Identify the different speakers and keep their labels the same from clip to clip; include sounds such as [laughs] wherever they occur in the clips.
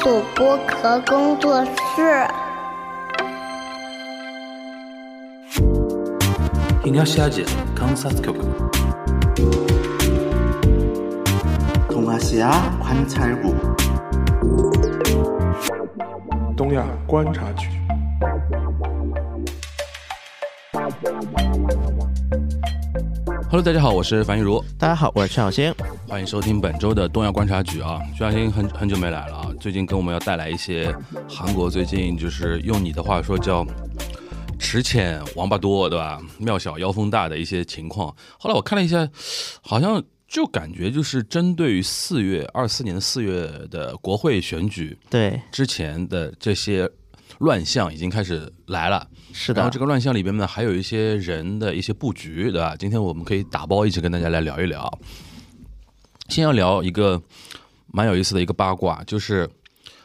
Speaker 1: 主播壳工作室。
Speaker 2: 東アジア観察局
Speaker 3: 동아시아 관찰국
Speaker 4: 东亚观察局。
Speaker 5: Hello，大家好，我是樊玉茹，
Speaker 3: 大家好，我是陈小仙。
Speaker 5: 欢迎收听本周的东亚观察局啊。徐小新很很久没来了啊，最近跟我们要带来一些韩国最近就是用你的话说叫池浅王八多，对吧？庙小妖风大的一些情况。后来我看了一下，好像就感觉就是针对于四月二四年的四月的国会选举
Speaker 3: 对，
Speaker 5: 之前的这些乱象已经开始来了。
Speaker 3: 是
Speaker 5: 然
Speaker 3: 的，
Speaker 5: 后这个乱象里边呢，还有一些人的一些布局，对吧？今天我们可以打包一起跟大家来聊一聊。先要聊一个蛮有意思的一个八卦，就是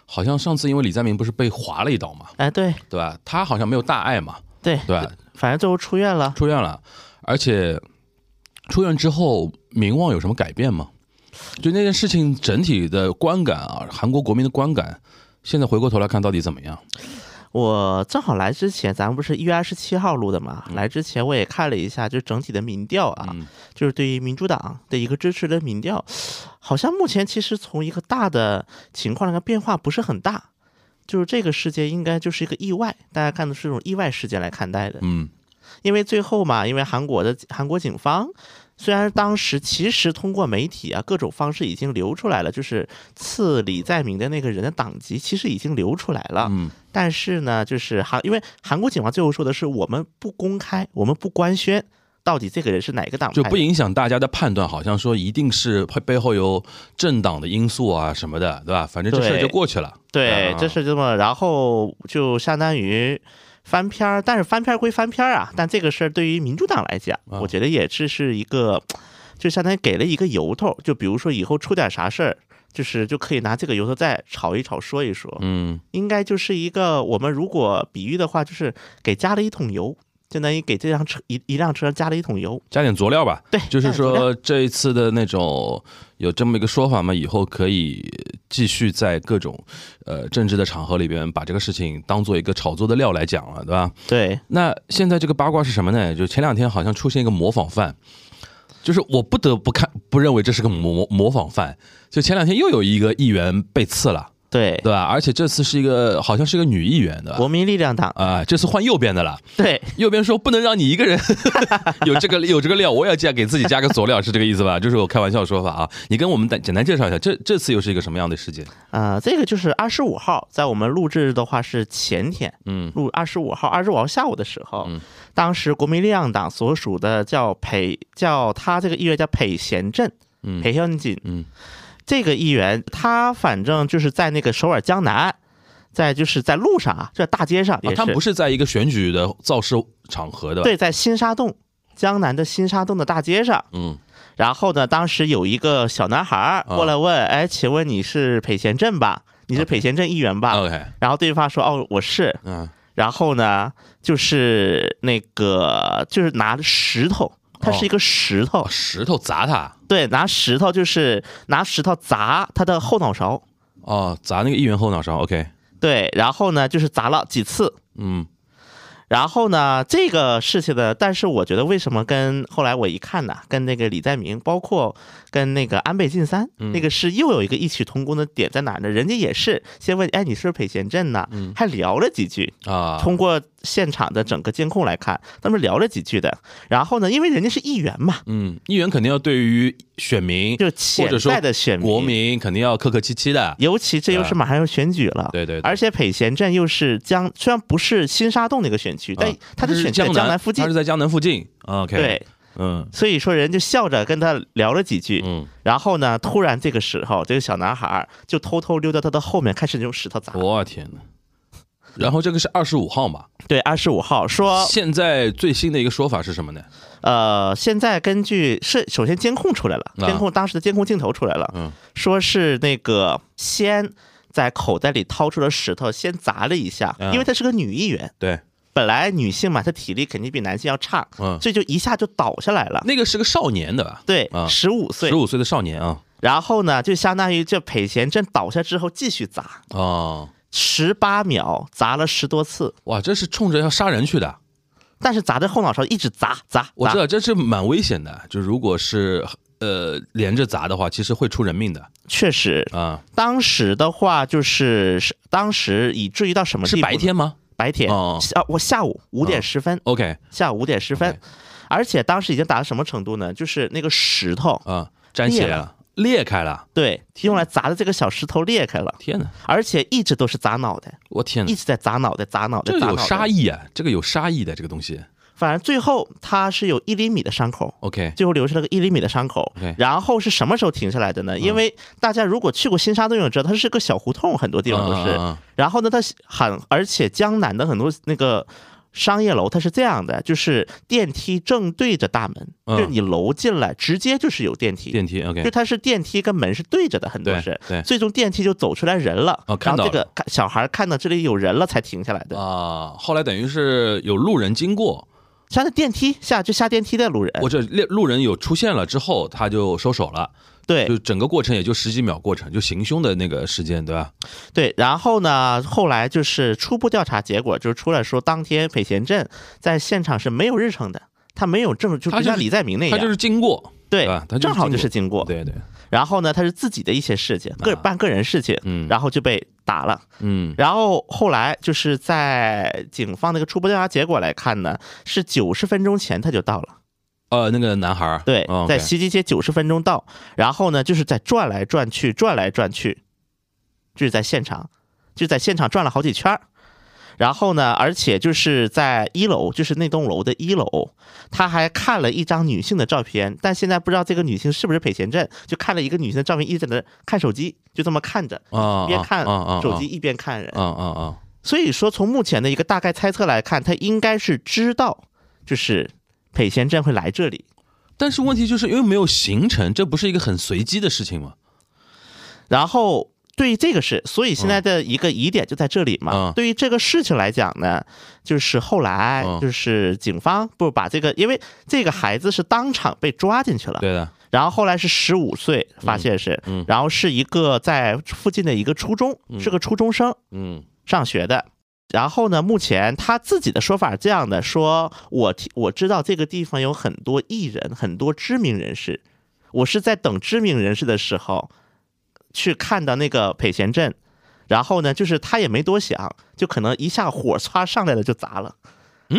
Speaker 5: 好像上次因为李在明不是被划了一刀嘛，
Speaker 3: 哎，对
Speaker 5: 对吧？他好像没有大碍嘛，
Speaker 3: 对
Speaker 5: 对吧？
Speaker 3: 反正最后出院了。
Speaker 5: 出院了，而且出院之后名望有什么改变吗？就那件事情整体的观感啊，韩国国民的观感，现在回过头来看到底怎么样？
Speaker 3: 我正好来之前，咱们不是一月二十七号录的嘛？来之前我也看了一下，就整体的民调啊，
Speaker 5: 嗯
Speaker 3: 就是对于民主党的一个支持的民调，好像目前其实从一个大的情况来看，变化不是很大。就是这个事件应该就是一个意外，大家看的是这种意外事件来看待的。
Speaker 5: 嗯
Speaker 3: 因为最后嘛，因为韩国的韩国警方虽然当时其实通过媒体啊各种方式已经流出来了，就是刺李在明的那个人的党籍其实已经流出来了，
Speaker 5: 嗯，
Speaker 3: 但是呢，就是韩因为韩国警方最后说的是我们不公开，我们不官宣。到底这个人是哪个党派
Speaker 5: 就
Speaker 3: 的？
Speaker 5: 不影响大家的判断，好像说一定是背背后有政党的因素啊什么的，对吧？反正这事儿
Speaker 3: 对
Speaker 5: 就过去了。
Speaker 3: 对
Speaker 5: 啊，
Speaker 3: 这是这么，然后就相当于翻篇儿，但是翻篇儿归翻篇儿啊，但这个事儿对于民主党来讲，
Speaker 5: 啊
Speaker 3: 我觉得也只是一个，就相当于给了一个由头，就比如说以后出点啥事儿。就是就可以拿这个由头再炒一炒，说一说，
Speaker 5: 嗯，
Speaker 3: 应该就是一个我们如果比喻的话，就是给加了一桶油，相当于给这辆车一一辆车加了一桶油。
Speaker 5: 加点佐料吧。
Speaker 3: 对，
Speaker 5: 就是
Speaker 3: 嗯加了油
Speaker 5: 说这一次的那种有这么一个说法嘛，以后可以继续在各种呃政治的场合里边把这个事情当做一个炒作的料来讲了，对吧？
Speaker 3: 对
Speaker 5: 那现在这个八卦是什么呢？就前两天好像出现一个模仿犯，就是我不得不看不认为这是个模模仿犯。就前两天又有一个议员被刺了。
Speaker 3: 对，
Speaker 5: 对吧？而且这次是一个好像是一个女议员的
Speaker 3: 国民力量党，
Speaker 5: 啊、这次换右边的了。
Speaker 3: 对
Speaker 5: 右边说不能让你一个人 [laughs] 有这个有这个料，我也要加给自己加个佐料，是这个意思吧？就是我开玩笑说法啊。你跟我们简简单介绍一下，这这次又是一个什么样的事件？
Speaker 3: 啊、这个就是二十五号，在我们录制的话是前天，
Speaker 5: 嗯，
Speaker 3: 录二十五号，二十五号下午的时候，
Speaker 5: 嗯
Speaker 3: 当时国民力量党所属的叫裴，叫他这个议员叫裴贤镇，
Speaker 5: 嗯
Speaker 3: 裴贤锦，
Speaker 5: 嗯，
Speaker 3: 这个议员他反正就是在那个首尔江南岸，在就是在路上啊，就在大街上也
Speaker 5: 啊，
Speaker 3: 是，
Speaker 5: 他们不是在一个选举的造势场合的吧？
Speaker 3: 对，在新沙洞江南的新沙洞的大街上，
Speaker 5: 嗯，啊
Speaker 3: 然后呢，当时有一个小男孩儿过来问，哎，请问你是裴贤镇吧？你是裴贤镇议员吧？
Speaker 5: ，OK，啊
Speaker 3: 然后对方说，哦，我是，
Speaker 5: 嗯，
Speaker 3: 然后呢，就是那个就是拿石头，它是一个石头，
Speaker 5: 哦石头砸他，
Speaker 3: 对，拿石头就是拿石头砸他的后脑勺，
Speaker 5: 哦，砸那个议员后脑勺，OK，
Speaker 3: 对，然后呢就是砸了几次。
Speaker 5: 嗯
Speaker 3: 然后呢，这个事情呢，但是我觉得为什么跟后来我一看呢，跟那个李在明，包括跟那个安倍晋三，
Speaker 5: 嗯
Speaker 3: 那个是又有一个异曲同工的点在哪儿呢？人家也是先问，哎，你是不是裴贤镇呢？
Speaker 5: 嗯
Speaker 3: 还聊了几句，
Speaker 5: 啊，
Speaker 3: 通过现场的整个监控来看，他们聊了几句的。然后呢，因为人家是议员嘛，
Speaker 5: 嗯，议员肯定要对于选民
Speaker 3: 就
Speaker 5: 或
Speaker 3: 潜
Speaker 5: 者说
Speaker 3: 在的选民，
Speaker 5: 国民肯定要客客气气的，
Speaker 3: 尤其这又
Speaker 5: 对
Speaker 3: 是马上要选举了，
Speaker 5: 对对对
Speaker 3: 而且北贤镇又是江，虽然不是新沙洞那个选区，但
Speaker 5: 啊
Speaker 3: 它就
Speaker 5: 他是
Speaker 3: 哎选在江南附近
Speaker 5: 他是，在江南附近，OK，啊
Speaker 3: 对，
Speaker 5: 嗯
Speaker 3: 所以说人就笑着跟他聊了几句，
Speaker 5: 嗯，
Speaker 3: 然后呢，突然这个时候，这个小男孩儿就偷偷溜到他的后面，开始用石头砸。
Speaker 5: 我天呐。然后这个是二十五号嘛？
Speaker 3: 对，二十五号说，
Speaker 5: 现在最新的一个说法是什么呢？
Speaker 3: 呃，现在根据是首先监控出来了，
Speaker 5: 啊
Speaker 3: 监控当时的监控镜头出来了，
Speaker 5: 嗯，
Speaker 3: 说是那个先在口袋里掏出了石头，先砸了一下，
Speaker 5: 嗯
Speaker 3: 因为她是个女议员，
Speaker 5: 对，
Speaker 3: 本来女性嘛，她体力肯定比男性要差，
Speaker 5: 嗯
Speaker 3: 所以就一下就倒下来了。
Speaker 5: 那个是个少年的吧？
Speaker 3: 对
Speaker 5: 啊，
Speaker 3: 十五岁
Speaker 5: 十，五岁的少年啊，
Speaker 3: 然后呢，就相当于这裴贤振倒下之后继续砸，
Speaker 5: 啊，
Speaker 3: 十八秒砸了十多次，
Speaker 5: 哇，这是冲着要杀人去的。
Speaker 3: 但是砸在后脑勺一直砸砸
Speaker 5: 我知
Speaker 3: 砸，
Speaker 5: 道这是蛮危险的，就如果是呃连着砸的话，其实会出人命的
Speaker 3: 确实，
Speaker 5: 啊。
Speaker 3: 当时的话就是是当时已至于到什么地
Speaker 5: 是
Speaker 3: 步呢？
Speaker 5: 白天吗
Speaker 3: 白天
Speaker 5: 哦
Speaker 3: 下我下午五点十分，
Speaker 5: ？OK
Speaker 3: 下午五点十分
Speaker 5: OK，
Speaker 3: 而且当时已经打到什么程度呢？就是那个石头，
Speaker 5: 啊，沾血
Speaker 3: 裂了
Speaker 5: 了，裂开了，
Speaker 3: 对，用来砸的这个小石头裂开了，
Speaker 5: 天哪，
Speaker 3: 而且一直都是砸脑袋，
Speaker 5: 我天哪
Speaker 3: 一，直在砸脑袋，砸脑袋，
Speaker 5: 嗯这
Speaker 3: 砸
Speaker 5: 个
Speaker 3: 脑
Speaker 5: 有
Speaker 3: 袋。
Speaker 5: 杀意啊，这个有杀意的这个东西。
Speaker 3: 反正最后他是有一厘米的伤口。
Speaker 5: OK，
Speaker 3: 最后留下了个一厘米的伤口
Speaker 5: 哎 OK，嗯
Speaker 3: 然后是什么时候停下来的呢？因为大家如果去过新沙都有知道，它是个小胡同，很多地方都是。
Speaker 5: 啊
Speaker 3: 然后呢，它很，而且江南的很多那个商业楼，它是这样的，就是电梯正对着大门，
Speaker 5: 嗯
Speaker 3: 就你楼进来直接就是有电梯，
Speaker 5: 电梯
Speaker 3: 就
Speaker 5: OK，
Speaker 3: 它是电梯跟门是对着的，很多
Speaker 5: 对
Speaker 3: 是。
Speaker 5: 对
Speaker 3: 最终电梯就走出来人了，
Speaker 5: 哦看
Speaker 3: 然
Speaker 5: 到
Speaker 3: 后这个看小孩看到这里有人了才停下来的。
Speaker 5: 啊，后来等于是有路人经过，
Speaker 3: 像那电梯下就下电梯的路人，
Speaker 5: 我这猎路人有出现了之后，他就收手了，
Speaker 3: 对
Speaker 5: 就整个过程也就十几秒过程，就行凶的那个时间，对吧？
Speaker 3: 对，然后呢，后来就是初步调查结果就是出来说，当天裴贤振在现场是没有日程的，他没有证，就
Speaker 5: 他
Speaker 3: 不
Speaker 5: 就
Speaker 3: 像
Speaker 5: 是
Speaker 3: 李在明那
Speaker 5: 他就
Speaker 3: 样。
Speaker 5: 是经过，
Speaker 3: 对
Speaker 5: 吧？他，
Speaker 3: 正好
Speaker 5: 就
Speaker 3: 就是经过。
Speaker 5: 对对，
Speaker 3: 然后呢，他是自己的一些事情，个
Speaker 5: 啊
Speaker 3: 办个人事情，
Speaker 5: 嗯
Speaker 3: 然后就被打了。
Speaker 5: 嗯，
Speaker 3: 然后后来就是在警方那个初步调查结果来看呢，是九十分钟前他就到了。
Speaker 5: 呃，那个男孩儿
Speaker 3: 对
Speaker 5: 哦，
Speaker 3: 在
Speaker 5: OK
Speaker 3: 西吉街九十分钟到，然后呢，就是在转来转去，转来转去，就是在现场，就在现场转了好几圈儿。然后呢，而且就是在一楼，就是那栋楼的一楼，他还看了一张女性的照片，但现在不知道这个女性是不是裴贤振，就看了一个女性的照片，一直在那看手机，就这么看着，
Speaker 5: 啊，
Speaker 3: 一边看
Speaker 5: 啊啊
Speaker 3: 手机，一边看人。
Speaker 5: 啊啊啊，
Speaker 3: 所以说，从目前的一个大概猜测来看，他应该是知道，就是裴贤振会来这里，
Speaker 5: 但是问题就是因为没有行程，这不是一个很随机的事情吗？
Speaker 3: 然后对于这个事，所以现在的一个疑点就在这里嘛。
Speaker 5: 嗯
Speaker 3: 对于这个事情来讲呢，就是后来
Speaker 5: 嗯
Speaker 3: 就是警方不把这个，因为这个孩子是当场被抓进去了，
Speaker 5: 对嗯的，
Speaker 3: 然后后来是十五岁发现是，然后是一个在附近的一个初中，是个初中生
Speaker 5: 嗯
Speaker 3: 上学的。然后呢？目前他自己的说法是这样的：说我听我知道这个地方有很多艺人，很多知名人士。我是在等知名人士的时候，去看到那个裴贤振，然后呢，就是他也没多想，就可能一下火歘上来了就砸了。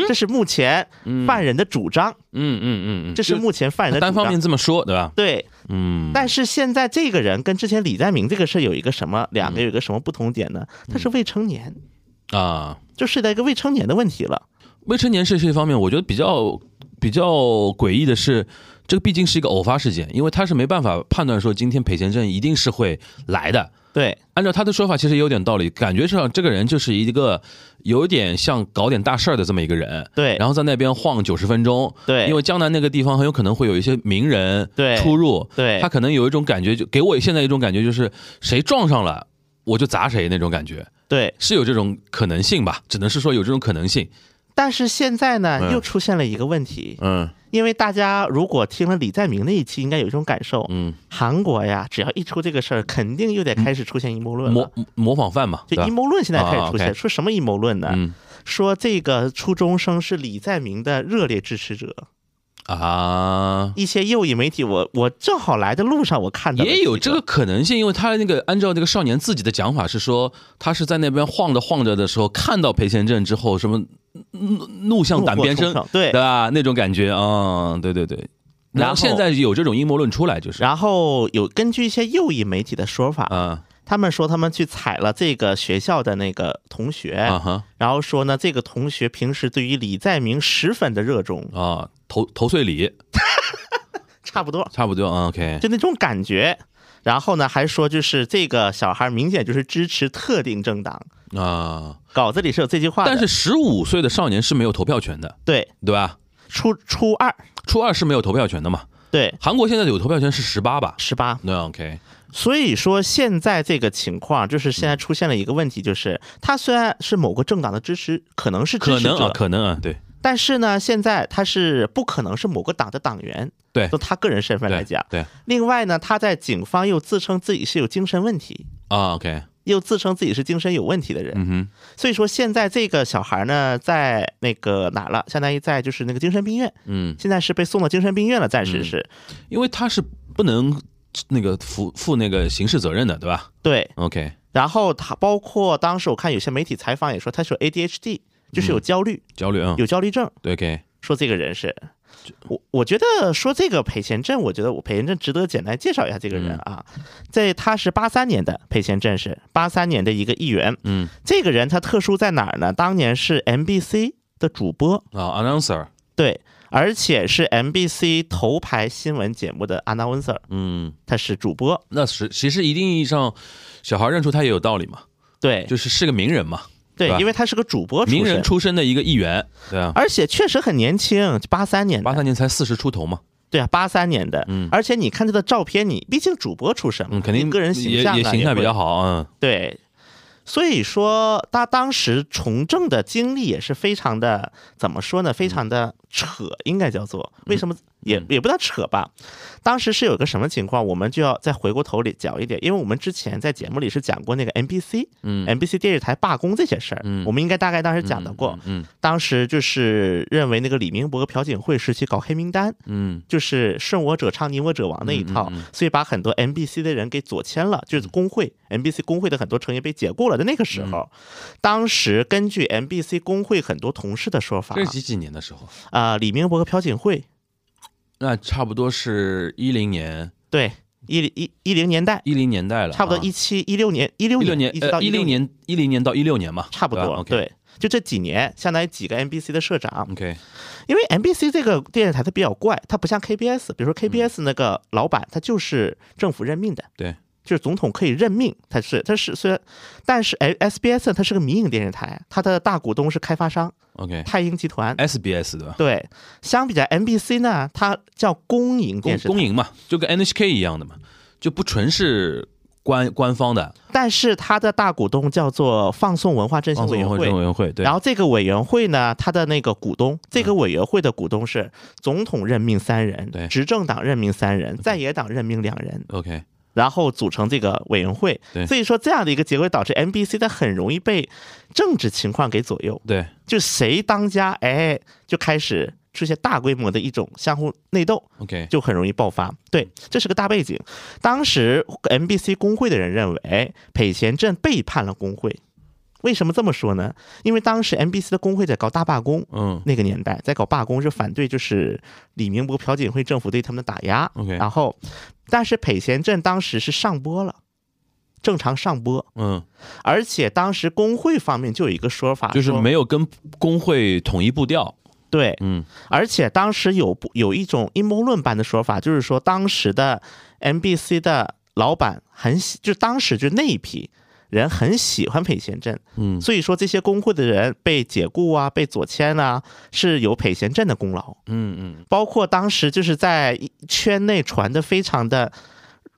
Speaker 3: 这是目前犯人的主张，
Speaker 5: 嗯嗯嗯嗯，
Speaker 3: 这是
Speaker 5: 就
Speaker 3: 目前犯人的
Speaker 5: 单
Speaker 3: 主张
Speaker 5: 方面这么说，对吧？
Speaker 3: 对，
Speaker 5: 嗯，
Speaker 3: 但是现在这个人跟之前李在明这个事儿有一个什么两个
Speaker 5: 嗯
Speaker 3: 有一个什么不同点呢？他是未成年，
Speaker 5: 啊，
Speaker 3: 就涉及到一个未成年的问题了。
Speaker 5: 未成年是这一方面，我觉得比较比较诡异的是，这个毕竟是一个偶发事件，因为他是没办法判断说今天裴贤正一定是会来的。
Speaker 3: 对，
Speaker 5: 按照他的说法，其实也有点道理，感觉上这个人就是一个有点像搞点大事儿的这么一个人。
Speaker 3: 对
Speaker 5: 然后在那边晃九十分钟。
Speaker 3: 对
Speaker 5: 因为江南那个地方很有可能会有一些名人
Speaker 3: 对
Speaker 5: 出入，
Speaker 3: 对
Speaker 5: 他可能有一种感觉，就给我现在一种感觉就是谁撞上了我就砸谁那种感觉，
Speaker 3: 对，
Speaker 5: 是有这种可能性吧？只能是说有这种可能性。
Speaker 3: 但是现在呢，
Speaker 5: 嗯
Speaker 3: 又出现了一个问题，
Speaker 5: 嗯
Speaker 3: 因为大家如果听了李在明那一期，应该有一种感受，
Speaker 5: 嗯，
Speaker 3: 韩国呀，只要一出这个事儿，肯定又得开始出现阴谋论
Speaker 5: 模
Speaker 3: 了。
Speaker 5: 模仿犯嗯嘛，对
Speaker 3: 就
Speaker 5: 吧
Speaker 3: 阴？谋论现在开
Speaker 5: 啊
Speaker 3: 始出现，
Speaker 5: ，OK
Speaker 3: 说什么阴谋论呢？
Speaker 5: 嗯
Speaker 3: 说这个初中生是李在明的热烈支持
Speaker 5: 嗯
Speaker 3: 者，
Speaker 5: 啊，
Speaker 3: 一些右翼媒体，我我正好来的路上我看到了
Speaker 5: 也有
Speaker 3: 几
Speaker 5: 这个可能性，因为他那个按照那个少年自己的讲法是说，他是在那边晃着晃着的时候，看到裴贤正之后，什么怒怒向胆边生
Speaker 3: 怒火冲上，对
Speaker 5: 吧？那种感觉，嗯，对对对。
Speaker 3: 然后
Speaker 5: 后现在有这种阴谋论出来，就是，
Speaker 3: 然后有根据一些右翼媒体的说法，
Speaker 5: 啊
Speaker 3: 他们说他们去采了这个学校的那个同学，
Speaker 5: 啊哈
Speaker 3: 然后说呢，这个同学平时对于李在明十分的热衷，
Speaker 5: 啊，头头碎礼，
Speaker 3: 差不多
Speaker 5: 差不多嗯，OK，
Speaker 3: 就那种感觉。然后呢，还说就是这个小孩明显就是支持特定政党，
Speaker 5: 啊。
Speaker 3: 稿子里是有这句话的，
Speaker 5: 但是十五岁的少年是没有投票权的，
Speaker 3: 对
Speaker 5: 对吧？
Speaker 3: 初初二
Speaker 5: 初二是没有投票权的嘛？
Speaker 3: 对
Speaker 5: 韩国现在有投票权是十八吧？
Speaker 3: 十八，
Speaker 5: 那 OK，
Speaker 3: 所以说现在这个情况就是现在出现了一个问题，就是他虽然是某个政党的支持，可能是支
Speaker 5: 可
Speaker 3: 持
Speaker 5: 能啊，
Speaker 3: 者，嗯
Speaker 5: 可能啊，对，
Speaker 3: 但是呢，现在他是不可能是某个党的党员，
Speaker 5: 对
Speaker 3: 从他个人身份来讲。
Speaker 5: 对
Speaker 3: 另外呢，他在警方又自称自己是有精神问题，
Speaker 5: 啊，OK，
Speaker 3: 又自称自己是精神有问题的人。
Speaker 5: 嗯哼，
Speaker 3: 所以说现在这个小孩呢，在那个哪了？相当于在就是那个精神病院，
Speaker 5: 嗯，
Speaker 3: 现在是被送到精神病院了，暂时
Speaker 5: 嗯
Speaker 3: 是。
Speaker 5: 因为他是不能那个负负那个刑事责任的，对吧
Speaker 3: 对，
Speaker 5: ？OK，
Speaker 3: 然后他包括当时我看有些媒体采访也说他是有 ADHD，就是
Speaker 5: 嗯
Speaker 3: 有焦虑，
Speaker 5: 焦虑啊，
Speaker 3: 有焦虑症，
Speaker 5: 对，OK，
Speaker 3: 说这个人是。我我觉得说这个裴贤振，我觉得我裴贤振值得简单介绍一下这个人
Speaker 5: 嗯
Speaker 3: 啊，在他是八三年的裴贤振是八三年的一个议员，
Speaker 5: 嗯，
Speaker 3: 这个人他特殊在哪儿呢？当年是 MBC 的主播，
Speaker 5: 啊，announcer，
Speaker 3: 对，而且是 MBC 头牌新闻节目的 announcer，
Speaker 5: 嗯，
Speaker 3: 他是主播，
Speaker 5: 那是其实一定意义上，小孩认出他也有道理嘛，
Speaker 3: 对
Speaker 5: 就是是个名人嘛，
Speaker 3: 对
Speaker 5: 吧，
Speaker 3: 因为他是个主播出
Speaker 5: 名人
Speaker 3: 身
Speaker 5: 出身的一个议员，对啊，
Speaker 3: 而且确实很年轻，八三年的，
Speaker 5: 八三年才四十出头嘛，
Speaker 3: 对啊，八三年的，
Speaker 5: 嗯
Speaker 3: 而且你看他的照片，你毕竟主播出身嘛，
Speaker 5: 嗯，肯定
Speaker 3: 你个人形
Speaker 5: 也
Speaker 3: 象啊
Speaker 5: 也形象比较
Speaker 3: 会
Speaker 5: 好，嗯，
Speaker 3: 对，所以说他当时从政的经历也是非常的，怎么说
Speaker 5: 嗯
Speaker 3: 呢？非常的扯，应该叫做为什么也也不叫扯吧？当时是有个什么情况，我们就要再回过头里讲一点，因为我们之前在节目里是讲过那个 NBC，
Speaker 5: 嗯
Speaker 3: ，NBC 电视台罢工这些事儿，
Speaker 5: 嗯
Speaker 3: 我们应该大概当时讲到过，
Speaker 5: 嗯
Speaker 3: 当时就是认为那个李明博和朴槿惠时期搞黑名单，
Speaker 5: 嗯
Speaker 3: 就是顺我者昌，逆我者亡那一套，所以把很多 NBC 的人给左迁了，
Speaker 5: 嗯
Speaker 3: 就是工会 NBC 工会的很多成员被解雇了的那个时候，当时根据 NBC 工会很多同事的说法
Speaker 5: 这是几几年的时候？
Speaker 3: 啊、李明博和朴槿惠
Speaker 5: 那差不多是一零年、
Speaker 3: 对一一一零年代，
Speaker 5: 一零年代了啊，
Speaker 3: 差不多一七一六年一六
Speaker 5: 一六
Speaker 3: 年
Speaker 5: 年
Speaker 3: 一直
Speaker 5: 呃
Speaker 3: 到
Speaker 5: 一
Speaker 3: 16
Speaker 5: 零年一零年到一六年嘛，
Speaker 3: 差不多
Speaker 5: 对吧
Speaker 3: 对。就这几年，相当于几个 NBC 的社长，
Speaker 5: ，OK，OK，
Speaker 3: 因为 NBC 这个电视台它比较怪，它不像 KBS，比如说
Speaker 5: 嗯
Speaker 3: KBS 那个老板他就是政府任命的，
Speaker 5: 对，
Speaker 3: 就是总统可以任命，他是他是虽然，但是哎 SBS 它是个民营电视台，它的大股东是开发商
Speaker 5: OK
Speaker 3: 泰英集团。
Speaker 5: 哎 SBS 对吧？
Speaker 3: 对，相比较 NBC 呢，它叫公营
Speaker 5: 公
Speaker 3: 电视台，
Speaker 5: 公营嘛，就跟 NHK 一样的嘛，就不纯是官官方的
Speaker 3: 但是它的大股东叫做放送文化振兴
Speaker 5: 放
Speaker 3: 委
Speaker 5: 送
Speaker 3: 员
Speaker 5: 委
Speaker 3: 会
Speaker 5: 员。委员会，对嗯
Speaker 3: 然，后这个委员会呢，它的那个股东，这个委员会的股东是总统任命三人，
Speaker 5: 对
Speaker 3: 执政党任命三人，在野党任命两人，
Speaker 5: OK，
Speaker 3: 然后组成这个委员会
Speaker 5: 对。
Speaker 3: 所以说这样的一个结果导致 NBC 它很容易被政治情况给左右，
Speaker 5: 对，
Speaker 3: 就谁当家，哎，就开始出现大规模的一种相互内斗，
Speaker 5: OK，
Speaker 3: 就很容易爆发。对，这是个大背景。当时 NBC 工会的人认为裴贤镇背叛了工会，为什么这么说呢？因为当时 NBC 的工会在搞大罢工，
Speaker 5: 嗯
Speaker 3: 那个年代在搞罢工，是反对就是李明博、朴槿惠政府对他们的打压。
Speaker 5: OK
Speaker 3: 然后，但是裴贤镇当时是上播了，正常上播，
Speaker 5: 嗯，
Speaker 3: 而且当时工会方面就有一个说法，
Speaker 5: 就是
Speaker 3: 说
Speaker 5: 没有跟工会统一步调，
Speaker 3: 对，
Speaker 5: 嗯
Speaker 3: 而且当时有不有一种阴谋论般的说法，就是说当时的 NBC 的老板很喜，就当时就那一批人很喜欢裴贤镇，
Speaker 5: 嗯
Speaker 3: 所以说这些工会的人被解雇啊，被左迁啊，是有裴贤镇的功劳。
Speaker 5: 嗯嗯，
Speaker 3: 包括当时就是在圈内传的非常的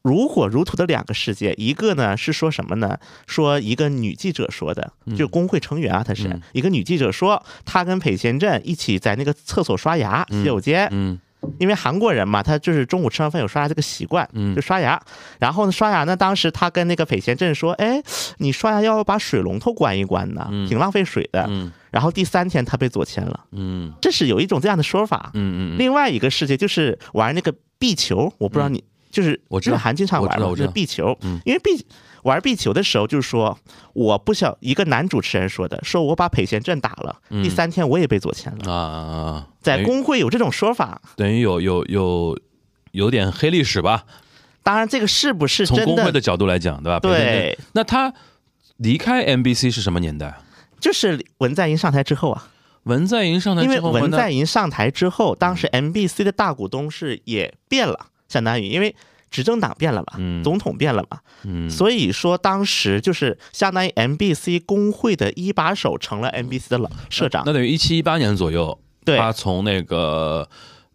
Speaker 3: 如火如荼的两个事件，一个呢是说什么呢？说一个女记者说的，就工会成员啊，她是、
Speaker 5: 嗯
Speaker 3: 一个女记者说，她跟裴贤振一起在那个厕所刷牙、洗手间，
Speaker 5: 嗯
Speaker 3: 因为韩国人嘛，他就是中午吃完饭有刷牙这个习惯，
Speaker 5: 嗯
Speaker 3: 就刷牙。然后呢，刷牙呢，当时他跟那个裴贤振说，哎，你刷牙要把水龙头关一关呢，挺浪费水的。
Speaker 5: 嗯
Speaker 3: 然后第三天他被左迁了，
Speaker 5: 嗯
Speaker 3: 这是有一种这样的说法，
Speaker 5: 嗯嗯，
Speaker 3: 另外一个世界就是玩那个壁球，我不知道你、就是
Speaker 5: 嗯我知道
Speaker 3: 日韩经常
Speaker 5: 我知
Speaker 3: 玩
Speaker 5: 道
Speaker 3: 嘛
Speaker 5: 我知
Speaker 3: 就是
Speaker 5: 道
Speaker 3: 壁球，
Speaker 5: 嗯
Speaker 3: 因为壁玩壁球的时候就是说我不想一个男主持人说的，说我把裴贤振打了，
Speaker 5: 嗯
Speaker 3: 第三天我也被左迁了，
Speaker 5: 啊啊啊，
Speaker 3: 在
Speaker 5: 等于
Speaker 3: 工会有这种说法。
Speaker 5: 等于有有有有点黑历史吧，
Speaker 3: 当然，这个是不是
Speaker 5: 从
Speaker 3: 真
Speaker 5: 工会
Speaker 3: 的
Speaker 5: 的？角度来讲，对吧？
Speaker 3: 对
Speaker 5: 裴先生，那他离开 MBC 是什么年代？
Speaker 3: 就是文在寅上台之后啊，
Speaker 5: 文在寅上台
Speaker 3: 因为
Speaker 5: 之后，嗯
Speaker 3: 文
Speaker 5: 那
Speaker 3: 在寅上台之后，当时 MBC 的大股东是也变了，相当于因为执政党变了嘛，
Speaker 5: 嗯
Speaker 3: 总统变了嘛，
Speaker 5: 嗯
Speaker 3: 所以说当时就是相当于 MBC 工会的一把手成了 MBC 的老社长
Speaker 5: 那，等于一七一八年左右，
Speaker 3: 对
Speaker 5: 他从那个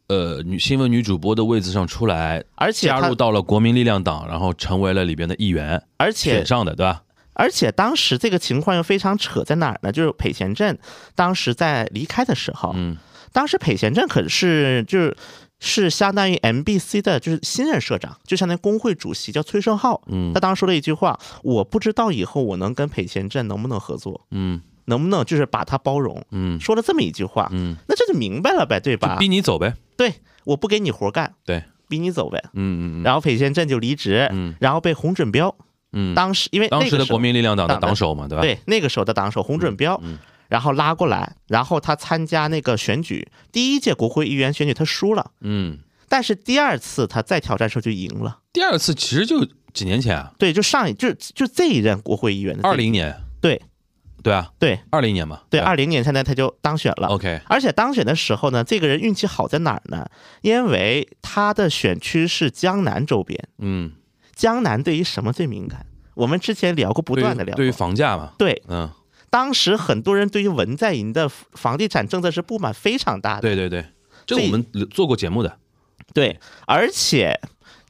Speaker 5: 呃女新闻女主播的位置上出来，
Speaker 3: 而且
Speaker 5: 加
Speaker 3: 他
Speaker 5: 入到了国民力量党，然后成为了里边的议员，
Speaker 3: 而且
Speaker 5: 选上的，对吧？
Speaker 3: 而且当时这个情况又非常扯在哪儿呢？就是裴贤振当时在离开的时候，
Speaker 5: 嗯
Speaker 3: 当时裴贤振可是就是是相当于 MBC 的，就是新任社长，就相当于工会主席叫崔胜浩，
Speaker 5: 嗯
Speaker 3: 他当时说了一句话：“我不知道以后我能跟裴贤镇能不能合作，
Speaker 5: 嗯
Speaker 3: 能不能就是把他包容。”
Speaker 5: 嗯
Speaker 3: 说了这么一句话，
Speaker 5: 嗯，
Speaker 3: 那这就明白了呗，对
Speaker 5: 就
Speaker 3: 吧
Speaker 5: 逼？你走呗，
Speaker 3: 对，我不给你活干，
Speaker 5: 对，
Speaker 3: 逼你走呗。
Speaker 5: 嗯嗯嗯
Speaker 3: 然后裴贤镇就离职，
Speaker 5: 嗯
Speaker 3: 然后被洪准彪
Speaker 5: 嗯，
Speaker 3: 当时因为
Speaker 5: 当
Speaker 3: 那
Speaker 5: 时
Speaker 3: 个
Speaker 5: 的
Speaker 3: 时候
Speaker 5: 国民力量党的
Speaker 3: 党的
Speaker 5: 党首嘛，对嗯吧？
Speaker 3: 对那个时候的党首洪准彪，然后拉过来，然后他参加那个选举，第一届国会议员选举他输了，
Speaker 5: 嗯，
Speaker 3: 但是第二次他再挑战时候就赢了。
Speaker 5: 第二次其实就几年前啊，
Speaker 3: 对，就上一就就这一任国会议员的
Speaker 5: 二零年，
Speaker 3: 对
Speaker 5: 对啊，
Speaker 3: 对
Speaker 5: 二零年嘛，
Speaker 3: 嗯对，
Speaker 5: 吧
Speaker 3: 二零年现在他就当选了。
Speaker 5: OK，
Speaker 3: 而且当选的时候呢，这个人运气好在哪儿呢？因为他的选区是江南周边，
Speaker 5: 嗯，
Speaker 3: 江南对于什么最敏感？我们之前聊过，不
Speaker 5: 对于
Speaker 3: 断的聊过
Speaker 5: 对于房价嘛，
Speaker 3: 对
Speaker 5: 嗯，
Speaker 3: 当时很多人对于文在寅的房地产政策是不满非常大的。
Speaker 5: 对对对，这
Speaker 3: 这
Speaker 5: 我们做过节目的，
Speaker 3: 对，而且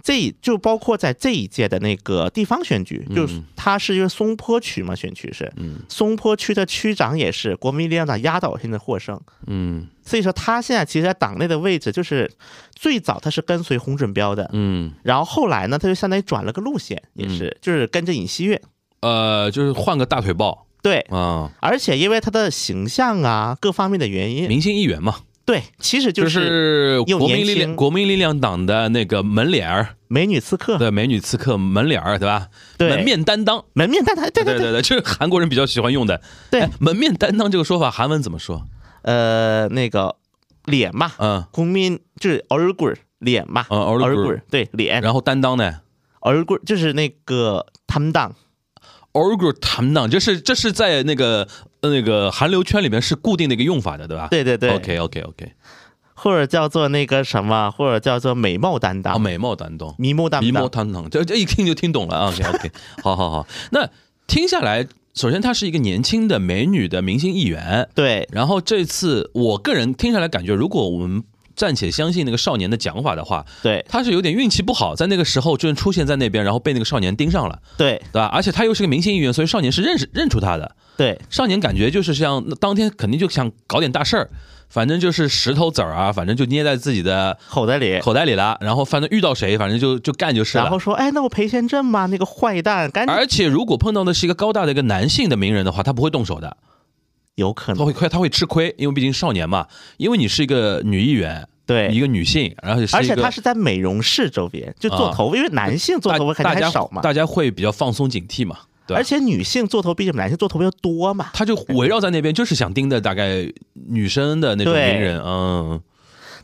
Speaker 3: 这就包括在这一届的那个地方选举，
Speaker 5: 嗯
Speaker 3: 就是它是一个松坡区嘛，选区是，松坡区的区长也是国民力量党压倒性的获胜，
Speaker 5: 嗯
Speaker 3: 所以说他现在其实在党内的位置就是最早他是跟随洪准彪的。
Speaker 5: 嗯，
Speaker 3: 然后后来呢，他就相当于转了个路线，也是，就是跟着尹锡悦。
Speaker 5: 呃，就是换个大腿抱
Speaker 3: 对，
Speaker 5: 啊，
Speaker 3: 而且因为他的形象啊，各方面的原因，
Speaker 5: 明星议员嘛，
Speaker 3: 对，其实就
Speaker 5: 就是
Speaker 3: 又
Speaker 5: 国民
Speaker 3: 年
Speaker 5: 力量
Speaker 3: 轻
Speaker 5: 国民力量党的那个门脸
Speaker 3: [laughs]
Speaker 5: 儿
Speaker 3: 美女刺客，
Speaker 5: 对，美女刺客门脸儿，对吧？
Speaker 3: 对
Speaker 5: 门面担当，
Speaker 3: 门面但他对
Speaker 5: 对
Speaker 3: 对
Speaker 5: 对对，这是韩国人比较喜欢用的。
Speaker 3: 对
Speaker 5: 哎，门面担当这个说法，韩文怎么说？
Speaker 3: 呃，那个脸嘛，
Speaker 5: 嗯
Speaker 3: 국민就是얼굴脸嘛，
Speaker 5: 嗯，偶尔
Speaker 3: 얼굴对脸，
Speaker 5: 然后担当呢？
Speaker 3: 얼굴就是那个담당，
Speaker 5: 偶尔担当，这是这是在那个呃那个韩流圈里面是固定的一个用法的，对吧？
Speaker 3: 对对对
Speaker 5: OK OK OK，
Speaker 3: 或者叫做那个什么，或者叫做美貌担
Speaker 5: 啊，
Speaker 3: 当、
Speaker 5: 美貌担当，
Speaker 3: 迷目担
Speaker 5: 眉毛
Speaker 3: 当，
Speaker 5: 担当，这这一听就听懂了啊。OK
Speaker 3: [laughs]
Speaker 5: OK，好好好，那听下来，首先她是一个年轻的美女的明星议员，
Speaker 3: 对
Speaker 5: 然后这次我个人听下来感觉，如果我们暂且相信那个少年的讲法的话，
Speaker 3: 对
Speaker 5: 他是有点运气不好，在那个时候就出现在那边，然后被那个少年盯上了，
Speaker 3: 对
Speaker 5: 对吧？而且他又是个明星艺员，所以少年是认识认出他的。
Speaker 3: 对
Speaker 5: 少年感觉就是像当天肯定就想搞点大事儿，反正就是石头子儿啊，反正就捏在自己的
Speaker 3: 口袋里，
Speaker 5: 口袋里了，然后反正遇到谁，反正就就干就是
Speaker 3: 然后
Speaker 5: 了。
Speaker 3: 说，哎，那我赔钱挣吧，那个坏蛋，赶紧
Speaker 5: 而且如果碰到的是一个高大的一个男性的名人的话，他不会动手的，
Speaker 3: 有可
Speaker 5: 他
Speaker 3: 能
Speaker 5: 会亏，他会吃亏，因为毕竟少年嘛，因为你是一个女议员，一
Speaker 3: 对。
Speaker 5: 个女性，然后是
Speaker 3: 而
Speaker 5: 一
Speaker 3: 且
Speaker 5: 个
Speaker 3: 他是在美容室周边，就做
Speaker 5: 啊
Speaker 3: 头发，因为男性做
Speaker 5: 大
Speaker 3: 头发肯
Speaker 5: 大
Speaker 3: 定
Speaker 5: 家
Speaker 3: 还少嘛，
Speaker 5: 大家会比较放松警惕嘛，对吧
Speaker 3: 而且女性做头比起男性做头发要多嘛， [laughs]
Speaker 5: 他就围绕在那边，就是想盯着大概女生的那种名
Speaker 3: 对
Speaker 5: 人，嗯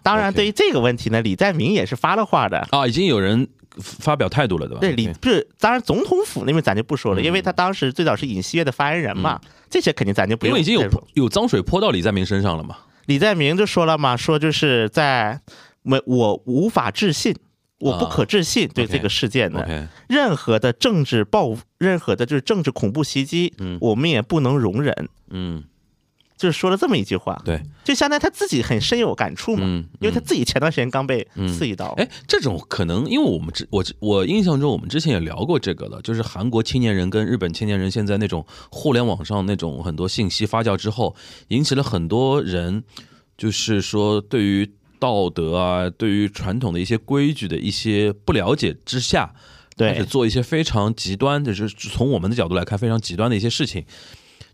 Speaker 3: 当然，
Speaker 5: OK
Speaker 3: 对于这个问题呢，李在明也是发了话的。
Speaker 5: 啊，已经有人发表态度了，对吧？
Speaker 3: 对李
Speaker 5: OK
Speaker 3: 不是，当然总统府那边咱就不说了，因为他当时最早是尹锡悦的发言人嘛，这些肯定咱就
Speaker 5: 嗯
Speaker 3: 不
Speaker 5: 因
Speaker 3: 用
Speaker 5: 为已经有
Speaker 3: 再说
Speaker 5: 泼有脏水泼到李在明身上了嘛，
Speaker 3: 李在明就说了嘛，说就是在没我无法置信，我不可置信对
Speaker 5: 啊 OK
Speaker 3: 这个事件的
Speaker 5: OK，
Speaker 3: 任何的政治暴，任何的就是政治恐怖袭击，我们也不能容忍。
Speaker 5: 嗯，
Speaker 3: 就是说了这么一句话，
Speaker 5: 对，
Speaker 3: 就相当于他自己很深有感触嘛，
Speaker 5: 嗯
Speaker 3: 因为他自己前段时间刚被刺一刀，
Speaker 5: 哎，这种可能，因为我们之我我印象中我们之前也聊过这个了，就是韩国青年人跟日本青年人现在那种互联网上那种很多信息发酵之后，引起了很多人，就是说对于道德啊，对于传统的一些规矩的一些不了解之下，
Speaker 3: 对
Speaker 5: 开始做一些非常极端，就是从我们的角度来看非常极端的一些事情。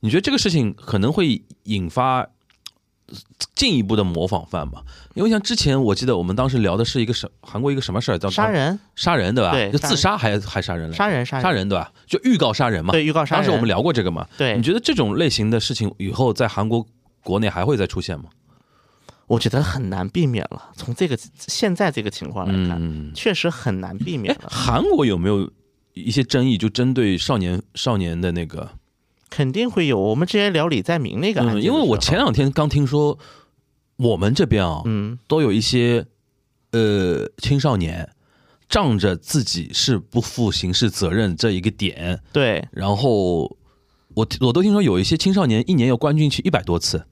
Speaker 5: 你觉得这个事情可能会引发进一步的模仿犯吗？因为像之前我记得我们当时聊的是一个什韩国一个什么事儿，叫
Speaker 3: 杀人，
Speaker 5: 杀人对吧？
Speaker 3: 对
Speaker 5: 就
Speaker 3: 杀
Speaker 5: 自
Speaker 3: 人
Speaker 5: 杀还还杀人来着
Speaker 3: 杀人杀人
Speaker 5: 杀人对吧？就预告杀人嘛。
Speaker 3: 对预告杀
Speaker 5: 当
Speaker 3: 人
Speaker 5: 时我们聊过这个嘛。
Speaker 3: 对
Speaker 5: 你觉得这种类型的事情以后在韩国国内还会再出现吗？
Speaker 3: 我觉得很难避免了。从这个现在这个情况来看，
Speaker 5: 嗯
Speaker 3: 确实很难避免
Speaker 5: 哎，
Speaker 3: 了，
Speaker 5: 韩国有没有一些争议？就针对少年少年的那个，
Speaker 3: 肯定会有。我们之前聊李在明那个案
Speaker 5: 嗯，
Speaker 3: 件的时
Speaker 5: 因
Speaker 3: 候、
Speaker 5: 为我前两天刚听说，我们这边啊，
Speaker 3: 嗯
Speaker 5: 都有一些呃青少年仗着自己是不负刑事责任这一个点，
Speaker 3: 对
Speaker 5: 然后我我都听说有一些青少年一年要关进去一百多次，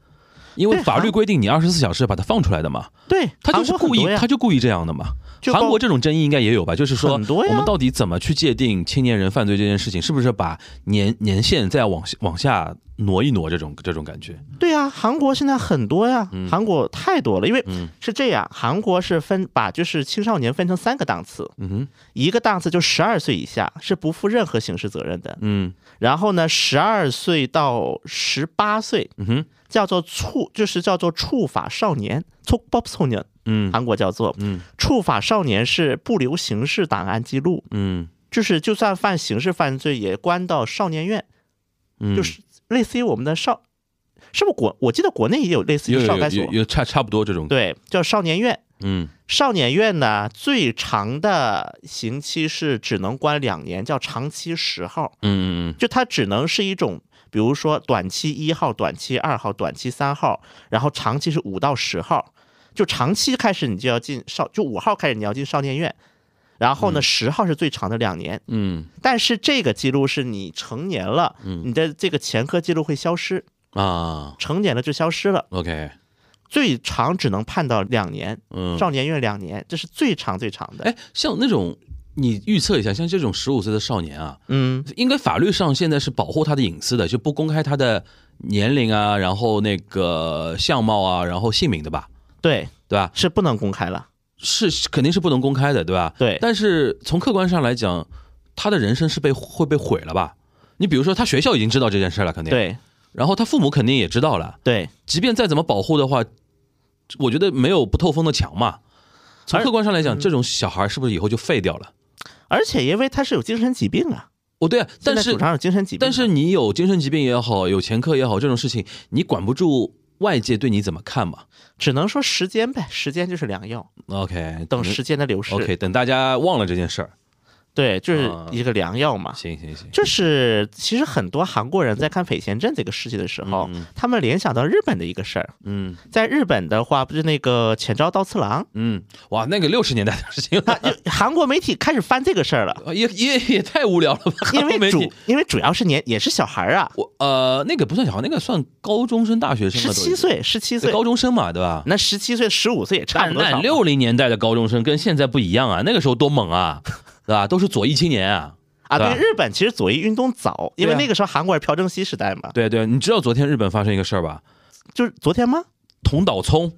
Speaker 5: 因为
Speaker 3: 对
Speaker 5: 法律
Speaker 3: 韩
Speaker 5: 规定你二十四小时把他放出来的嘛，
Speaker 3: 对，
Speaker 5: 他就是
Speaker 3: 韩国
Speaker 5: 故
Speaker 3: 很
Speaker 5: 意
Speaker 3: 多呀
Speaker 5: 他就故意这样的嘛。
Speaker 3: 就
Speaker 5: 韩
Speaker 3: 包
Speaker 5: 国这种争议应该也有吧？就是说，
Speaker 3: 很多呀
Speaker 5: 我们到底怎么去界定青年人犯罪这件事情？是不是把年年限再往往下挪一挪？这种这种感觉，
Speaker 3: 对啊，韩国现在很多呀，
Speaker 5: 嗯
Speaker 3: 韩国太多了，因为是这样，韩国是分把就是青少年分成三个档次，
Speaker 5: 嗯哼，
Speaker 3: 一个档次就十二岁以下是不负任何刑事责任的，
Speaker 5: 嗯
Speaker 3: 然后呢，十二岁到十八岁
Speaker 5: 嗯哼，
Speaker 3: 叫做处，就是叫做处法少年 t o k b o p s o n i
Speaker 5: 嗯
Speaker 3: 韩国叫做
Speaker 5: 嗯
Speaker 3: 处法少年是不留刑事档案记录，
Speaker 5: 嗯
Speaker 3: 就是就算犯刑事犯罪也关到少年院，
Speaker 5: 嗯，
Speaker 3: 就是类似于我们的少，是不是国？我记得国内也有类似
Speaker 5: 有
Speaker 3: 于少
Speaker 5: 有
Speaker 3: 该
Speaker 5: 有
Speaker 3: 所
Speaker 5: 有，有差差不多这种，，
Speaker 3: 对，叫少年院。
Speaker 5: 嗯
Speaker 3: 少年院呢，最长的刑期是只能关两年，叫长期十号，
Speaker 5: 嗯嗯
Speaker 3: 就它只能是一种，比如说短期一号、短期二号、短期三号，然后长期是五到十号，就长期开始你就要进少，就五号开始你要进少年院，然后呢，十号是最长的两年，
Speaker 5: 嗯
Speaker 3: 但是这个记录是你成年了，你的这个前科记录会消失，
Speaker 5: 嗯啊
Speaker 3: 成年了就消失了，
Speaker 5: ，OK，
Speaker 3: 最长只能判到两年，
Speaker 5: 嗯，
Speaker 3: 少年院两年，这是最长最长的。
Speaker 5: 哎，像那种你预测一下，像这种十五岁的少年啊，
Speaker 3: 嗯，
Speaker 5: 应该法律上现在是保护他的隐私的，就不公开他的年龄啊，然后那个相貌啊，然后姓名的吧，
Speaker 3: 对，
Speaker 5: 对吧？
Speaker 3: 是不能公开了。
Speaker 5: 是是肯定是不能公开的，对吧？
Speaker 3: 对
Speaker 5: 但是从客观上来讲，他的人生是被会被毁了吧？你比如说，他学校已经知道这件事了，肯定。。
Speaker 3: 对
Speaker 5: 然后他父母肯定也知道了，
Speaker 3: 对，
Speaker 5: 即便再怎么保护的话，我觉得没有不透风的墙嘛。从
Speaker 3: 而嗯
Speaker 5: 客观上来讲，这种小孩是不是以后就废掉了？
Speaker 3: 而且因为他是有精神疾病啊，
Speaker 5: 哦，对啊，但
Speaker 3: 现在
Speaker 5: 是
Speaker 3: 主张有精神疾病啊，
Speaker 5: 但是你有精神疾病也好，有前科也好，这种事情你管不住外界对你怎么看嘛
Speaker 3: 只能说时间呗，时间就是良药，
Speaker 5: ？OK，
Speaker 3: 等时间的流
Speaker 5: 嗯
Speaker 3: 逝。
Speaker 5: OK，等大家忘了这件事儿，
Speaker 3: 对，就是
Speaker 5: 啊
Speaker 3: 一个良药嘛。
Speaker 5: 行行
Speaker 3: 嗯
Speaker 5: 行，
Speaker 3: 就是其实很多韩国人在看裴贤镇这个事情的时候，他们联想到日本的一个事儿。
Speaker 5: 嗯
Speaker 3: 在日本的话，不是那个前朝刀
Speaker 5: [laughs]
Speaker 3: 次郎，
Speaker 5: 嗯，哇，那个六十年代的事
Speaker 3: [laughs]
Speaker 5: 情
Speaker 3: 他就韩国媒体开始翻这个事儿
Speaker 5: [laughs]
Speaker 3: 了，
Speaker 5: 了，也也也太无聊了吧？
Speaker 3: [laughs] 因为
Speaker 5: 媒
Speaker 3: 主
Speaker 5: 体，
Speaker 3: 因为主要是年也是小孩儿啊，
Speaker 5: 我呃，那个不算小孩，那个算高中生、大学生
Speaker 3: 十
Speaker 5: 了，
Speaker 3: 七，岁，十七
Speaker 5: 对
Speaker 3: 岁，
Speaker 5: 高中生嘛，对吧？
Speaker 3: 那十七岁、十五岁也差
Speaker 5: 但
Speaker 3: 不多少
Speaker 5: 那
Speaker 3: 嘛。
Speaker 5: 六零年代的高中生跟现在不一 [laughs] 样啊，那个时候多猛啊，对吧？都是左翼青年啊。
Speaker 3: 啊，
Speaker 5: 对吧
Speaker 3: 对，日本其实左翼运动早，因为
Speaker 5: 对啊
Speaker 3: 那个时候韩国是朴正熙时代嘛，
Speaker 5: 对对，你知道昨天日本发生一个事儿吧？
Speaker 3: 就是昨天吗？
Speaker 5: 桐岛 [laughs] 聪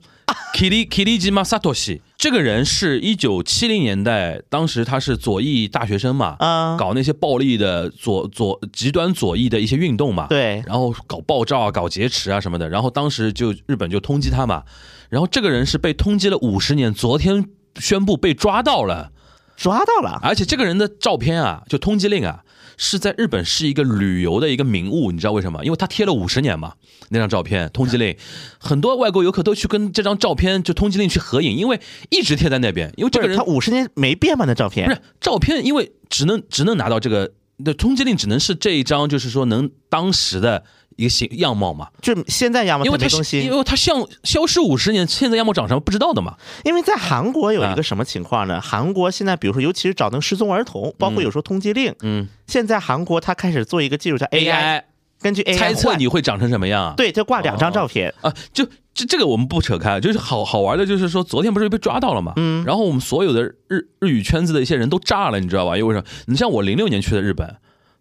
Speaker 5: ，Kiri Kirijima Satoshi，这个人是一九七零年代，当时他是左翼大学生嘛，
Speaker 3: 啊，
Speaker 5: 搞那些暴力的左左极端左翼的一些运动嘛，，
Speaker 3: 对，
Speaker 5: 啊然后搞爆炸啊，搞劫持啊什么的，然后当时就日本就通缉他嘛，然后这个人是被通缉了五十年，昨天宣布被抓到了，
Speaker 3: 抓到了，
Speaker 5: 而且这个人的照片啊，就通缉令啊。是在日本是一个旅游的一个名物，你知道为什么？因为他贴了五十年嘛，那张照片通缉
Speaker 3: [laughs]
Speaker 5: 令，很多外国游客都去跟这张照片就通缉令去合影，因为一直贴在那边，因为这
Speaker 3: 不
Speaker 5: 个人
Speaker 3: 是他五十年没变吗？那照
Speaker 5: 不
Speaker 3: 片
Speaker 5: 是照片，因为只能只能拿到这个，那通缉令只能是这一张，就是说能当时的一个形样貌嘛，
Speaker 3: 就现在样貌
Speaker 5: 因为
Speaker 3: 哦没
Speaker 5: 他
Speaker 3: 更新
Speaker 5: 因，为他像消失五十年，现在样貌长什么不知道的嘛，
Speaker 3: 因为在韩国有一
Speaker 5: 啊
Speaker 3: 个什么情况呢？韩国现在比如说，尤其是找那个失踪儿童，包括有时候通缉令，
Speaker 5: 嗯
Speaker 3: 现在韩国他开始做一个技术叫 AI，根据 AI
Speaker 5: 猜测
Speaker 3: 换
Speaker 5: 你会长成什么样啊？
Speaker 3: 对，就挂两张照片，
Speaker 5: 啊，就这这个我们不扯开，啊就是好好玩的，就是说昨天不是被抓到了嘛，嗯，然后我们所有的日日语圈子的一些人都炸了，你知道吧？因为什么？你像我零六年去的日本，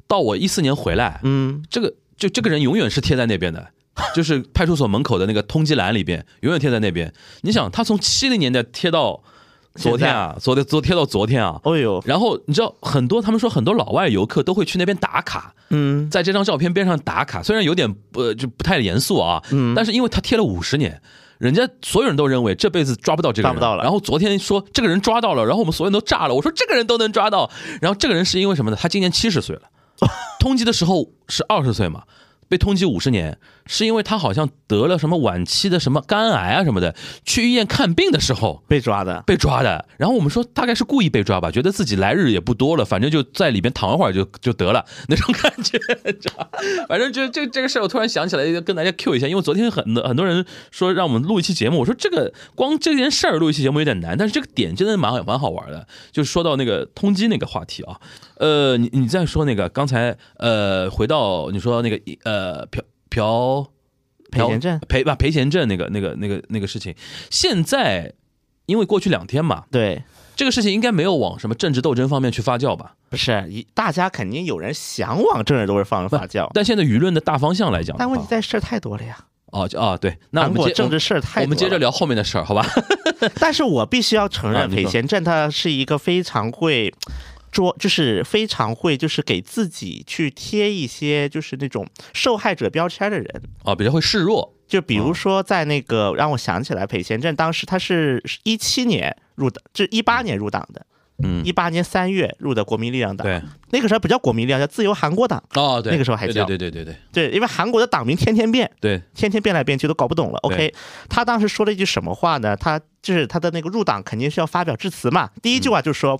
Speaker 5: 到我一四年回来，
Speaker 3: 嗯，
Speaker 5: 这个就这个人永远是贴在那边的，就是派出所门口的那个通缉栏里边，永远贴在那边。你想，他从七零年代贴到昨天啊，昨天昨贴到昨天啊。
Speaker 3: 哦呦，
Speaker 5: 然后你知道很多，他们说很多老外游客都会去那边打卡，
Speaker 3: 嗯，
Speaker 5: 在这张照片边上打卡，虽然有点呃就不太严肃啊，
Speaker 3: 嗯
Speaker 5: 但是因为他贴了五十年，人家所有人都认为这辈子抓不到这个人，
Speaker 3: 抓不到了
Speaker 5: 然后昨天说这个人抓到了，然后我们所有人都炸了，我说这个人都能抓到，然后这个人是因为什么呢？他今年七十岁
Speaker 3: [laughs]
Speaker 5: 了，通缉的时候是二十岁嘛。被通缉五十年，是因为他好像得了什么晚期的什么肝癌啊什么的，去医院看病的时候，
Speaker 3: 被抓的，
Speaker 5: 被抓的。然后我们说大概是故意被抓吧，觉得自己来日也不多了，反正就在里边躺一会儿就就得了 [laughs] 那种感觉，你知道吧？反正就这这个事儿，我突然想起来跟大家 Q 一下，因为昨天很多很多人说让我们录一期节目，我说这个光这件事儿录一期节目有点难，但是这个点真的蛮好蛮好玩的。就是说到那个通缉那个话题啊，呃，你你再说那个刚才呃，回到你说那个呃朴朴。啊
Speaker 3: 裴贤镇
Speaker 5: 赔吧赔钱证那个那个那个那个事情，现在因为过去两天嘛，
Speaker 3: 对，
Speaker 5: 这个事情应该没有往什么政治斗争方面去发酵吧？
Speaker 3: 不是一大家肯定有人想往政治斗争方面发酵，
Speaker 5: 但现在舆论的大方向来讲的话，
Speaker 3: 但问题在事儿太多了呀。
Speaker 5: 哦就啊，对，哦那我
Speaker 3: 韩
Speaker 5: 们
Speaker 3: 国
Speaker 5: 接
Speaker 3: 政治啊事儿
Speaker 5: 我
Speaker 3: 太多了
Speaker 5: 们我们接着。聊后面的事儿，
Speaker 3: [laughs]
Speaker 5: 好吧？
Speaker 3: 但是我必须要承
Speaker 5: 啊
Speaker 3: 认，
Speaker 5: 你说
Speaker 3: 裴贤镇他是一个非常会捉，就是非常会，就是给自己去贴一些就是那种受害者标签的人。
Speaker 5: 啊，比较会示弱，
Speaker 3: 就比如说，在那个让我想起来，裴贤镇当时他是一七年入党，这一八年入党的，
Speaker 5: 嗯，
Speaker 3: 一八年三月入的国民力量党，
Speaker 5: 对，
Speaker 3: 那个时候还不叫国民力量，叫自由韩国党。
Speaker 5: 啊哦，对，
Speaker 3: 那个时候还
Speaker 5: 对
Speaker 3: 叫
Speaker 5: 对对对对
Speaker 3: 对，因为韩国的党名天天变，
Speaker 5: 对，
Speaker 3: 天天变来变去都搞不懂了。
Speaker 5: 对
Speaker 3: OK，他当时说了一句什么话呢？他就是他的那个入党肯定是要发表致辞嘛，第一句话就说。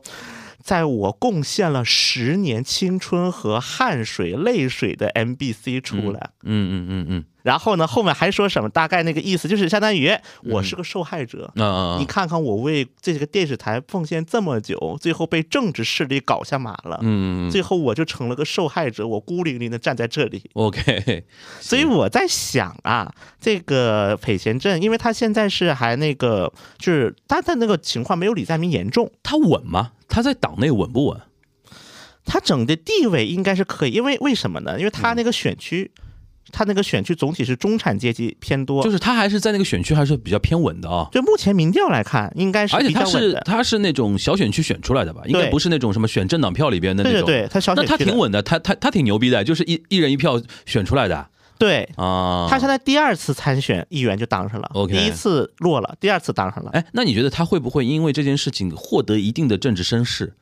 Speaker 3: 在我贡献了十年青春和汗水、泪水的 MBC 出来，
Speaker 5: 嗯嗯嗯嗯，
Speaker 3: 然后呢，后面还说什么？大概那个意思就是相当于
Speaker 5: 嗯
Speaker 3: 我是个受害者，
Speaker 5: 那啊
Speaker 3: 你看看我为这个电视台奉献这么久，最后被政治势力搞下马了，
Speaker 5: 嗯嗯嗯
Speaker 3: 最后我就成了个受害者，我孤零零的站在这里。
Speaker 5: ，OK， [laughs]
Speaker 3: 所以我在想啊，这个裴贤镇，因为他现在是还那个，就是他的那个情况没有李在明严重，
Speaker 5: 他稳吗？他在党内稳不稳？
Speaker 3: 他整的地位应该是可以，因为为什么呢？因为他那个选区，他那个选区总体是中产阶级偏多，
Speaker 5: 就是他还是在那个选区还是比较偏稳的啊。
Speaker 3: 就目前民调来看，应该是
Speaker 5: 而且
Speaker 3: 比
Speaker 5: 他
Speaker 3: 较稳
Speaker 5: 是
Speaker 3: 的。
Speaker 5: 他是那种小选区选出来的吧？应该
Speaker 3: 对
Speaker 5: 不是那种什么选政党票里边的那
Speaker 3: 对对
Speaker 5: 种。
Speaker 3: 对，他小
Speaker 5: 那
Speaker 3: 选
Speaker 5: 他
Speaker 3: 区
Speaker 5: 挺
Speaker 3: 的，
Speaker 5: 稳的，他他他挺牛逼的，就是一一人一票选出来的
Speaker 3: 对。
Speaker 5: 啊。
Speaker 3: 他现在第二次参选议员就当上了
Speaker 5: OK
Speaker 3: 第一次落了，第二次当上了。
Speaker 5: 哎，那你觉得他会不会因为这件事情获得一定的政治声势？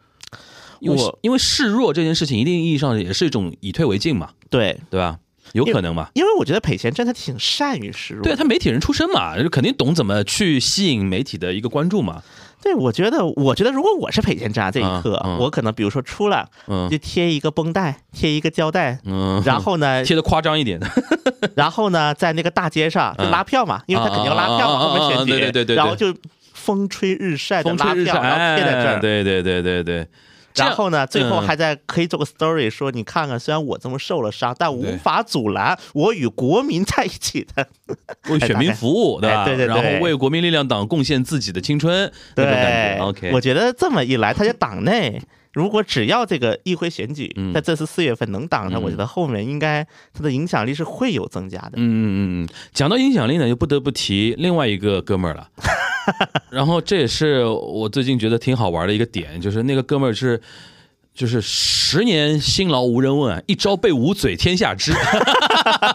Speaker 5: 因为
Speaker 3: 我
Speaker 5: 因为示弱这件事情，一定意义上也是一种以退为进嘛，
Speaker 3: 对，
Speaker 5: 对吧？有可能嘛？
Speaker 3: 因为我觉得裴贤真的挺善于示弱。
Speaker 5: 对他媒体人出身嘛，肯定懂怎么去吸引媒体的一个关注嘛。
Speaker 3: 对，我觉得，我觉得如果我是裴贤渣这
Speaker 5: 嗯
Speaker 3: 一刻，
Speaker 5: 嗯
Speaker 3: 我可能比如说出来
Speaker 5: 嗯
Speaker 3: 就贴一个绷带，贴一个胶带，
Speaker 5: 嗯，
Speaker 3: 然后呢，
Speaker 5: 贴的夸张一点，
Speaker 3: 然后呢，在那个大街上就
Speaker 5: 嗯
Speaker 3: 拉票嘛，因为他肯定要拉票
Speaker 5: 啊啊啊
Speaker 3: 嘛，
Speaker 5: 啊啊
Speaker 3: 后面选举，
Speaker 5: 对对对对
Speaker 3: 然后就风吹日晒的
Speaker 5: 风
Speaker 3: 拉
Speaker 5: 吹
Speaker 3: 票，
Speaker 5: 日晒，
Speaker 3: 然后贴在这
Speaker 5: 哎
Speaker 3: 儿。
Speaker 5: 对对对对对，这样
Speaker 3: 然后呢，最后
Speaker 5: 嗯
Speaker 3: 还在可以做个 story，说你看看，虽然我这么受了伤，但
Speaker 5: 对
Speaker 3: 无法阻拦我与国民在一起的。
Speaker 5: 为选民服务，对吧？
Speaker 3: 哎对对
Speaker 5: 然
Speaker 3: 对
Speaker 5: 后为国民力量党贡献自己的青春，那种感
Speaker 3: 对
Speaker 5: 觉。OK，
Speaker 3: 我觉得这么一来，他在党内如果只要这个议会选举
Speaker 5: 嗯
Speaker 3: 在这次四月份能挡上，
Speaker 5: 嗯
Speaker 3: 我觉得后面应该他的影响力是会有增加的。
Speaker 5: 嗯嗯嗯嗯，讲到影响力呢，就不得不提另外一个哥们儿 [laughs] 了。然后这也是我最近觉得挺好玩的一个点，就是那个哥们儿是，就是十年辛劳无人问，啊一朝被捂嘴天下知， [laughs]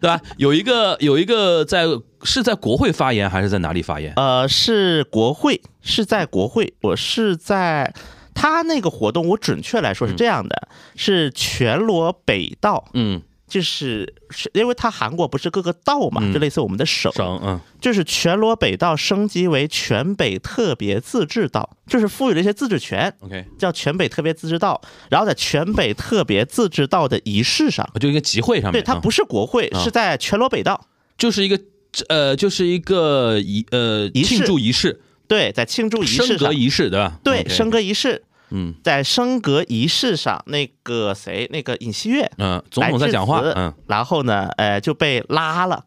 Speaker 5: 对吧？有一个有一个在是在国会发言还是在哪里发言？
Speaker 3: 呃，是国会，是在国会，我是在他那个活动，我准确来说是这样的，是全罗北道，
Speaker 5: 嗯，
Speaker 3: 就是是因为他韩国不是各个道嘛，
Speaker 5: 嗯
Speaker 3: 就类似我们的省，
Speaker 5: 省嗯
Speaker 3: 就是全罗北道升级为全北特别自治道，就是赋予了一些自治权。
Speaker 5: ，OK，
Speaker 3: 叫全北特别自治道，然后在全北特别自治道的仪式上，
Speaker 5: 就一个集会上面，
Speaker 3: 对，它
Speaker 5: 嗯
Speaker 3: 不是国会，
Speaker 5: 啊
Speaker 3: 是在全罗北道，
Speaker 5: 就是一个呃，就是一个仪呃
Speaker 3: 仪式
Speaker 5: 庆祝仪式，
Speaker 3: 对，在庆祝仪
Speaker 5: 升
Speaker 3: 式
Speaker 5: 格
Speaker 3: 上，
Speaker 5: 仪式对吧？
Speaker 3: 对，
Speaker 5: OK
Speaker 3: 升格仪式，
Speaker 5: 嗯
Speaker 3: 在升格仪式上，那个谁，那个尹锡悦，
Speaker 5: 嗯，总统在讲话，
Speaker 3: 来致辞
Speaker 5: 嗯，，
Speaker 3: 然后呢，呃，就被拉了，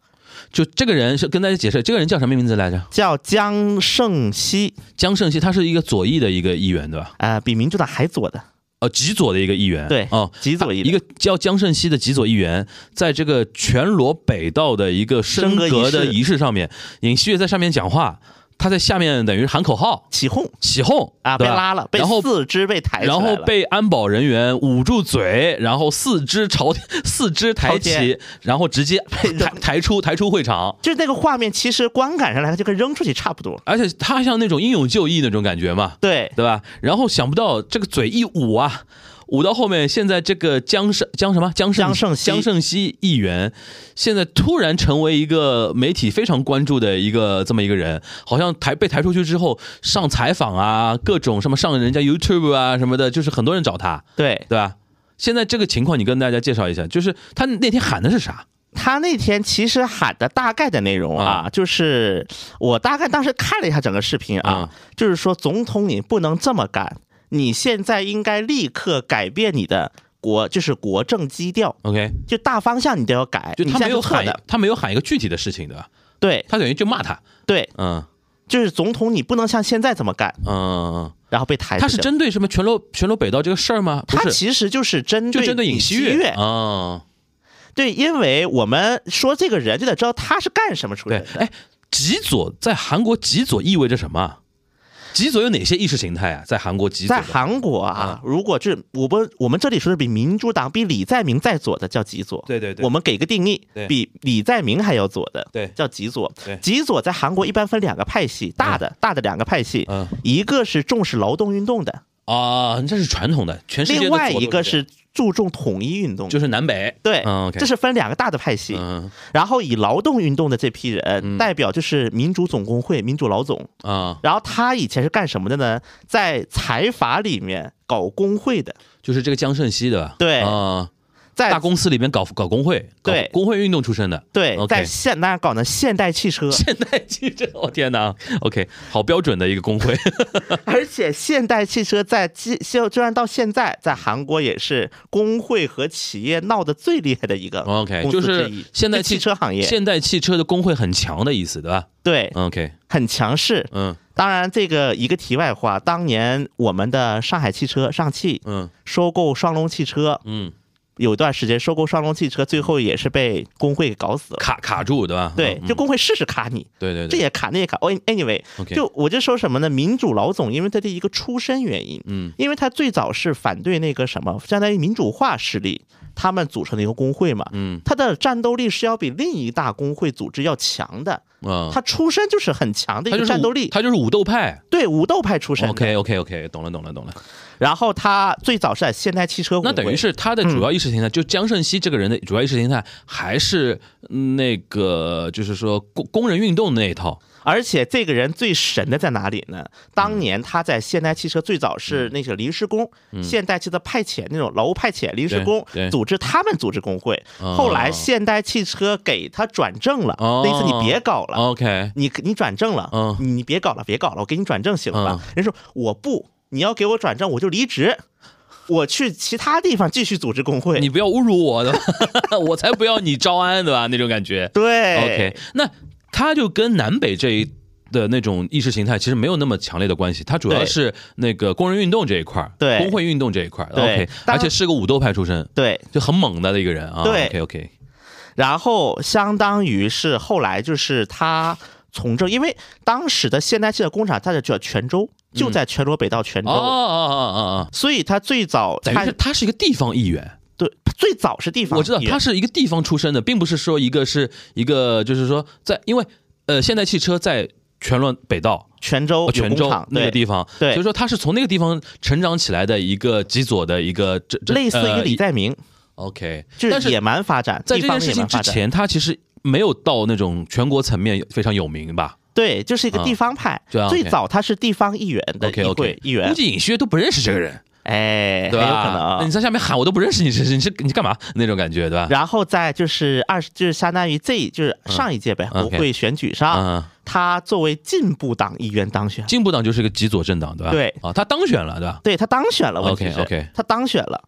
Speaker 5: 就这个人是跟大家解释，这个人叫什么名字来着？
Speaker 3: 叫姜胜熙，
Speaker 5: 江胜熙，他是一个左翼的一个议员，对吧？
Speaker 3: 呃，比民主党还左的，
Speaker 5: 呃，极左的一个议员，
Speaker 3: 对
Speaker 5: 哦，
Speaker 3: 极左翼的
Speaker 5: 一个叫江胜熙的极左议员，在这个全罗北道的一个升
Speaker 3: 升格
Speaker 5: 格
Speaker 3: 仪式
Speaker 5: 的仪式上面，尹锡悦在上面讲话，他在下面等于喊口号、
Speaker 3: 起哄
Speaker 5: 起哄
Speaker 3: 啊，
Speaker 5: 对
Speaker 3: 被
Speaker 5: 吧
Speaker 3: 拉了，被
Speaker 5: 然后
Speaker 3: 四肢被抬起来
Speaker 5: 然
Speaker 3: 了，
Speaker 5: 后被安保人员捂住嘴，然后四肢朝四肢抬
Speaker 3: 朝
Speaker 5: 起
Speaker 3: 天，
Speaker 5: 然后直接抬抬出抬出会场。
Speaker 3: 就是那个画面，其实观感上来，它就跟扔出去差不多，
Speaker 5: 而且他像那种英勇就义那种感觉嘛，
Speaker 3: 对，
Speaker 5: 对吧？然后想不到这个嘴一捂啊，捂到后面，现在这个江胜江什么江胜
Speaker 3: 江胜熙
Speaker 5: 江胜熙议员，现在突然成为一个媒体非常关注的一个这么一个人，好像抬被抬出去之后上采访啊，各种什么上人家 YouTube 啊什么的，就是很多人找他，
Speaker 3: 对
Speaker 5: 对吧？现在这个情况，你跟大家介绍一下，就是他那天喊的是啥？
Speaker 3: 他那天其实喊的大概的内容啊，就是我大概当时看了一下整个视频啊，就是说总统你不能这么干，你现在应该立刻改变你的国，就是国政基调，
Speaker 5: ，OK，
Speaker 3: 就大方向你都要改，
Speaker 5: 就
Speaker 3: 你
Speaker 5: 他
Speaker 3: 现在
Speaker 5: 没有
Speaker 3: 是错
Speaker 5: 喊
Speaker 3: 的，，
Speaker 5: 他没有喊一个具体的事情，对吧？
Speaker 3: 对
Speaker 5: 他等于就骂他，
Speaker 3: 对。
Speaker 5: 嗯，
Speaker 3: 就是总统你不能像现在这么干，
Speaker 5: 嗯，
Speaker 3: 然后被抬。
Speaker 5: 他是，针对什么全罗全罗北道这个事儿吗？不
Speaker 3: 他
Speaker 5: 是，
Speaker 3: 其实就是针
Speaker 5: 就
Speaker 3: 对
Speaker 5: 针对尹
Speaker 3: 锡
Speaker 5: 锡悦
Speaker 3: 悦
Speaker 5: 啊。
Speaker 3: 对，因为我们说这个人就得知道他是干什么出
Speaker 5: 对
Speaker 3: 身，的。
Speaker 5: 哎，极左在韩国极左意味着什么啊？极左有哪些意识形态啊？在韩国极左
Speaker 3: 在
Speaker 5: 的，嗯
Speaker 3: 韩国啊，如果是我们我们这里说的比民主党、比李在明在左的叫极左，
Speaker 5: 对对对
Speaker 3: 我们给个定义
Speaker 5: 对，
Speaker 3: 比李在明还要左的，
Speaker 5: 对
Speaker 3: 叫极左
Speaker 5: 对。
Speaker 3: 极左在韩国一般分两个派系，大的大的两个派系
Speaker 5: 嗯，
Speaker 3: 一个是重视劳动运动的，
Speaker 5: 啊，这是传统的，全世界的
Speaker 3: 另外
Speaker 5: 左
Speaker 3: 一
Speaker 5: 都这
Speaker 3: 个
Speaker 5: 样
Speaker 3: 是注重统一运动的。
Speaker 5: 就是南北，
Speaker 3: 对
Speaker 5: 嗯，
Speaker 3: 这
Speaker 5: 是
Speaker 3: 是分两个大的派系，
Speaker 5: 嗯
Speaker 3: 然后以劳动运动的这批人代表就是民主总工会、民主老总，
Speaker 5: 啊，
Speaker 3: 然后他以前是干什么的呢？在财阀里面搞工会的，
Speaker 5: 就是这个江胜熙的，
Speaker 3: 对
Speaker 5: 啊，
Speaker 3: 在
Speaker 5: 大公司里面搞搞工会，搞
Speaker 3: 对
Speaker 5: 工会运动出身的，
Speaker 3: 对
Speaker 5: OK，
Speaker 3: 在现那搞呢现代汽
Speaker 5: [laughs]
Speaker 3: 车
Speaker 5: 现代记者，我、天哪，OK，好标准的一个工会，
Speaker 3: [laughs] 而且现代汽车在既就就算到现在，在韩国也是工会和企业闹得最厉害的一个
Speaker 5: OK，
Speaker 3: 公
Speaker 5: 就
Speaker 3: 司之
Speaker 5: 是
Speaker 3: 一
Speaker 5: 现代
Speaker 3: 就汽车行业，
Speaker 5: 现嗯代汽车的工会很强的意思，对吧
Speaker 3: 对，
Speaker 5: ？OK，
Speaker 3: 很强势。
Speaker 5: 嗯
Speaker 3: 当然，这个一个题外话，当年我们的上海汽车上汽
Speaker 5: 嗯
Speaker 3: 收购双龙汽车，
Speaker 5: 嗯，
Speaker 3: 有一段时间收购双龙汽车，最后也是被工会给搞死了。
Speaker 5: 卡卡住，对吧？
Speaker 3: 对
Speaker 5: 嗯，
Speaker 3: 就工会试试卡你，
Speaker 5: 对对
Speaker 3: 这
Speaker 5: 对，
Speaker 3: 也卡那也卡。哦，anyway，
Speaker 5: OK
Speaker 3: 就我就说什么呢？民主老总，因为他的一个出身原因，
Speaker 5: 嗯，
Speaker 3: 因为他最早是反对那个什么，相当于民主化势力，他们组成的一个工会嘛，
Speaker 5: 嗯，
Speaker 3: 他的战斗力是要比另一大工会组织要强的，
Speaker 5: 嗯，
Speaker 3: 他出身就是很强的
Speaker 5: 他
Speaker 3: 一
Speaker 5: 就
Speaker 3: 个
Speaker 5: 是
Speaker 3: 战斗
Speaker 5: 武
Speaker 3: 力，
Speaker 5: 他就是武斗派。
Speaker 3: 对武斗派出身的。
Speaker 5: OK OK OK，懂了懂了懂了。
Speaker 3: 然后他最早是在现代汽车工
Speaker 5: 那
Speaker 3: 会，嗯
Speaker 5: 等于是他的主要意识形态，就江胜熙这个人的主要意识形态还是那个，就是说工工人运动那一套。
Speaker 3: 而且这个人最神的在哪里呢？当年他在现代汽车最早
Speaker 5: 嗯
Speaker 3: 是那个临时工，现代汽车派遣那种劳务派遣临时工
Speaker 5: 对对
Speaker 3: 组织，他们组织工会。
Speaker 5: 哦
Speaker 3: 后来现代汽车给他转正了，
Speaker 5: 哦
Speaker 3: 那意思你别搞了，
Speaker 5: OK，
Speaker 3: 你你转正了，
Speaker 5: 嗯
Speaker 3: 你别搞了，别搞了，我给你转正行了吧？
Speaker 5: 嗯
Speaker 3: 人说我不，你要给我转正，我就离职。我去其他地方继续组织工会，
Speaker 5: 你不要侮辱我的， [laughs] 我才不要你招安，对吧？那种感觉。
Speaker 3: 对
Speaker 5: OK，那他就跟南北这一的那种意识形态其实没有那么强烈的关系，他主要
Speaker 3: 对
Speaker 5: 是那个工人运动这一块儿，
Speaker 3: 对
Speaker 5: 工会运动这一块儿。
Speaker 3: 对
Speaker 5: OK，
Speaker 3: 当
Speaker 5: 而且是个武斗派出身，
Speaker 3: 对，
Speaker 5: 就很猛的一个人啊。
Speaker 3: 对
Speaker 5: OK OK，
Speaker 3: 然后相当于是后来就是他从政，因为当时的现代汽车工厂它在叫泉州，就在全罗北道泉
Speaker 5: 哦
Speaker 3: 州，
Speaker 5: 嗯哦哦哦哦，
Speaker 3: 所以他最早
Speaker 5: 等于是
Speaker 3: 他
Speaker 5: 他是一个地方议员。
Speaker 3: 对最早是地方
Speaker 5: 我知道
Speaker 3: 议员
Speaker 5: 他是一个地方出身的，并不是说一个是一个，就是说在因为呃，现代汽车在全罗北道、
Speaker 3: 泉
Speaker 5: 呃、
Speaker 3: 州哦有
Speaker 5: 泉
Speaker 3: 工
Speaker 5: 州
Speaker 3: 厂
Speaker 5: 那个地
Speaker 3: 方，
Speaker 5: 方，
Speaker 3: 对
Speaker 5: 所以说他是从那个地方成长起来的一个极左的一个这这
Speaker 3: 类似于
Speaker 5: 呃
Speaker 3: 李在明，
Speaker 5: OK，
Speaker 3: 就
Speaker 5: 但
Speaker 3: 是
Speaker 5: 是
Speaker 3: 野蛮发展，
Speaker 5: 在这
Speaker 3: 地
Speaker 5: 件
Speaker 3: 方的野
Speaker 5: 事情
Speaker 3: 蛮
Speaker 5: 之
Speaker 3: 发展，
Speaker 5: 前，他其实没有到那种全国层面非常有名吧
Speaker 3: 对，就是一个
Speaker 5: 啊
Speaker 3: 地方派。
Speaker 5: 对啊，OK
Speaker 3: 最早他是地方议员的
Speaker 5: ？OK
Speaker 3: 议
Speaker 5: OK，
Speaker 3: 会议员
Speaker 5: 估，计尹锡悦都不认识这个人，
Speaker 3: 哎，
Speaker 5: 对
Speaker 3: 很有可能
Speaker 5: 吧？
Speaker 3: 啊
Speaker 5: 你。在下面喊我都不认识你，是你是你干嘛那种感觉，对吧？
Speaker 3: 然后再就是二十，就是相当于这就是上一届呗，
Speaker 5: 嗯
Speaker 3: 国
Speaker 5: OK
Speaker 3: 会选举上，
Speaker 5: 嗯，
Speaker 3: 他作为进步党议员当选。
Speaker 5: 进步党就是一个极左政党，对吧？
Speaker 3: 对
Speaker 5: 啊，他当选了，对吧？
Speaker 3: 对他当选了，问题是
Speaker 5: OK，OK
Speaker 3: 他当选了，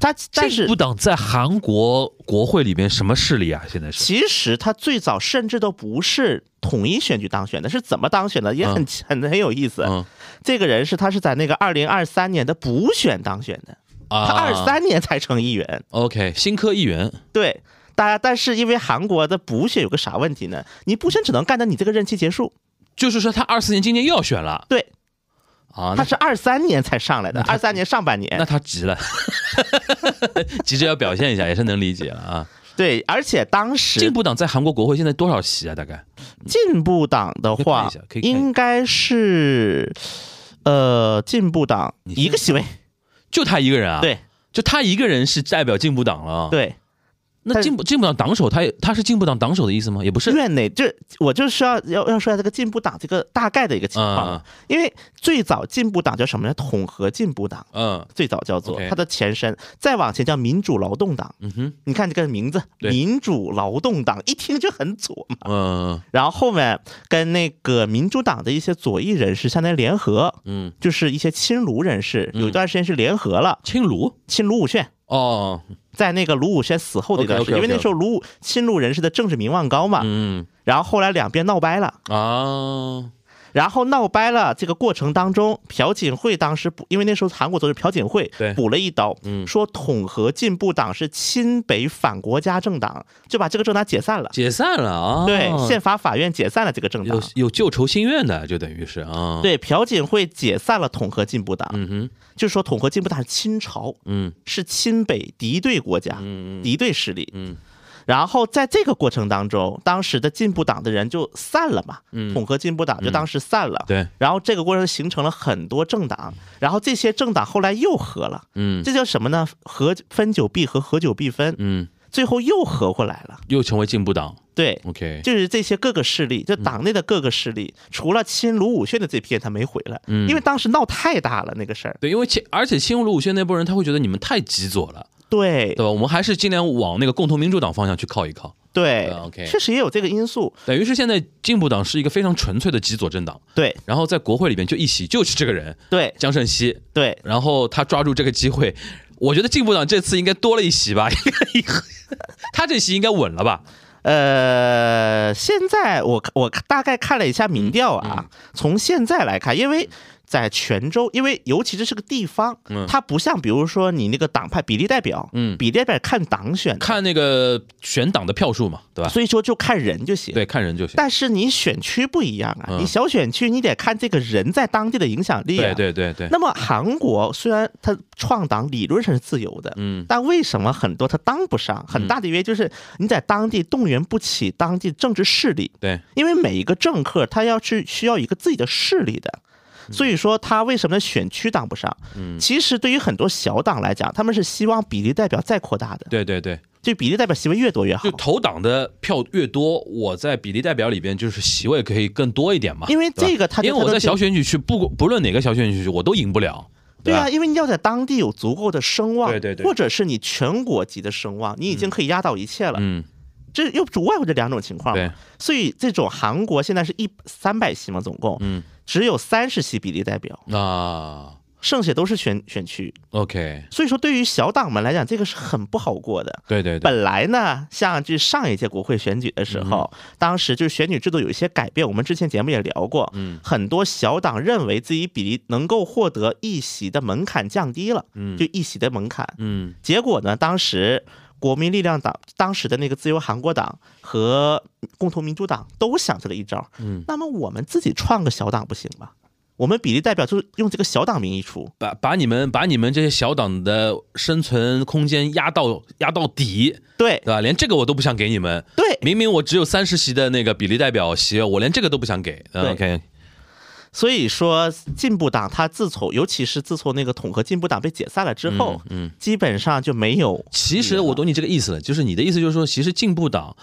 Speaker 3: 他但
Speaker 5: 进
Speaker 3: 是
Speaker 5: 步党在韩国国会里边什么势力啊？现在是
Speaker 3: 其实他最早甚至都不是统一选举当选的，是怎么当选的也很很很有意思。
Speaker 5: 嗯
Speaker 3: 这个人是他是在那个二零二三年的补选当选的，
Speaker 5: 啊
Speaker 3: 他二三年才成议员。
Speaker 5: OK 新科议员
Speaker 3: 对，大家但是因为韩国的补选有个啥问题呢？你补选只能干到你这个任期结束。
Speaker 5: 就是说他二四年今年又要选了
Speaker 3: 对，
Speaker 5: 啊，
Speaker 3: 他
Speaker 5: 那
Speaker 3: 是二三年才上来的，二三年上半
Speaker 5: 那
Speaker 3: 年。
Speaker 5: 他急了， [laughs] 急着要表现一下也是能理解了啊。
Speaker 3: 对，而且当时
Speaker 5: 进步党在韩国国会现在多少席啊？大概
Speaker 3: 进步党的话
Speaker 5: 可以看一下可以，看一下
Speaker 3: 应该是呃，进步党
Speaker 5: 是
Speaker 3: 一个席位，
Speaker 5: 就他一个人啊？，
Speaker 3: 对
Speaker 5: 就他一个人是代表进步党了。，啊
Speaker 3: 对，
Speaker 5: 那进步进步党党首，他也他是进步党党首的意思吗？也不是。
Speaker 3: 院内这我就是要要要说一下这个进步党这个大概的一个情况，
Speaker 5: 嗯
Speaker 3: 因为最早进步党叫什么呢？统合进步党。
Speaker 5: 嗯
Speaker 3: 最早叫做
Speaker 5: OK
Speaker 3: 它的前身，再往前叫民主劳动党。
Speaker 5: 嗯哼
Speaker 3: 你看这个名字，
Speaker 5: 对
Speaker 3: 民主劳动党一听就很左嘛。
Speaker 5: 嗯
Speaker 3: 然后后面跟那个民主党的一些左翼人士相当于联合，
Speaker 5: 嗯，
Speaker 3: 就是一些亲卢人士，有一段时间是联合了
Speaker 5: 青卢
Speaker 3: 亲卢武铉，
Speaker 5: 哦，
Speaker 3: 在那个卢武铉死后的一段时间，因
Speaker 5: OK，OK，OK，OK
Speaker 3: 为那时候卢武亲卢人士的政治名望高嘛，
Speaker 5: 嗯
Speaker 3: 然后后来两边闹掰了，
Speaker 5: 啊，
Speaker 3: 然后闹掰了这个过程当中，朴槿惠当时补，因为那时候韩国总理朴槿惠
Speaker 5: 对
Speaker 3: 补了一刀，
Speaker 5: 嗯
Speaker 3: 说统合进步党是亲北反国家政党，就把这个政党解散了。
Speaker 5: 解散了啊，
Speaker 3: 对，宪法法院解散了这个政党
Speaker 5: 有。有旧仇新怨的，就等于是啊，，
Speaker 3: 对，朴槿惠解散了统合进步党，
Speaker 5: 嗯哼，
Speaker 3: 就说统合进步党是亲朝，
Speaker 5: 嗯
Speaker 3: 是亲北敌对国家、
Speaker 5: 嗯嗯
Speaker 3: 敌对势力。
Speaker 5: 嗯
Speaker 3: 然后在这个过程当中，当时的进步党的人就散了嘛，统合进步党就当时散了。
Speaker 5: 嗯对，
Speaker 3: 然后这个过程形成了很多政党，然后这些政党后来又合了，
Speaker 5: 嗯
Speaker 3: 这叫什么呢？合分久必合，合久必分，
Speaker 5: 嗯，
Speaker 3: 最后又合回来了。
Speaker 5: 又成为进步党
Speaker 3: 对，
Speaker 5: ，OK，
Speaker 3: 就是这些各个势力，
Speaker 5: 嗯
Speaker 3: 就党内的各个势力，除了亲卢武铉的这批人他没回来，
Speaker 5: 嗯
Speaker 3: 因为当时闹太大了那个事儿。
Speaker 5: 对，因为其而且新卢武铉那波人他会觉得你们太极左了，
Speaker 3: 对
Speaker 5: 对吧？我们还是尽量往那个共同民主党方向去靠一靠。
Speaker 3: 对
Speaker 5: 呃，OK
Speaker 3: 确实也有这个因素。
Speaker 5: 等于是现在进步党是一个非常纯粹的极左政党，
Speaker 3: 对
Speaker 5: 然后在国会里面就一席就是这个人
Speaker 3: 对
Speaker 5: 江胜熙，
Speaker 3: 对，
Speaker 5: 然后他抓住这个机会，我觉得进步党这次应该多了一席吧，应该一个他这席应该稳了吧？
Speaker 3: 呃，现在我我大概看了一下民调
Speaker 5: 嗯
Speaker 3: 啊，从现在来看，因为在泉州，因为尤其这是个地方，
Speaker 5: 嗯
Speaker 3: 它不像比如说你那个党派比例代表，
Speaker 5: 嗯
Speaker 3: 比例代表看党选的，
Speaker 5: 看那个选党的票数嘛，对吧？
Speaker 3: 所以说就看人就行。
Speaker 5: 对，看人就行。
Speaker 3: 但是你选区不一样啊，
Speaker 5: 嗯
Speaker 3: 你小选区你得看这个人在当地的影响力、啊。
Speaker 5: 对对对对，
Speaker 3: 那么韩国虽然它创党理论上是自由的，
Speaker 5: 嗯
Speaker 3: 但为什么很多它当不上？很大的原因就是你在当地动员不起当地政治势力，
Speaker 5: 对，
Speaker 3: 因为每一个政客他要去需要一个自己的势力的。
Speaker 5: 嗯
Speaker 3: 所以说他为什么选区当不上？其实对于很多小党来讲，他们是希望比例代表再扩大的，
Speaker 5: 对对对，
Speaker 3: 就比例代表席位越多越好
Speaker 5: 就。投党的票越多，我在比例代表里边就是席位可以更多一点嘛。
Speaker 3: 因为
Speaker 5: 对吧
Speaker 3: 这个它就
Speaker 5: 因为我在
Speaker 3: 它
Speaker 5: 小
Speaker 3: 就
Speaker 5: 选举区不不论哪个小选举区我都赢不了。
Speaker 3: 对
Speaker 5: 吧
Speaker 3: 啊，因为你要在当地有足够的声望，
Speaker 5: 对对对
Speaker 3: 或者是你全国级的声望，你已经可以压倒一切了。
Speaker 5: 嗯，
Speaker 3: 这又不外乎这两种情况
Speaker 5: 对
Speaker 3: 嘛。所以这种韩国现在是一三百席嘛，总共，
Speaker 5: 嗯，
Speaker 3: 只有三十席比例代表，
Speaker 5: 啊
Speaker 3: 剩下都是选选区。
Speaker 5: ，OK，
Speaker 3: 所以说，对于小党们来讲，这个是很不好过的。
Speaker 5: 对对对，
Speaker 3: 本来呢，像这上一届国会选举的时候，
Speaker 5: 嗯
Speaker 3: 当时就是选举制度有一些改变，我们之前节目也聊过，
Speaker 5: 嗯，
Speaker 3: 很多小党认为自己比例能够获得一席的门槛降低了，
Speaker 5: 嗯
Speaker 3: 就一席的门槛，
Speaker 5: 嗯
Speaker 3: 结果呢，当时国民力量党当时的那个自由韩国党和共同民主党都想出了一招，
Speaker 5: 嗯，
Speaker 3: 那么我们自己创个小党不行吗？我们比例代表就是用这个小党名义出，
Speaker 5: 把把你们把你们这些小党的生存空间压到压到底，
Speaker 3: 对
Speaker 5: 对吧？连这个我都不想给你们。
Speaker 3: 对，
Speaker 5: 明明我只有三十席的那个比例代表席，我连这个都不想给。嗯
Speaker 3: 对
Speaker 5: OK，
Speaker 3: 所以说进步党它自从，尤其是自从那个统合进步党被解散了之后，
Speaker 5: 嗯
Speaker 3: 基本上就没有
Speaker 5: 其实我懂你这个意思了，就是你的意思就是说，其实进步党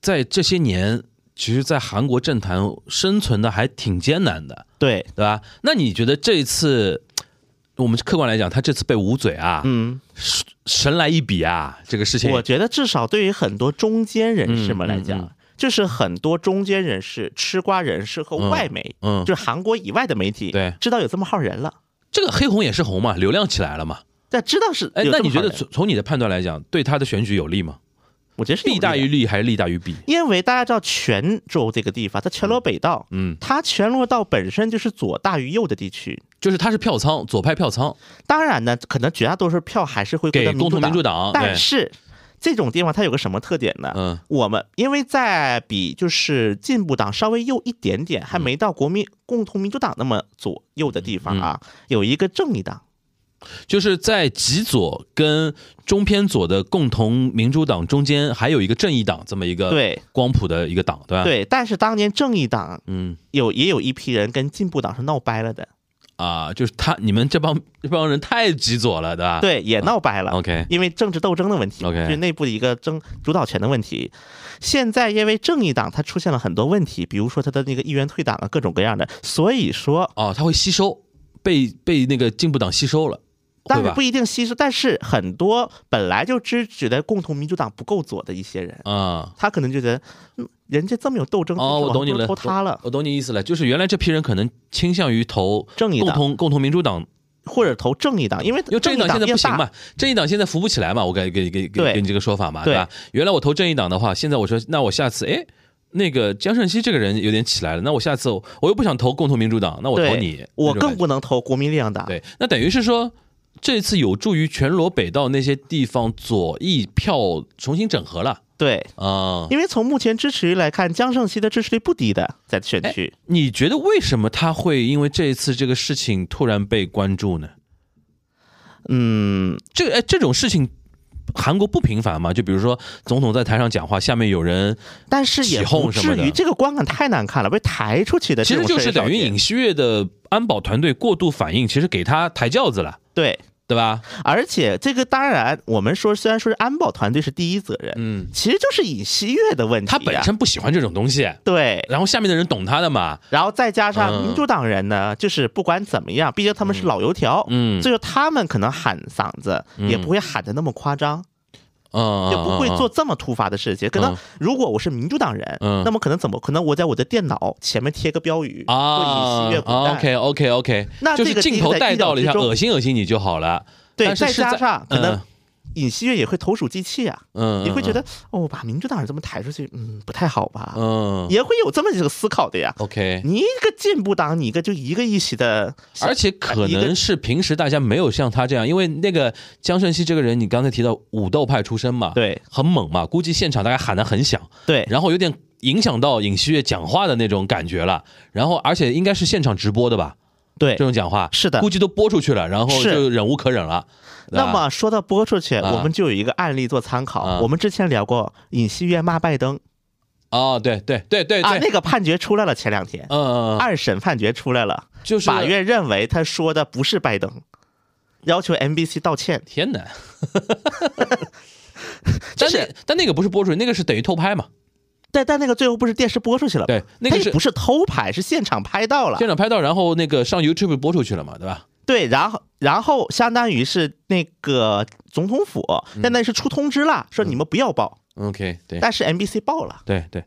Speaker 5: 在这些年，其实，在韩国政坛生存的还挺艰难的，
Speaker 3: 对，
Speaker 5: 对吧？那你觉得这一次，我们客观来讲，他这次被捂嘴啊，
Speaker 3: 嗯，
Speaker 5: 神来一笔啊，这个事情，
Speaker 3: 我觉得至少对于很多中间人士们来讲，
Speaker 5: 嗯嗯
Speaker 3: 就是很多中间人士、吃瓜人士和外媒，
Speaker 5: 嗯嗯
Speaker 3: 就是韩国以外的媒体，
Speaker 5: 对哎
Speaker 3: 知道有这么号人了，
Speaker 5: 这个黑红也是红嘛，流量起来了嘛。
Speaker 3: 但知道是
Speaker 5: 哎，
Speaker 3: 有
Speaker 5: 那
Speaker 3: 这么
Speaker 5: 你觉
Speaker 3: 号
Speaker 5: 得
Speaker 3: 人
Speaker 5: 从从你的判断来讲，对他的选举有利吗？
Speaker 3: 我觉得是有
Speaker 5: 弊大
Speaker 3: 利
Speaker 5: 于
Speaker 3: 的，
Speaker 5: 利还是啊利大于弊？
Speaker 3: 因为大家知道泉州这个地方，它全罗北道，
Speaker 5: 嗯，
Speaker 3: 它全罗道本身就是左大于右的地区。
Speaker 5: 就是他是票仓，左派票仓，
Speaker 3: 当然呢，可能绝大多数票还是会归
Speaker 5: 给
Speaker 3: 到
Speaker 5: 共同民主党，对
Speaker 3: 党，但是这种地方它有个什么特点呢？
Speaker 5: 嗯
Speaker 3: 我们因为在比就是进步党稍微右一点点，还没到国民共同民主党那么左右的地方
Speaker 5: 嗯
Speaker 3: 啊，有一个正义党。
Speaker 5: 就是在极左跟中偏左的共同民主党中间，还有一个正义党这么一个
Speaker 3: 对
Speaker 5: 光谱的一个党，对吧？，
Speaker 3: 对，但是当年正义党
Speaker 5: 嗯
Speaker 3: 有也有一批人跟进步党是闹掰了的，
Speaker 5: 啊，就是他你们这帮这帮人太极左了，对吧？
Speaker 3: 对，也闹掰了。
Speaker 5: ，OK，
Speaker 3: 因为政治斗争的问题
Speaker 5: OK
Speaker 3: 就是内部的一个争主导权的问题。现在因为正义党它出现了很多问题，比如说它的那个议员退党啊，各种各样的。所以说，
Speaker 5: 哦，他会吸收，被被那个进步党吸收了，
Speaker 3: 当
Speaker 5: 对
Speaker 3: 然
Speaker 5: 吧
Speaker 3: 不？一定吸收，但是很多本来就支觉得共同民主党不够左的一些人，
Speaker 5: 啊、
Speaker 3: 他可能就觉得，嗯，人家这么有斗争，
Speaker 5: 哦，
Speaker 3: 就是
Speaker 5: 我懂你
Speaker 3: 不如
Speaker 5: 了，
Speaker 3: 投他了，
Speaker 5: 我懂你意思了，就是原来这批人可能倾向于投
Speaker 3: 正义
Speaker 5: 共
Speaker 3: 党
Speaker 5: 同共同民主党
Speaker 3: 或者投正义党，因为
Speaker 5: 因为正义党现在
Speaker 3: 越
Speaker 5: 不行
Speaker 3: 大
Speaker 5: 嘛，正义党现在扶不起来嘛，我给给给给
Speaker 3: 对
Speaker 5: 给你这个说法嘛，
Speaker 3: 对
Speaker 5: 吧？原来我投正义党的话，现在我说那我下次哎，那个江胜熙这个人有点起来了，那我下次我我又不想投共同民主党，那我投
Speaker 3: 对，
Speaker 5: 你，那
Speaker 3: 我
Speaker 5: 种感觉
Speaker 3: 更不能投国民力量党。
Speaker 5: 对，那等于是说，这次有助于全罗北道那些地方左翼票重新整合了
Speaker 3: 对，
Speaker 5: 啊、
Speaker 3: 因为从目前支持率来看，江胜熙的支持率不低的，在选
Speaker 5: 哎
Speaker 3: 区。
Speaker 5: 你觉得为什么他会因为这一次这个事情突然被关注呢？
Speaker 3: 嗯，
Speaker 5: 这哎，这种事情韩国不频繁嘛？就比如说总统在台上讲话，下面有人，
Speaker 3: 但是也
Speaker 5: 起哄
Speaker 3: 不
Speaker 5: 什么
Speaker 3: 至于
Speaker 5: 的
Speaker 3: 这个观感太难看了，被抬出去的
Speaker 5: 其
Speaker 3: 哎这
Speaker 5: 实
Speaker 3: 种
Speaker 5: 就
Speaker 3: 事儿
Speaker 5: 是
Speaker 3: 也少
Speaker 5: 等于
Speaker 3: 见
Speaker 5: 尹锡悦的安保团队过度反应，其实给他抬轿子了，
Speaker 3: 对，
Speaker 5: 对吧？
Speaker 3: 而且这个当然我们说，虽然说是安保团队是第一责任，
Speaker 5: 嗯，
Speaker 3: 其实就是尹锡悦的问题、
Speaker 5: 他本。身不喜欢这种东西，
Speaker 3: 对，
Speaker 5: 然后下面的人懂他的嘛，
Speaker 3: 然后再加上
Speaker 5: 嗯
Speaker 3: 民主党人呢，就是不管怎么样，毕竟他们是老油条，
Speaker 5: 嗯
Speaker 3: 所以说他们可能喊嗓子也
Speaker 5: 嗯
Speaker 3: 不会喊的那么夸张，
Speaker 5: 嗯，
Speaker 3: 就不会
Speaker 5: 嗯嗯
Speaker 3: 做这么突发的事情。可能
Speaker 5: 嗯
Speaker 3: 如果我是民主党人，
Speaker 5: 嗯
Speaker 3: 那么可能怎么可能我在我的电脑前面贴个标语
Speaker 5: 啊
Speaker 3: 或尹锡悦滚蛋
Speaker 5: o k OK OK，
Speaker 3: 那
Speaker 5: 就
Speaker 3: 这
Speaker 5: 是
Speaker 3: 个
Speaker 5: 镜头
Speaker 3: 其实在
Speaker 5: 带
Speaker 3: 意料
Speaker 5: 到了一下，
Speaker 3: 之中
Speaker 5: 恶心恶心你就好了。
Speaker 3: 对，
Speaker 5: 但是
Speaker 3: 呃再
Speaker 5: 是在
Speaker 3: 加上可能
Speaker 5: 嗯
Speaker 3: 尹锡悦也会投鼠忌器啊，
Speaker 5: 嗯，
Speaker 3: 也会觉
Speaker 5: 嗯
Speaker 3: 得哦，把民主党人这么抬出去，嗯，不太好吧？
Speaker 5: 嗯
Speaker 3: 也会有这么几个思考的呀。
Speaker 5: OK，
Speaker 3: 你一个进步党，你一个就一个议席的，呃
Speaker 5: 而且可
Speaker 3: 一个
Speaker 5: 能是平时大家没有像他这样，因为那个江胜熙这个人，你刚才提到武斗派出身嘛，，
Speaker 3: 对
Speaker 5: 很猛嘛，估计现场大家喊得很响，
Speaker 3: 对
Speaker 5: 然后有点影响到尹锡悦讲话的那种感觉了。然后而且应该是现场直播的吧，
Speaker 3: 对
Speaker 5: 这，种讲话
Speaker 3: 是的
Speaker 5: 估计都播出去了，然后
Speaker 3: 是
Speaker 5: 就忍无可忍了。对吧
Speaker 3: 那么说到播出去，
Speaker 5: 啊
Speaker 3: 我们就有一个案例做参考。
Speaker 5: 啊
Speaker 3: 我们之前聊过尹锡悦骂拜登
Speaker 5: 哦，对对对对
Speaker 3: 啊，
Speaker 5: 对，
Speaker 3: 那个判决出来了，前两天、
Speaker 5: 嗯嗯，嗯
Speaker 3: 二审判决出来了，
Speaker 5: 就是
Speaker 3: 法院认为他说的不是拜登，要求 NBC 道歉。
Speaker 5: 天
Speaker 3: [laughs]
Speaker 5: 哪！但
Speaker 3: 是
Speaker 5: 那但那个不是播出去，那个是等于偷拍嘛？
Speaker 3: 但但那个最后不是电视播出去了吗？
Speaker 5: 对那个
Speaker 3: 他也
Speaker 5: 是
Speaker 3: 不是偷拍，是现场拍到了
Speaker 5: 现。场拍到，然后那个上 YouTube 播出去了嘛，对吧？
Speaker 3: 对，然后然后相当于是那个总统府，相当于是出通知了，说你们不要报，
Speaker 5: OK，对
Speaker 3: 但是 NBC 报了。
Speaker 5: 对对，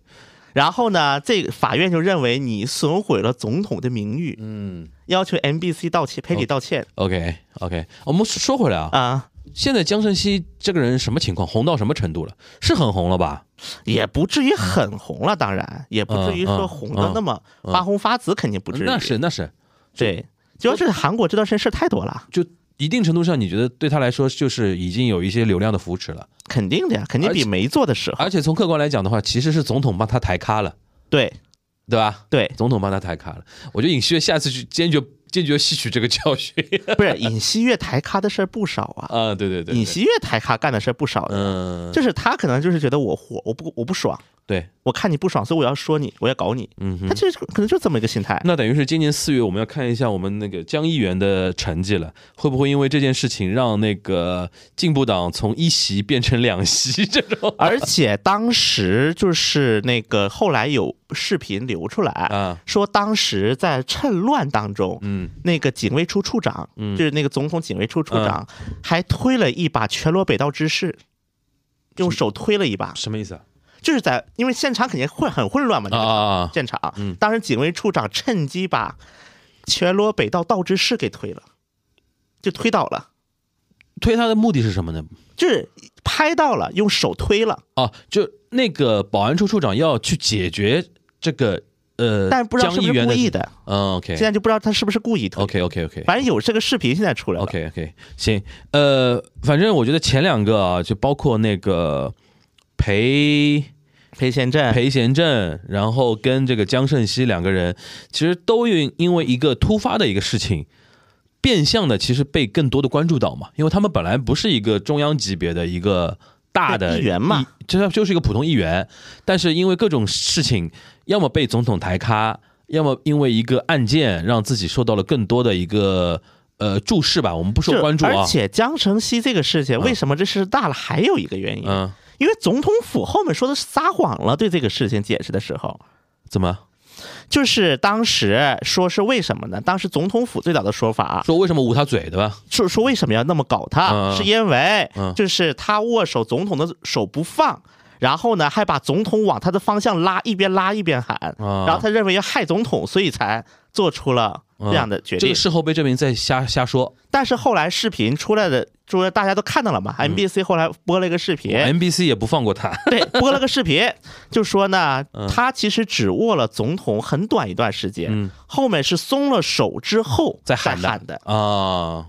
Speaker 3: 然后呢，这个法院就认为你损毁了总统的名誉，
Speaker 5: 嗯哦
Speaker 3: 要求 NBC 道歉，赔礼道歉
Speaker 5: ，OK OK，我们说回来啊，
Speaker 3: 啊、
Speaker 5: 现在江晨曦这个人什么情况？红到什么程度了？是很红了吧？
Speaker 3: 也不至于很红了，当然也不至于
Speaker 5: 嗯
Speaker 3: 说
Speaker 5: 嗯
Speaker 3: 红的
Speaker 5: 嗯
Speaker 3: 那么发红发紫，肯定不至于。
Speaker 5: 那是那是，
Speaker 3: 对，主要是韩国这段时间事儿太多了，
Speaker 5: 就一定程度上，你觉得对他来说就是已经有一些流量的扶持
Speaker 3: [laughs]
Speaker 5: 了，
Speaker 3: 肯定的呀，肯定
Speaker 5: 而
Speaker 3: 比
Speaker 5: 且
Speaker 3: 没做的时候。
Speaker 5: 而且从客观来讲的话，其实是总统帮他抬咖了，
Speaker 3: 对
Speaker 5: 对吧？
Speaker 3: 对，
Speaker 5: 总统帮他抬咖了，我觉得尹锡悦下次去坚决坚决吸取这个教训。 [laughs]
Speaker 3: 不是尹锡悦抬咖的事儿不少啊，
Speaker 5: 啊，对对对，
Speaker 3: 尹
Speaker 5: 对
Speaker 3: 锡悦抬咖干的事儿不少的。
Speaker 5: 嗯，
Speaker 3: 就是他可能就是觉得我火，我不我不爽，
Speaker 5: 对，
Speaker 3: 我看你不爽，所以我要说你，我要搞你。
Speaker 5: 嗯
Speaker 3: 他
Speaker 5: 哼。嗯
Speaker 3: 就是可能就这么一个心态。
Speaker 5: 那等于是今年四月，我们要看一下我们那个江议员的成绩了，会不会因为这件事情让那个进步党从一席变成两席这种
Speaker 3: 而且当时就是那个后来有视频流出来，
Speaker 5: 啊？
Speaker 3: 说当时在趁乱当中，
Speaker 5: 嗯，
Speaker 3: 那个警卫处处长，就是那个总统警卫处处长，
Speaker 5: 嗯
Speaker 3: 还推了一把全罗北道之士。用手推了一把，
Speaker 5: 什么意思啊？
Speaker 3: 就是在因为现场肯定混很混乱嘛，
Speaker 5: 啊
Speaker 3: 那个
Speaker 5: 啊啊！
Speaker 3: 现场
Speaker 5: 嗯，
Speaker 3: 当时警卫处长趁机把全罗北道道之士给推了，就推倒了，
Speaker 5: 推他的目的是什么呢？
Speaker 3: 就是拍到了，用手推了，
Speaker 5: 哦，就那个保安处处长要去解决这个呃，
Speaker 3: 但不知道
Speaker 5: 江
Speaker 3: 是不
Speaker 5: 议
Speaker 3: 是
Speaker 5: 员
Speaker 3: 故意
Speaker 5: 的。
Speaker 3: 的，
Speaker 5: 嗯
Speaker 3: 现在就不知道他是不是故意推。
Speaker 5: ，OK，OK，OK，OK。
Speaker 3: 反正有这个视频现在出来了。
Speaker 5: OK OK，行，呃，反正我觉得前两个啊，就包括那个裴
Speaker 3: 裴贤
Speaker 5: [laughs]
Speaker 3: 镇，
Speaker 5: 裴贤正，然后跟这个江胜熙两个人，其实都因因为一个突发的一个事情，变相的其实被更多的关注到嘛，因为他们本来不是一个中央级别的一个大的
Speaker 3: 对议员嘛，
Speaker 5: 就是就是一个普通议员，但是因为各种事情，要么被总统抬咖，要么因为一个案件让自己受到了更多的一个呃注视吧，我们不说
Speaker 3: 就
Speaker 5: 关注啊
Speaker 3: 而，且江承熙这个事情，为什么这事大了？还有一个原因，
Speaker 5: 嗯，
Speaker 3: 因为总统府后面说的是撒谎了，对这个事情解释的时候。
Speaker 5: 怎么
Speaker 3: 就是当时说是为什么呢？当时总统府最早的说法啊
Speaker 5: 说为什么捂他嘴对吧？
Speaker 3: 说说为什么要那么搞他，
Speaker 5: 嗯
Speaker 3: 是因为
Speaker 5: 嗯
Speaker 3: 就是他握手总统的手不放，然后呢还把总统往他的方向拉，一边拉一边喊，
Speaker 5: 啊
Speaker 3: 然后他认为要害总统，所以才做出了
Speaker 5: 嗯
Speaker 3: 这样的决
Speaker 5: 这
Speaker 3: 定
Speaker 5: 个。事后被证明在瞎瞎说。
Speaker 3: 但是后来视频出来的，就是大家都看到了嘛，MBC
Speaker 5: 嗯
Speaker 3: 后来播了一个视频，
Speaker 5: NBC 也不放过他。
Speaker 3: 对，播了个视频，就说呢
Speaker 5: 嗯，
Speaker 3: 他其实只握了总统很短一段时间，
Speaker 5: 嗯
Speaker 3: 后面是松了手之后
Speaker 5: 再喊
Speaker 3: 喊
Speaker 5: 的
Speaker 3: 的，
Speaker 5: 啊，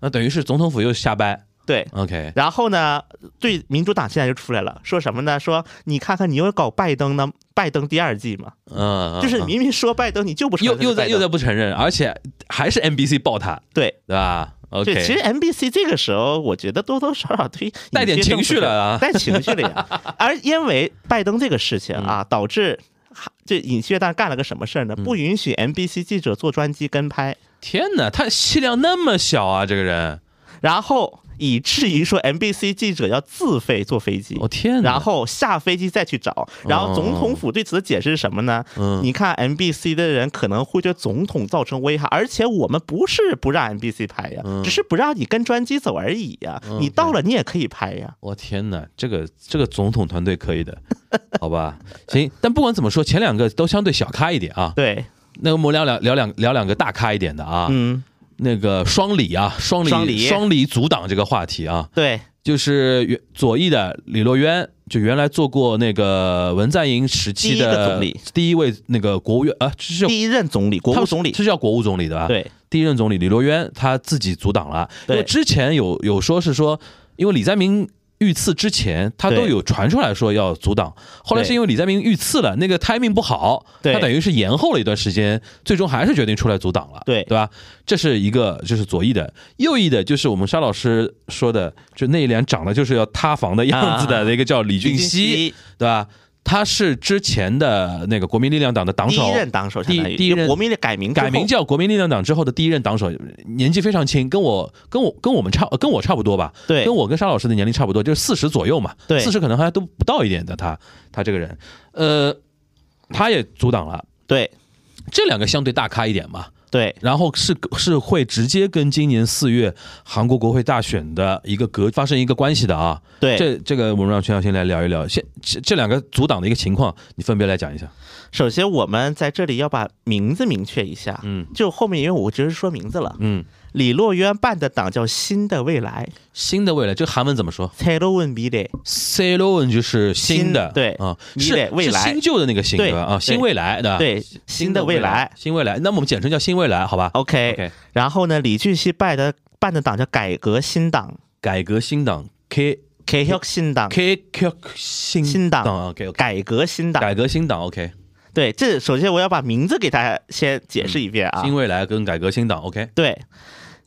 Speaker 5: 那等于是总统府又瞎掰。
Speaker 3: 对。
Speaker 5: OK，
Speaker 3: 然后呢，对民主党现在就出来了，说什么呢？说你看看，你又搞拜登呢，拜登第二季嘛，
Speaker 5: 嗯，
Speaker 3: 就是
Speaker 5: 嗯
Speaker 3: 明明说拜登，你就不承
Speaker 5: 又
Speaker 3: 认
Speaker 5: 又
Speaker 3: 是拜
Speaker 5: 在又在
Speaker 3: 登
Speaker 5: 不承认，而且还是 NBC 爆他，
Speaker 3: 对
Speaker 5: 对吧
Speaker 3: 对，其实
Speaker 5: ？OK，
Speaker 3: MBC 这个时候，我觉得多多少少对
Speaker 5: 带点
Speaker 3: 影片
Speaker 5: 情绪
Speaker 3: 政策
Speaker 5: 了啊
Speaker 3: 带情绪了呀。
Speaker 5: [laughs]
Speaker 3: 而因为拜登这个事情
Speaker 5: 嗯
Speaker 3: 啊，导致哈这尹锡悦当时干了个什么事儿呢？不允许 NBC 记者坐专机跟拍，
Speaker 5: 天哪，他气量那么小啊，这个人，
Speaker 3: 然后以至于说 NBC 记者要自费坐飞机
Speaker 5: 我、。天哪，
Speaker 3: 然后下飞机再去找，然后总统府对此的解释是什么呢？
Speaker 5: 嗯
Speaker 3: 你看 NBC 的人可能会对总统造成危害，而且我们不是不让 NBC 拍呀，
Speaker 5: 嗯
Speaker 3: 只是不让你跟专机走而已呀。你到了你也可以拍呀。
Speaker 5: 我天哪，这个这个总统团队可以的， [laughs] 好吧？行，但不管怎么说，前两个都相对小咖一点啊。
Speaker 3: 对，
Speaker 5: 那我们聊两聊两聊两个大咖一点的啊。
Speaker 3: 嗯，
Speaker 5: 那个双李啊，双李
Speaker 3: 双李
Speaker 5: 双李阻挡这个话题啊，
Speaker 3: 对，
Speaker 5: 就是原左翼的李洛渊，就原来做过那个文在寅时期的
Speaker 3: 第一个总理，
Speaker 5: 第一位那个国务院啊，是叫
Speaker 3: 第一任总理，国
Speaker 5: 他
Speaker 3: 务
Speaker 5: 们
Speaker 3: 总理，
Speaker 5: 是叫国务总理的啊吧？
Speaker 3: 对，
Speaker 5: 第一任总理李洛渊他自己阻挡了，因
Speaker 3: 对
Speaker 5: 为之前有有说是说，因为李在明遇刺之前，他都
Speaker 3: 对
Speaker 5: 有传出来说要阻挡，后来
Speaker 3: 对
Speaker 5: 是因为李在明遇刺了，那个 timing 不好，
Speaker 3: 对
Speaker 5: 他等于是延后了一段时间，最终还是决定出来阻挡了，
Speaker 3: 对
Speaker 5: 对吧？这是一个就是左翼的，右翼的就是我们沙老师说的，就那一脸长得就是要塌房的样子的
Speaker 3: 啊
Speaker 5: 那个叫李
Speaker 3: 李
Speaker 5: 俊熙，，对吧？他是之前的那个国民力量党的党
Speaker 3: 第
Speaker 5: 首，
Speaker 3: 一任党首，
Speaker 5: 第
Speaker 3: 相当于
Speaker 5: 第一任
Speaker 3: 就国民力改名之后
Speaker 5: 改名叫国民力量党之后的第一任党首，年纪非常轻，跟我跟我跟我们差呃跟我差不多吧，
Speaker 3: 对
Speaker 5: 跟我跟沙老师的年龄差不多，就是四十左右嘛，
Speaker 3: 对
Speaker 5: 四十可能还都不到一点的他他这个人，呃，他也阻挡了
Speaker 3: 对
Speaker 5: 这两个相对大咖一点嘛，
Speaker 3: 对
Speaker 5: 然后是是会直接跟今年四月韩国国会大选的一个格发生一个关系的啊，
Speaker 3: 对，
Speaker 5: 这这个我们让全小新来聊一聊，先这这两个阻挡的一个情况，你分别来讲一下，
Speaker 3: 首先，我们在这里要把名字明确一下。
Speaker 5: 嗯，
Speaker 3: 就后面因为我就是说名字了。
Speaker 5: 嗯，
Speaker 3: 李洛渊办的党叫新的未来
Speaker 5: 新的未来这个韩文怎么说？
Speaker 3: 새로운미래，
Speaker 5: C l o n 就是新的，
Speaker 3: 新对
Speaker 5: 啊，
Speaker 3: 未
Speaker 5: 是
Speaker 3: 来未
Speaker 5: 是
Speaker 3: 来
Speaker 5: 新旧的那个新
Speaker 3: 对
Speaker 5: 吧啊，
Speaker 3: 对
Speaker 5: 新未来对吧？
Speaker 3: 对，新的未来。哎
Speaker 5: 新未来，那么我们简称叫新未来，好吧
Speaker 3: OK，,
Speaker 5: OK
Speaker 3: 然后呢，李俊熙办的办的党叫改革新党
Speaker 5: 改革新党 K
Speaker 3: ，K 혁新党，
Speaker 5: K K 新
Speaker 3: 新党
Speaker 5: ，OK OK，
Speaker 3: 改革新党。
Speaker 5: 改革新党 OK，
Speaker 3: 对，这首先我要把名字给大家先解释一遍啊。
Speaker 5: 新未来跟改革新党 OK，
Speaker 3: 对。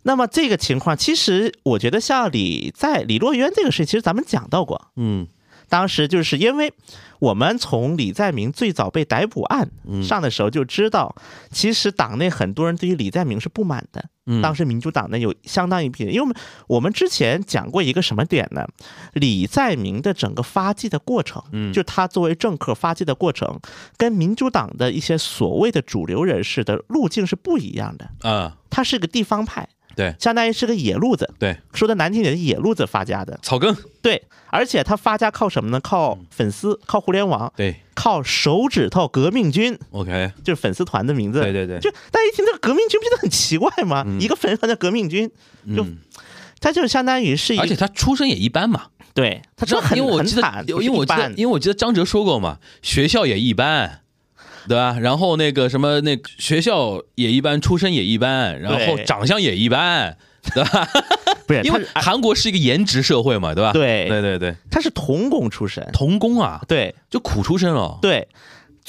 Speaker 3: 那么这个情况，其实我觉得像李在李洛渊这个事，其实咱们讲到过，
Speaker 5: 嗯
Speaker 3: 当时就是因为我们从李在明最早被逮捕案
Speaker 5: 嗯
Speaker 3: 上的时候就知道，其实党内很多人对于李在明是不满的。
Speaker 5: 嗯，
Speaker 3: 当时民主党内有相当一批人，因为我们我们之前讲过一个什么点呢？李在明的整个发迹的过程，
Speaker 5: 嗯
Speaker 3: 就他作为政客发迹的过程，跟民主党的一些所谓的主流人士的路径是不一样的。
Speaker 5: 啊
Speaker 3: 他是个地方派，
Speaker 5: 对
Speaker 3: 相当于是个野路子，
Speaker 5: 对，
Speaker 3: 说的难听点，是野路子发家的。
Speaker 5: 草根
Speaker 3: 对，而且他发家靠什么呢？靠粉丝，靠互联网，
Speaker 5: 嗯对
Speaker 3: 靠手指头革命军，
Speaker 5: OK，
Speaker 3: 就是粉丝团的名字。
Speaker 5: 对对对嗯
Speaker 3: 就大家一听这个革命军，不觉得很奇怪吗？一个粉丝团叫革命军，就他就相当于是一
Speaker 5: 而且他出身也一般嘛，
Speaker 3: 对他这很
Speaker 5: 因为我
Speaker 3: 很
Speaker 5: 记得
Speaker 3: 惨，，
Speaker 5: 因
Speaker 3: 不是
Speaker 5: 为我
Speaker 3: 一
Speaker 5: 记得，
Speaker 3: 般
Speaker 5: 因为我记得张哲说过嘛，学校也一般，对吧？然后那个什么，那个学校也一般，出身也一般，然后
Speaker 3: 对
Speaker 5: 长相也一般，
Speaker 3: 不是
Speaker 5: 因为
Speaker 3: 他是
Speaker 5: 韩国是一个颜值社会嘛，对吧？
Speaker 3: 对
Speaker 5: 对对对，
Speaker 3: 他是童工出身，
Speaker 5: 童工哦啊，
Speaker 3: 对
Speaker 5: 就苦出身了。
Speaker 3: 对。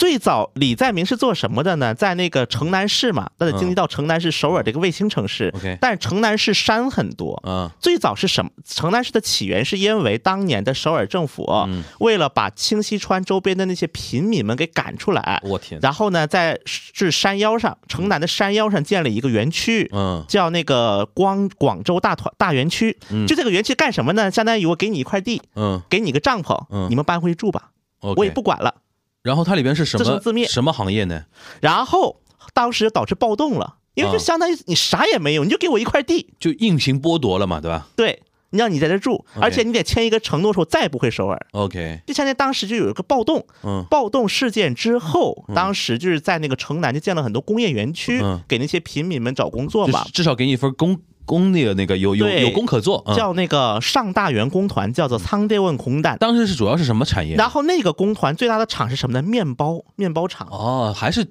Speaker 3: 最早李在明是做什么的呢？在那个城南市嘛，他得经历到城南市、首尔这个卫星城市。
Speaker 5: 嗯 OK
Speaker 3: 但是城南市山很多，
Speaker 5: 嗯
Speaker 3: 最早是什么？城南市的起源是因为当年的首尔政府、
Speaker 5: 嗯
Speaker 3: 为了把清溪川周边的那些贫民们给赶出来，
Speaker 5: 我天
Speaker 3: 然后呢，在是山腰上，城南的山腰上建了一个园区，
Speaker 5: 嗯
Speaker 3: 叫那个光广州大团大园区。就这个园区干什么呢？相当于我给你一块地，
Speaker 5: 嗯
Speaker 3: 给你个帐篷，
Speaker 5: 嗯
Speaker 3: 你们搬回去住吧，
Speaker 5: ，OK，
Speaker 3: 我也不。管了。
Speaker 5: 然后它里边是什
Speaker 3: 自
Speaker 5: 么
Speaker 3: 生自灭
Speaker 5: 什么行业呢？
Speaker 3: 然后当时导致暴动了，因为
Speaker 5: 啊
Speaker 3: 就相当于你啥也没有，你就给我一块地，
Speaker 5: 就硬性剥夺了嘛，对吧？
Speaker 3: 对，让你在这住，
Speaker 5: OK
Speaker 3: 而且你得签一个承诺，说再也不回首尔。
Speaker 5: OK，
Speaker 3: 就相当于当时就有一个暴动，
Speaker 5: 嗯
Speaker 3: 暴动事件之后，当时就是在那个城南就建了很多工业园区
Speaker 5: 嗯，
Speaker 3: 给那些平民们找工作
Speaker 5: 就
Speaker 3: 嘛
Speaker 5: 是。至少给你一份工工那个那个有有
Speaker 3: 对
Speaker 5: 有工可做。嗯嗯
Speaker 3: 叫那个上大员工团，叫做仓代问工蛋。
Speaker 5: 当时是主要是什么产业？
Speaker 3: 然后那个工团最大的厂是什么呢？面包，面包厂。
Speaker 5: 哦，还是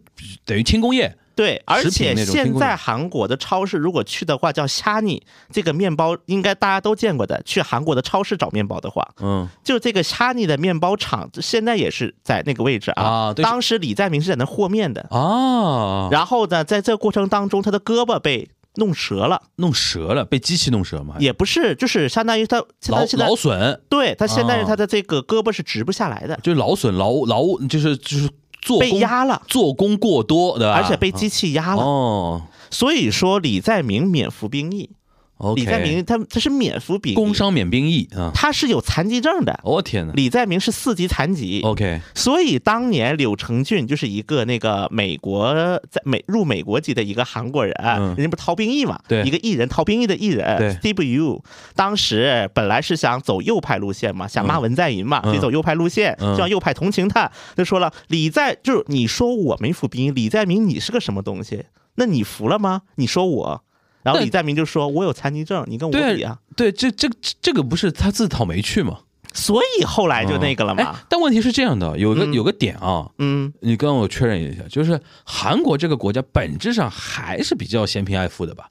Speaker 5: 等于轻工业。
Speaker 3: 对，而
Speaker 5: 食品
Speaker 3: 且
Speaker 5: 那种听
Speaker 3: 现
Speaker 5: 过
Speaker 3: 在
Speaker 5: 的
Speaker 3: 韩国的超市，如果去的话，叫虾尼，这个面包应该大家都见过的。去韩国的超市找面包的话，
Speaker 5: 嗯，
Speaker 3: 就这个虾尼的面包厂，现在也是在那个位置啊。
Speaker 5: 啊对
Speaker 3: 当时李在明是在那和面的，
Speaker 5: 啊，
Speaker 3: 然后呢，在这过程当中，他的胳膊被弄折了，
Speaker 5: 弄折了，被机器弄折吗？还
Speaker 3: 也不是，就是相当于他
Speaker 5: 劳
Speaker 3: 他现在
Speaker 5: 劳损，
Speaker 3: 对他现在
Speaker 5: 啊
Speaker 3: 是他的这个胳膊是直不下来的，
Speaker 5: 就劳损劳劳务，就是就是啊做
Speaker 3: 被
Speaker 5: 工啊
Speaker 3: 压了，
Speaker 5: 做工过多，对吧？
Speaker 3: 而且被机器压了。
Speaker 5: 哦
Speaker 3: 所以说，李在明免服兵役，
Speaker 5: 哦，OK，
Speaker 3: 李在明他他是免服兵役，
Speaker 5: 工伤哦免兵役啊！
Speaker 3: 他是有残疾证的。
Speaker 5: 我天哪
Speaker 3: 李在明是四级残疾，
Speaker 5: ，OK，
Speaker 3: 所以当年柳承俊就是一个那个美国在美入美国籍的一个韩国人，
Speaker 5: 嗯
Speaker 3: 人家不是逃兵役嘛，
Speaker 5: 对
Speaker 3: 一个艺人逃兵役的艺
Speaker 5: 对
Speaker 3: 人，Steve Yu，当时本来是想走右派路线嘛，想骂文在寅嘛，
Speaker 5: 嗯
Speaker 3: 所以走右派路线，
Speaker 5: 嗯
Speaker 3: 就让右派同情他，就说了李在就是你说我没服兵役，李在明你是个什么东西？那你服了吗？你说我，然后
Speaker 5: 但
Speaker 3: 李在明就说我有残疾证，你跟我比
Speaker 5: 对
Speaker 3: 啊，
Speaker 5: 对，这这这这个不是他自讨没趣吗？
Speaker 3: 所以后来就那个了嘛，
Speaker 5: 哎，但问题是这样的，有个
Speaker 3: 嗯
Speaker 5: 有个点啊，
Speaker 3: 嗯。
Speaker 5: 你跟我确认一下，就是韩国这个国家本质上还是比较嫌贫爱富的吧？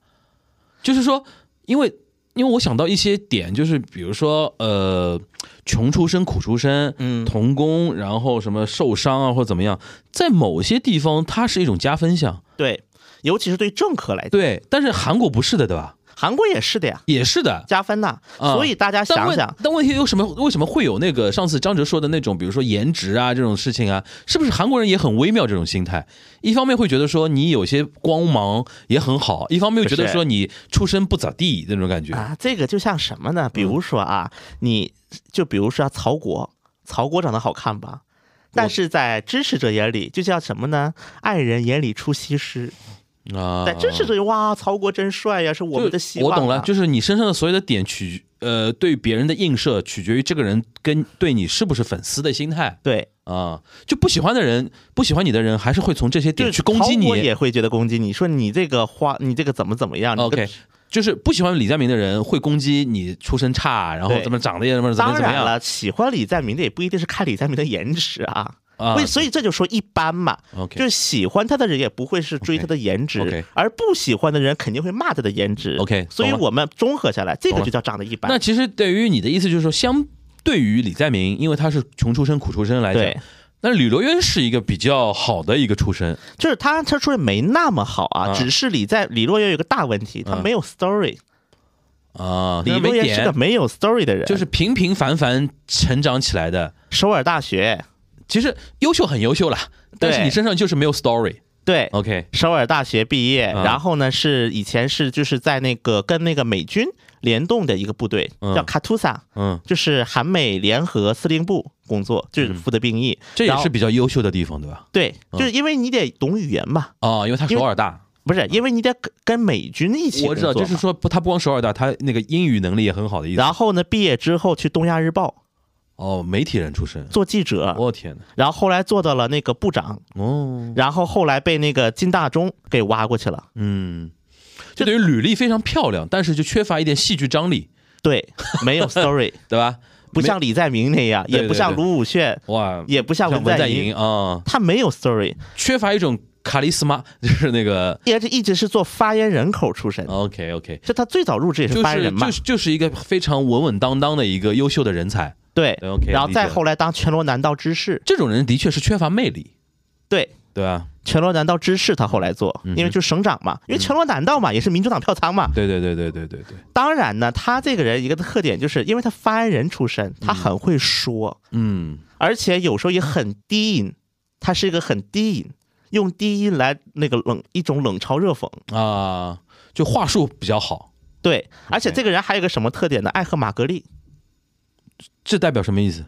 Speaker 5: 就是说，因为因为我想到一些点，就是比如说呃，穷出身、苦出身，
Speaker 3: 嗯
Speaker 5: 童工，然后什么受伤啊或者怎么样，在某些地方它是一种加分项，
Speaker 3: 对，尤其是对政客来讲，
Speaker 5: 对，但是韩国不是的，对吧？
Speaker 3: 韩国也是的呀，
Speaker 5: 也是的。
Speaker 3: 加分呐。
Speaker 5: 啊
Speaker 3: 所以大家
Speaker 5: 但
Speaker 3: 想
Speaker 5: 问
Speaker 3: 想，
Speaker 5: 但问题有什么？为什么会有那个上次张哲说的那种，比如说颜值啊这种事情啊？是不是韩国人也很微妙这种心态？一方面会觉得说你有些光芒也很好，一方面又觉得
Speaker 3: 不是
Speaker 5: 说你出身不咋地那种感觉。
Speaker 3: 啊，这个就像什么呢？比如说啊，你就比如说、啊、曹国，曹国长得好看吧，但是在支持者眼里，就像什么呢？爱人眼里出西施，
Speaker 5: 啊，
Speaker 3: 在支持者哇，曹国真帅呀，是我们的希望、
Speaker 5: 我
Speaker 3: 啊。
Speaker 5: 懂了，就是你身上的所有的点取呃对别人的映射，取决于这个人跟对你是不是粉丝的心态
Speaker 3: 对，
Speaker 5: 啊。就不喜欢的人，不喜欢你的人，还是会从这些
Speaker 3: 就
Speaker 5: 点
Speaker 3: 是
Speaker 5: 去攻击
Speaker 3: 曹国
Speaker 5: 你。
Speaker 3: 也会觉得攻击你，说你这个花，你这个怎么怎么样你这个
Speaker 5: OK。就是不喜欢李在明的人会攻击你出身差，然后
Speaker 3: 对
Speaker 5: 怎么长得也怎么怎么
Speaker 3: 当
Speaker 5: 怎么
Speaker 3: 然
Speaker 5: 样
Speaker 3: 了，喜欢李在明的也不一定是看李在明的颜值啊。
Speaker 5: 啊
Speaker 3: 为所以这就说一般嘛
Speaker 5: OK
Speaker 3: 就是喜欢他的人也不会是追
Speaker 5: OK
Speaker 3: 他的颜值
Speaker 5: OK
Speaker 3: 而不喜欢的人肯定会骂他的颜值。
Speaker 5: OK，懂
Speaker 3: 所以
Speaker 5: 了
Speaker 3: 我们综合下来，这
Speaker 5: 懂
Speaker 3: 个
Speaker 5: 了
Speaker 3: 就叫长得一般。
Speaker 5: 那其实对于你的意思就是说，相对于李在明，因为他是穷出身、苦出身来
Speaker 3: 对
Speaker 5: 讲，那吕留渊是一个比较好的一个出身。
Speaker 3: 就是他他说的没那么好啊，
Speaker 5: 啊
Speaker 3: 只是李在李若渊有一个大问题，他
Speaker 5: 嗯
Speaker 3: 没有 story、
Speaker 5: 啊，
Speaker 3: 李若
Speaker 5: 没
Speaker 3: 渊是个
Speaker 5: 点，
Speaker 3: 没有 story 的人，
Speaker 5: 就是平平凡凡成长起来的。
Speaker 3: 首尔大学
Speaker 5: 其实优秀很优秀啦，但是
Speaker 3: 对
Speaker 5: 你身上就是没有 story。
Speaker 3: 对。
Speaker 5: OK，
Speaker 3: 首尔大学毕业，
Speaker 5: 啊
Speaker 3: 然后呢是以前是就是在那个跟那个美军联动的一个部队，
Speaker 5: 嗯
Speaker 3: 叫卡图萨，
Speaker 5: 嗯，
Speaker 3: 就是韩美联合司令部工作，就是服的兵役。
Speaker 5: 这也
Speaker 3: 然后
Speaker 5: 是比较优秀的地方，对吧？
Speaker 3: 对，
Speaker 5: 嗯
Speaker 3: 就是因为你得懂语言嘛，
Speaker 5: 啊，因为他首尔大，
Speaker 3: 不是因为你得跟跟美军一起
Speaker 5: 我知道，
Speaker 3: 工作
Speaker 5: 就
Speaker 3: 嘛
Speaker 5: 是说不，他不光首尔大，他那个英语能力也很好的意思。
Speaker 3: 然后呢，毕业之后去《东亚日报
Speaker 5: 哦，媒体人出身》，
Speaker 3: 做记者，
Speaker 5: 我天哪！
Speaker 3: 然后后来做到了那个部长，
Speaker 5: 哦，
Speaker 3: 然后后来被那个金大中给挖过去了。
Speaker 5: 嗯，就等于履历非常漂亮，但是就缺乏一点戏剧张力，
Speaker 3: 对，没有
Speaker 5: [laughs]
Speaker 3: story，
Speaker 5: 对吧？
Speaker 3: 不像李在明那样，
Speaker 5: 对对
Speaker 3: 也不像
Speaker 5: 对
Speaker 3: 卢武铉，
Speaker 5: 哇，
Speaker 3: 也不像
Speaker 5: 嗯像
Speaker 3: 文
Speaker 5: 文在
Speaker 3: 寅
Speaker 5: 寅，啊，
Speaker 3: 他没有 story，
Speaker 5: 缺乏一种卡里斯玛，就是那
Speaker 3: [laughs]
Speaker 5: 个
Speaker 3: 而且一直是做发言人口出身。
Speaker 5: OK OK，
Speaker 3: 就他最早入职也
Speaker 5: 哦就是
Speaker 3: 发言
Speaker 5: 是
Speaker 3: 人嘛
Speaker 5: 就，是就是一个非常稳稳当当的一个优秀的人才，
Speaker 3: 对
Speaker 5: 对，OK，，
Speaker 3: 然后
Speaker 5: 理解
Speaker 3: 再
Speaker 5: 了
Speaker 3: 后来当全罗南道知事，
Speaker 5: 这种人的确是缺乏魅力，
Speaker 3: 对，
Speaker 5: 对啊吧？
Speaker 3: 全罗南道知事他后来做，
Speaker 5: 嗯
Speaker 3: 因为就省长嘛，因为全罗南道嘛也是民主党票仓嘛。
Speaker 5: 对对对对对对对，
Speaker 3: 当然呢，他这个人一个特点就是因为他发言人出身，他很会说，
Speaker 5: 嗯，
Speaker 3: 而且有时候也很低音，他是一个很低音，用低音来那个冷一种冷嘲热讽。
Speaker 5: 啊，就话术比较好，
Speaker 3: 对，而且这个人还有一个什么特点呢？爱喝玛格丽。
Speaker 5: 这代表什么意思？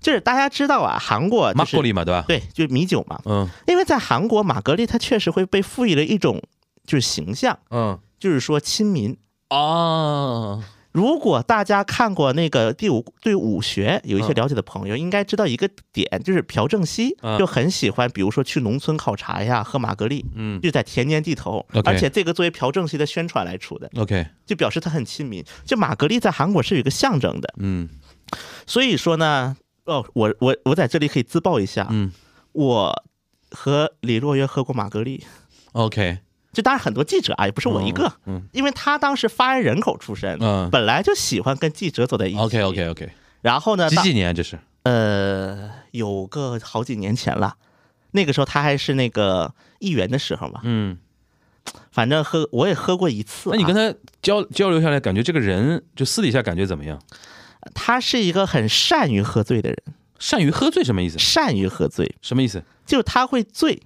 Speaker 3: 就是大家知道啊，韩国
Speaker 5: 马
Speaker 3: 就
Speaker 5: 库
Speaker 3: 是
Speaker 5: 里嘛，对吧？
Speaker 3: 对，就是米酒嘛，
Speaker 5: 嗯
Speaker 3: 因为在韩国玛格丽它确实会被赋予了一种就是形象，
Speaker 5: 嗯
Speaker 3: 就是说亲民。
Speaker 5: 啊，
Speaker 3: 如果大家看过那个第五对武学有一些
Speaker 5: 嗯
Speaker 3: 了解的朋友，应该知道一个点，就是朴正熙
Speaker 5: 嗯
Speaker 3: 就很喜欢，比如说去农村考察呀，喝玛格丽，
Speaker 5: 嗯
Speaker 3: 就在田间地头
Speaker 5: OK，
Speaker 3: 而且这个作为朴正熙的宣传来出的，
Speaker 5: ，OK，
Speaker 3: 就表示他很亲民。就玛格丽在韩国是有一个象征的，
Speaker 5: 嗯
Speaker 3: 所以说呢，哦，我我我在这里可以自曝一下，
Speaker 5: 嗯
Speaker 3: 我和李若约喝过玛格丽。
Speaker 5: ，OK，
Speaker 3: 就当然很多记者啊，也不是我一个，
Speaker 5: 嗯
Speaker 3: 因为他当时发言人口出身，
Speaker 5: 嗯
Speaker 3: 本来就喜欢跟记者走在一起。
Speaker 5: ，OK OK OK，
Speaker 3: 然后呢，
Speaker 5: 几
Speaker 3: 当
Speaker 5: 几年啊这是？
Speaker 3: 呃，有个好几年前了，那个时候他还是那个议员的时候嘛，
Speaker 5: 嗯，
Speaker 3: 反正喝我也喝过一次、啊
Speaker 5: 那你跟
Speaker 3: 他，
Speaker 5: 他交交流下来，感觉这个人就私底下感觉怎么样？
Speaker 3: 他是一个很善于喝醉的人，
Speaker 5: 善于喝醉什么意思？
Speaker 3: 善于喝醉，
Speaker 5: 什么意思？
Speaker 3: 就是他会醉，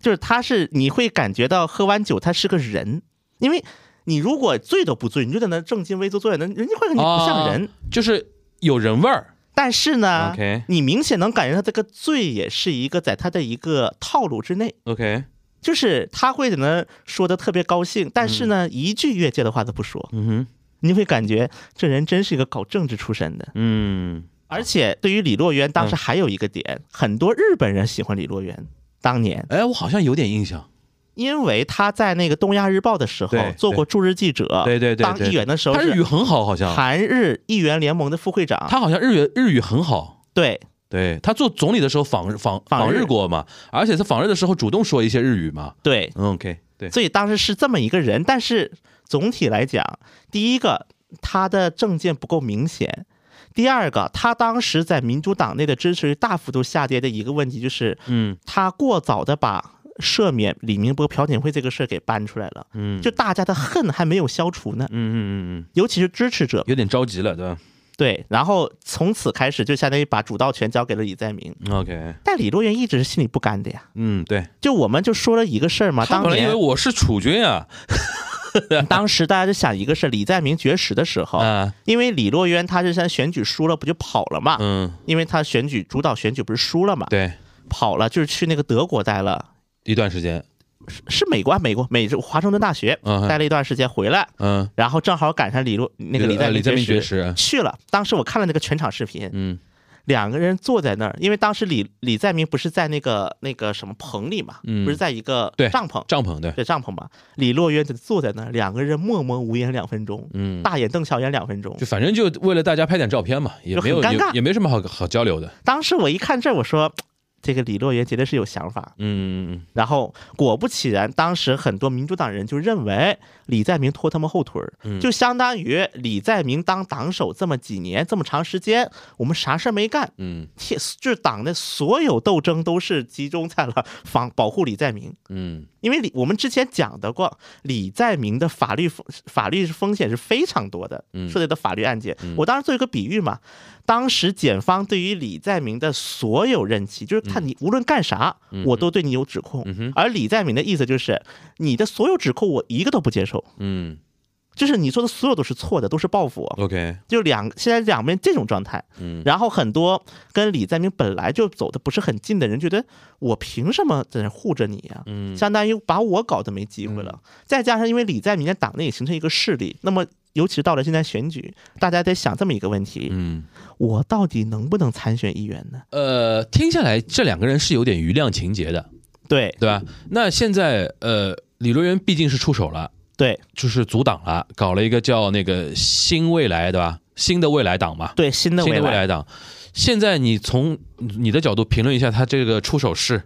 Speaker 3: 就是他是你会感觉到喝完酒他是个人，因为你如果醉都不醉，你就在那正襟危坐坐在那，人家会感觉你不像人。
Speaker 5: 就是有人味儿。
Speaker 3: 但是呢
Speaker 5: 哦 OK
Speaker 3: 你明显能感觉到这个醉也是一个在他的一个套路之内，
Speaker 5: OK，
Speaker 3: 就是他会在那说的特别高兴，但是呢，一句越界的话都不说，
Speaker 5: 嗯哼，
Speaker 3: 你会感觉这人真是一个搞政治出身的。
Speaker 5: 嗯
Speaker 3: 而且对于李洛渊，当时还有一个点，很多日本人喜欢李洛渊。当年，
Speaker 5: 哎，我好像有点印象。
Speaker 3: 因为他在那个《东亚日报》的时候
Speaker 5: 对
Speaker 3: 做过驻日记者，
Speaker 5: 对对对对
Speaker 3: 当议员的时候
Speaker 5: 他日语
Speaker 3: 是
Speaker 5: 很好，好像
Speaker 3: 韩日议员联盟的副会长，
Speaker 5: 他好像日语日语很好。
Speaker 3: 对
Speaker 5: 对他做总理的时候访访
Speaker 3: 访
Speaker 5: 访
Speaker 3: 日
Speaker 5: 日过嘛，而且他访日的时候主动说一些日语嘛。
Speaker 3: 对，
Speaker 5: 嗯 OK，对，
Speaker 3: 所以当时是这么一个人，但是总体来讲，第一个他的政见不够明显，第二个他当时在民主党内的支持率大幅度下跌的一个问题就是，
Speaker 5: 嗯
Speaker 3: 他过早的把赦免李明博、朴槿惠这个事儿给搬出来了，
Speaker 5: 嗯
Speaker 3: 就大家的恨还没有消除呢
Speaker 5: 嗯，嗯嗯嗯，
Speaker 3: 尤其是支持者
Speaker 5: 有点着急了，对吧
Speaker 3: 对，然后从此开始就相当于把主导权交给了李在明。
Speaker 5: 嗯？OK，
Speaker 3: 但李洛渊一直是心里不甘的呀，
Speaker 5: 嗯，对，
Speaker 3: 就我们就说了一个事儿嘛，
Speaker 5: 他
Speaker 3: 当
Speaker 5: 本来以
Speaker 3: 年
Speaker 5: 为我是楚军啊，
Speaker 3: 当时大家就想一个事儿，李在明绝食的时候，
Speaker 5: 啊，
Speaker 3: 因为李洛渊他是在选举输了，不就跑了嘛？
Speaker 5: 嗯，
Speaker 3: 因为他选举主导选举不是输了嘛？，
Speaker 5: 对，
Speaker 3: 跑了就是去那个德国待了，
Speaker 5: 一段时间，
Speaker 3: 是是美国啊，美国美华盛顿大学
Speaker 5: 嗯哼
Speaker 3: 待了一段时间，回来，
Speaker 5: 嗯，
Speaker 3: 然后正好赶上李洛那个
Speaker 5: 李
Speaker 3: 李在
Speaker 5: 呃李在明
Speaker 3: 绝
Speaker 5: 绝食
Speaker 3: 去了。当时我看了那个全场视频，
Speaker 5: 嗯
Speaker 3: 两个人坐在那儿，因为当时李李在明不是在那个那个什么棚里嘛，
Speaker 5: 嗯
Speaker 3: 不是在一个
Speaker 5: 对
Speaker 3: 帐篷
Speaker 5: 帐篷，对，
Speaker 3: 对帐篷嘛，李洛渊就坐在那儿，两个人默默无言两分钟，
Speaker 5: 嗯，
Speaker 3: 大眼瞪小眼两分钟
Speaker 5: 就。反正就为了大家拍点照片嘛，也
Speaker 3: 就
Speaker 5: 没
Speaker 3: 很
Speaker 5: 有
Speaker 3: 尴
Speaker 5: 也
Speaker 3: 尬
Speaker 5: 也没什么好好交流的，
Speaker 3: 当时我一看这儿，我说这个李洛渊绝对是有想法。
Speaker 5: 嗯嗯
Speaker 3: 然后果不其然，当时很多民主党人就认为李在明拖他们后腿儿，
Speaker 5: 嗯
Speaker 3: 就相当于李在明当党首这么几年这么长时间，我们啥事儿没干，
Speaker 5: 嗯
Speaker 3: 贴就是党的所有斗争都是集中在了防保护李在明。
Speaker 5: 嗯
Speaker 3: 因为李我们之前讲的过，李在明的法律风法律风险是非常多的，
Speaker 5: 嗯
Speaker 3: 涉及的法律案件。我当时做一个比喻嘛，当时检方对于李在明的所有任期，就是
Speaker 5: 嗯
Speaker 3: 看你无论干啥，我都对你有指控。而李在明的意思就是，你的所有指控我一个都不接受，
Speaker 5: 嗯
Speaker 3: 就是你说的所有都是错的，都是报复我。
Speaker 5: ，OK，
Speaker 3: 就两现在两边这种状态，
Speaker 5: 嗯
Speaker 3: 然后很多跟李在明本来就走的不是很近的人，觉得我凭什么在那护着你呀、
Speaker 5: 嗯
Speaker 3: 相当于把我搞得没机会了。再加上因为李在明在党内也形成一个势力，那么尤其是到了现在选举，大家在想这么一个问题：
Speaker 5: 嗯。
Speaker 3: 我到底能不能参选议员呢？
Speaker 5: 呃，听下来这两个人是有点余量情节的，
Speaker 3: 对
Speaker 5: 对吧？那现在呃，李洛渊毕竟是出手了，
Speaker 3: 对
Speaker 5: 就是阻挡了，搞了一个叫那个新未来，对吧？新的未来党嘛，
Speaker 3: 对，新的
Speaker 5: 新
Speaker 3: 未
Speaker 5: 的未
Speaker 3: 来，
Speaker 5: 来党。现在你从你的角度评论一下他这个出手式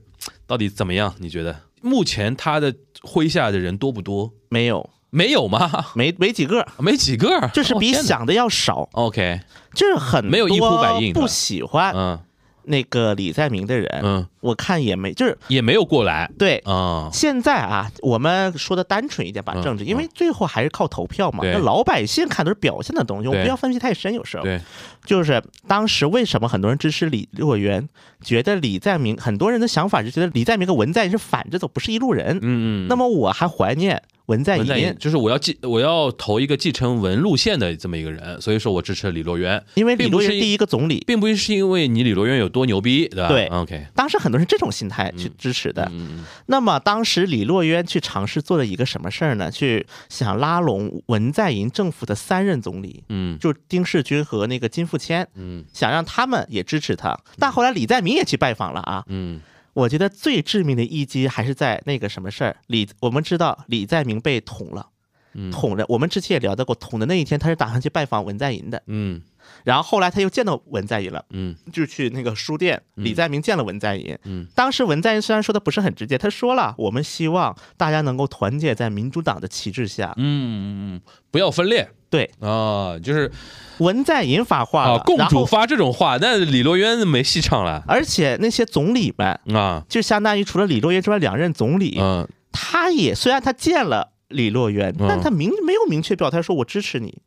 Speaker 5: 到底怎么样？你觉得目前他的麾下的人多不多？
Speaker 3: 没有
Speaker 5: 没有吗？
Speaker 3: 没没几个，
Speaker 5: 没几个儿，
Speaker 3: 就是比
Speaker 5: 哦天哪
Speaker 3: 想的要少，
Speaker 5: OK，
Speaker 3: 就是很
Speaker 5: 没有一呼
Speaker 3: 多
Speaker 5: 百应的
Speaker 3: 不喜欢
Speaker 5: 嗯
Speaker 3: 那个李在明的人，
Speaker 5: 嗯，
Speaker 3: 我看也没就是
Speaker 5: 也没有过来
Speaker 3: 对。
Speaker 5: 啊。
Speaker 3: 现在啊，我们说的单纯一点吧，
Speaker 5: 嗯
Speaker 3: 政治，
Speaker 5: 嗯
Speaker 3: 因为最后还是靠投票嘛。
Speaker 5: 对
Speaker 3: 那老百姓看都是表现的东西，我们
Speaker 5: 对
Speaker 3: 不要分析太深，有时候。
Speaker 5: 对，
Speaker 3: 就是当时为什么很多人支持李洛渊，觉得李在明，很多人的想法是觉得李在明跟文在寅是反着走，不是一路人。
Speaker 5: 嗯嗯，
Speaker 3: 那么我还怀念文在
Speaker 5: 文在寅
Speaker 3: 寅，
Speaker 5: 就是我要继我要投一个继承文路线的这么一个人，所以说我支持李洛渊，
Speaker 3: 因为李
Speaker 5: 并不
Speaker 3: 洛渊
Speaker 5: 是
Speaker 3: 第一个总理，
Speaker 5: 并不是因为你李洛渊有多牛逼，对吧？
Speaker 3: 对
Speaker 5: ，OK，
Speaker 3: 当时很多人是这种心态去支持的。
Speaker 5: 嗯
Speaker 3: 那么当时李洛渊去尝试做了一个什么事儿呢？去想拉拢文在寅政府的三任总理，
Speaker 5: 嗯
Speaker 3: 就是丁世军和那个金富谦，
Speaker 5: 嗯
Speaker 3: 想让他们也支持他。但后来李在明也去拜访了啊。
Speaker 5: 嗯
Speaker 3: 我觉得最致命的一击还是在那个什么事儿，李我们知道李在明被捅了。
Speaker 5: 嗯
Speaker 3: 捅了，我们之前也聊到过，捅的那一天他是打算去拜访文在寅的，
Speaker 5: 嗯
Speaker 3: 然后后来他又见到文在寅了，
Speaker 5: 嗯
Speaker 3: 就去那个书店，李在明见了文在寅。
Speaker 5: 嗯，
Speaker 3: 当时文在寅虽然说的不是很直接，他说了，我们希望大家能够团结在民主党的旗帜下。
Speaker 5: 嗯嗯，不要分裂
Speaker 3: 对，
Speaker 5: 啊，就是
Speaker 3: 文在寅发话了，
Speaker 5: 啊，共
Speaker 3: 然后
Speaker 5: 主发这种话，那李洛渊没戏唱了
Speaker 3: 而且那些总理们，
Speaker 5: 啊，
Speaker 3: 就相当于除了李洛渊之外，两任总理，
Speaker 5: 嗯
Speaker 3: 他也虽然他见了李洛渊，
Speaker 5: 嗯
Speaker 3: 但他明没有明确表态说我支持你，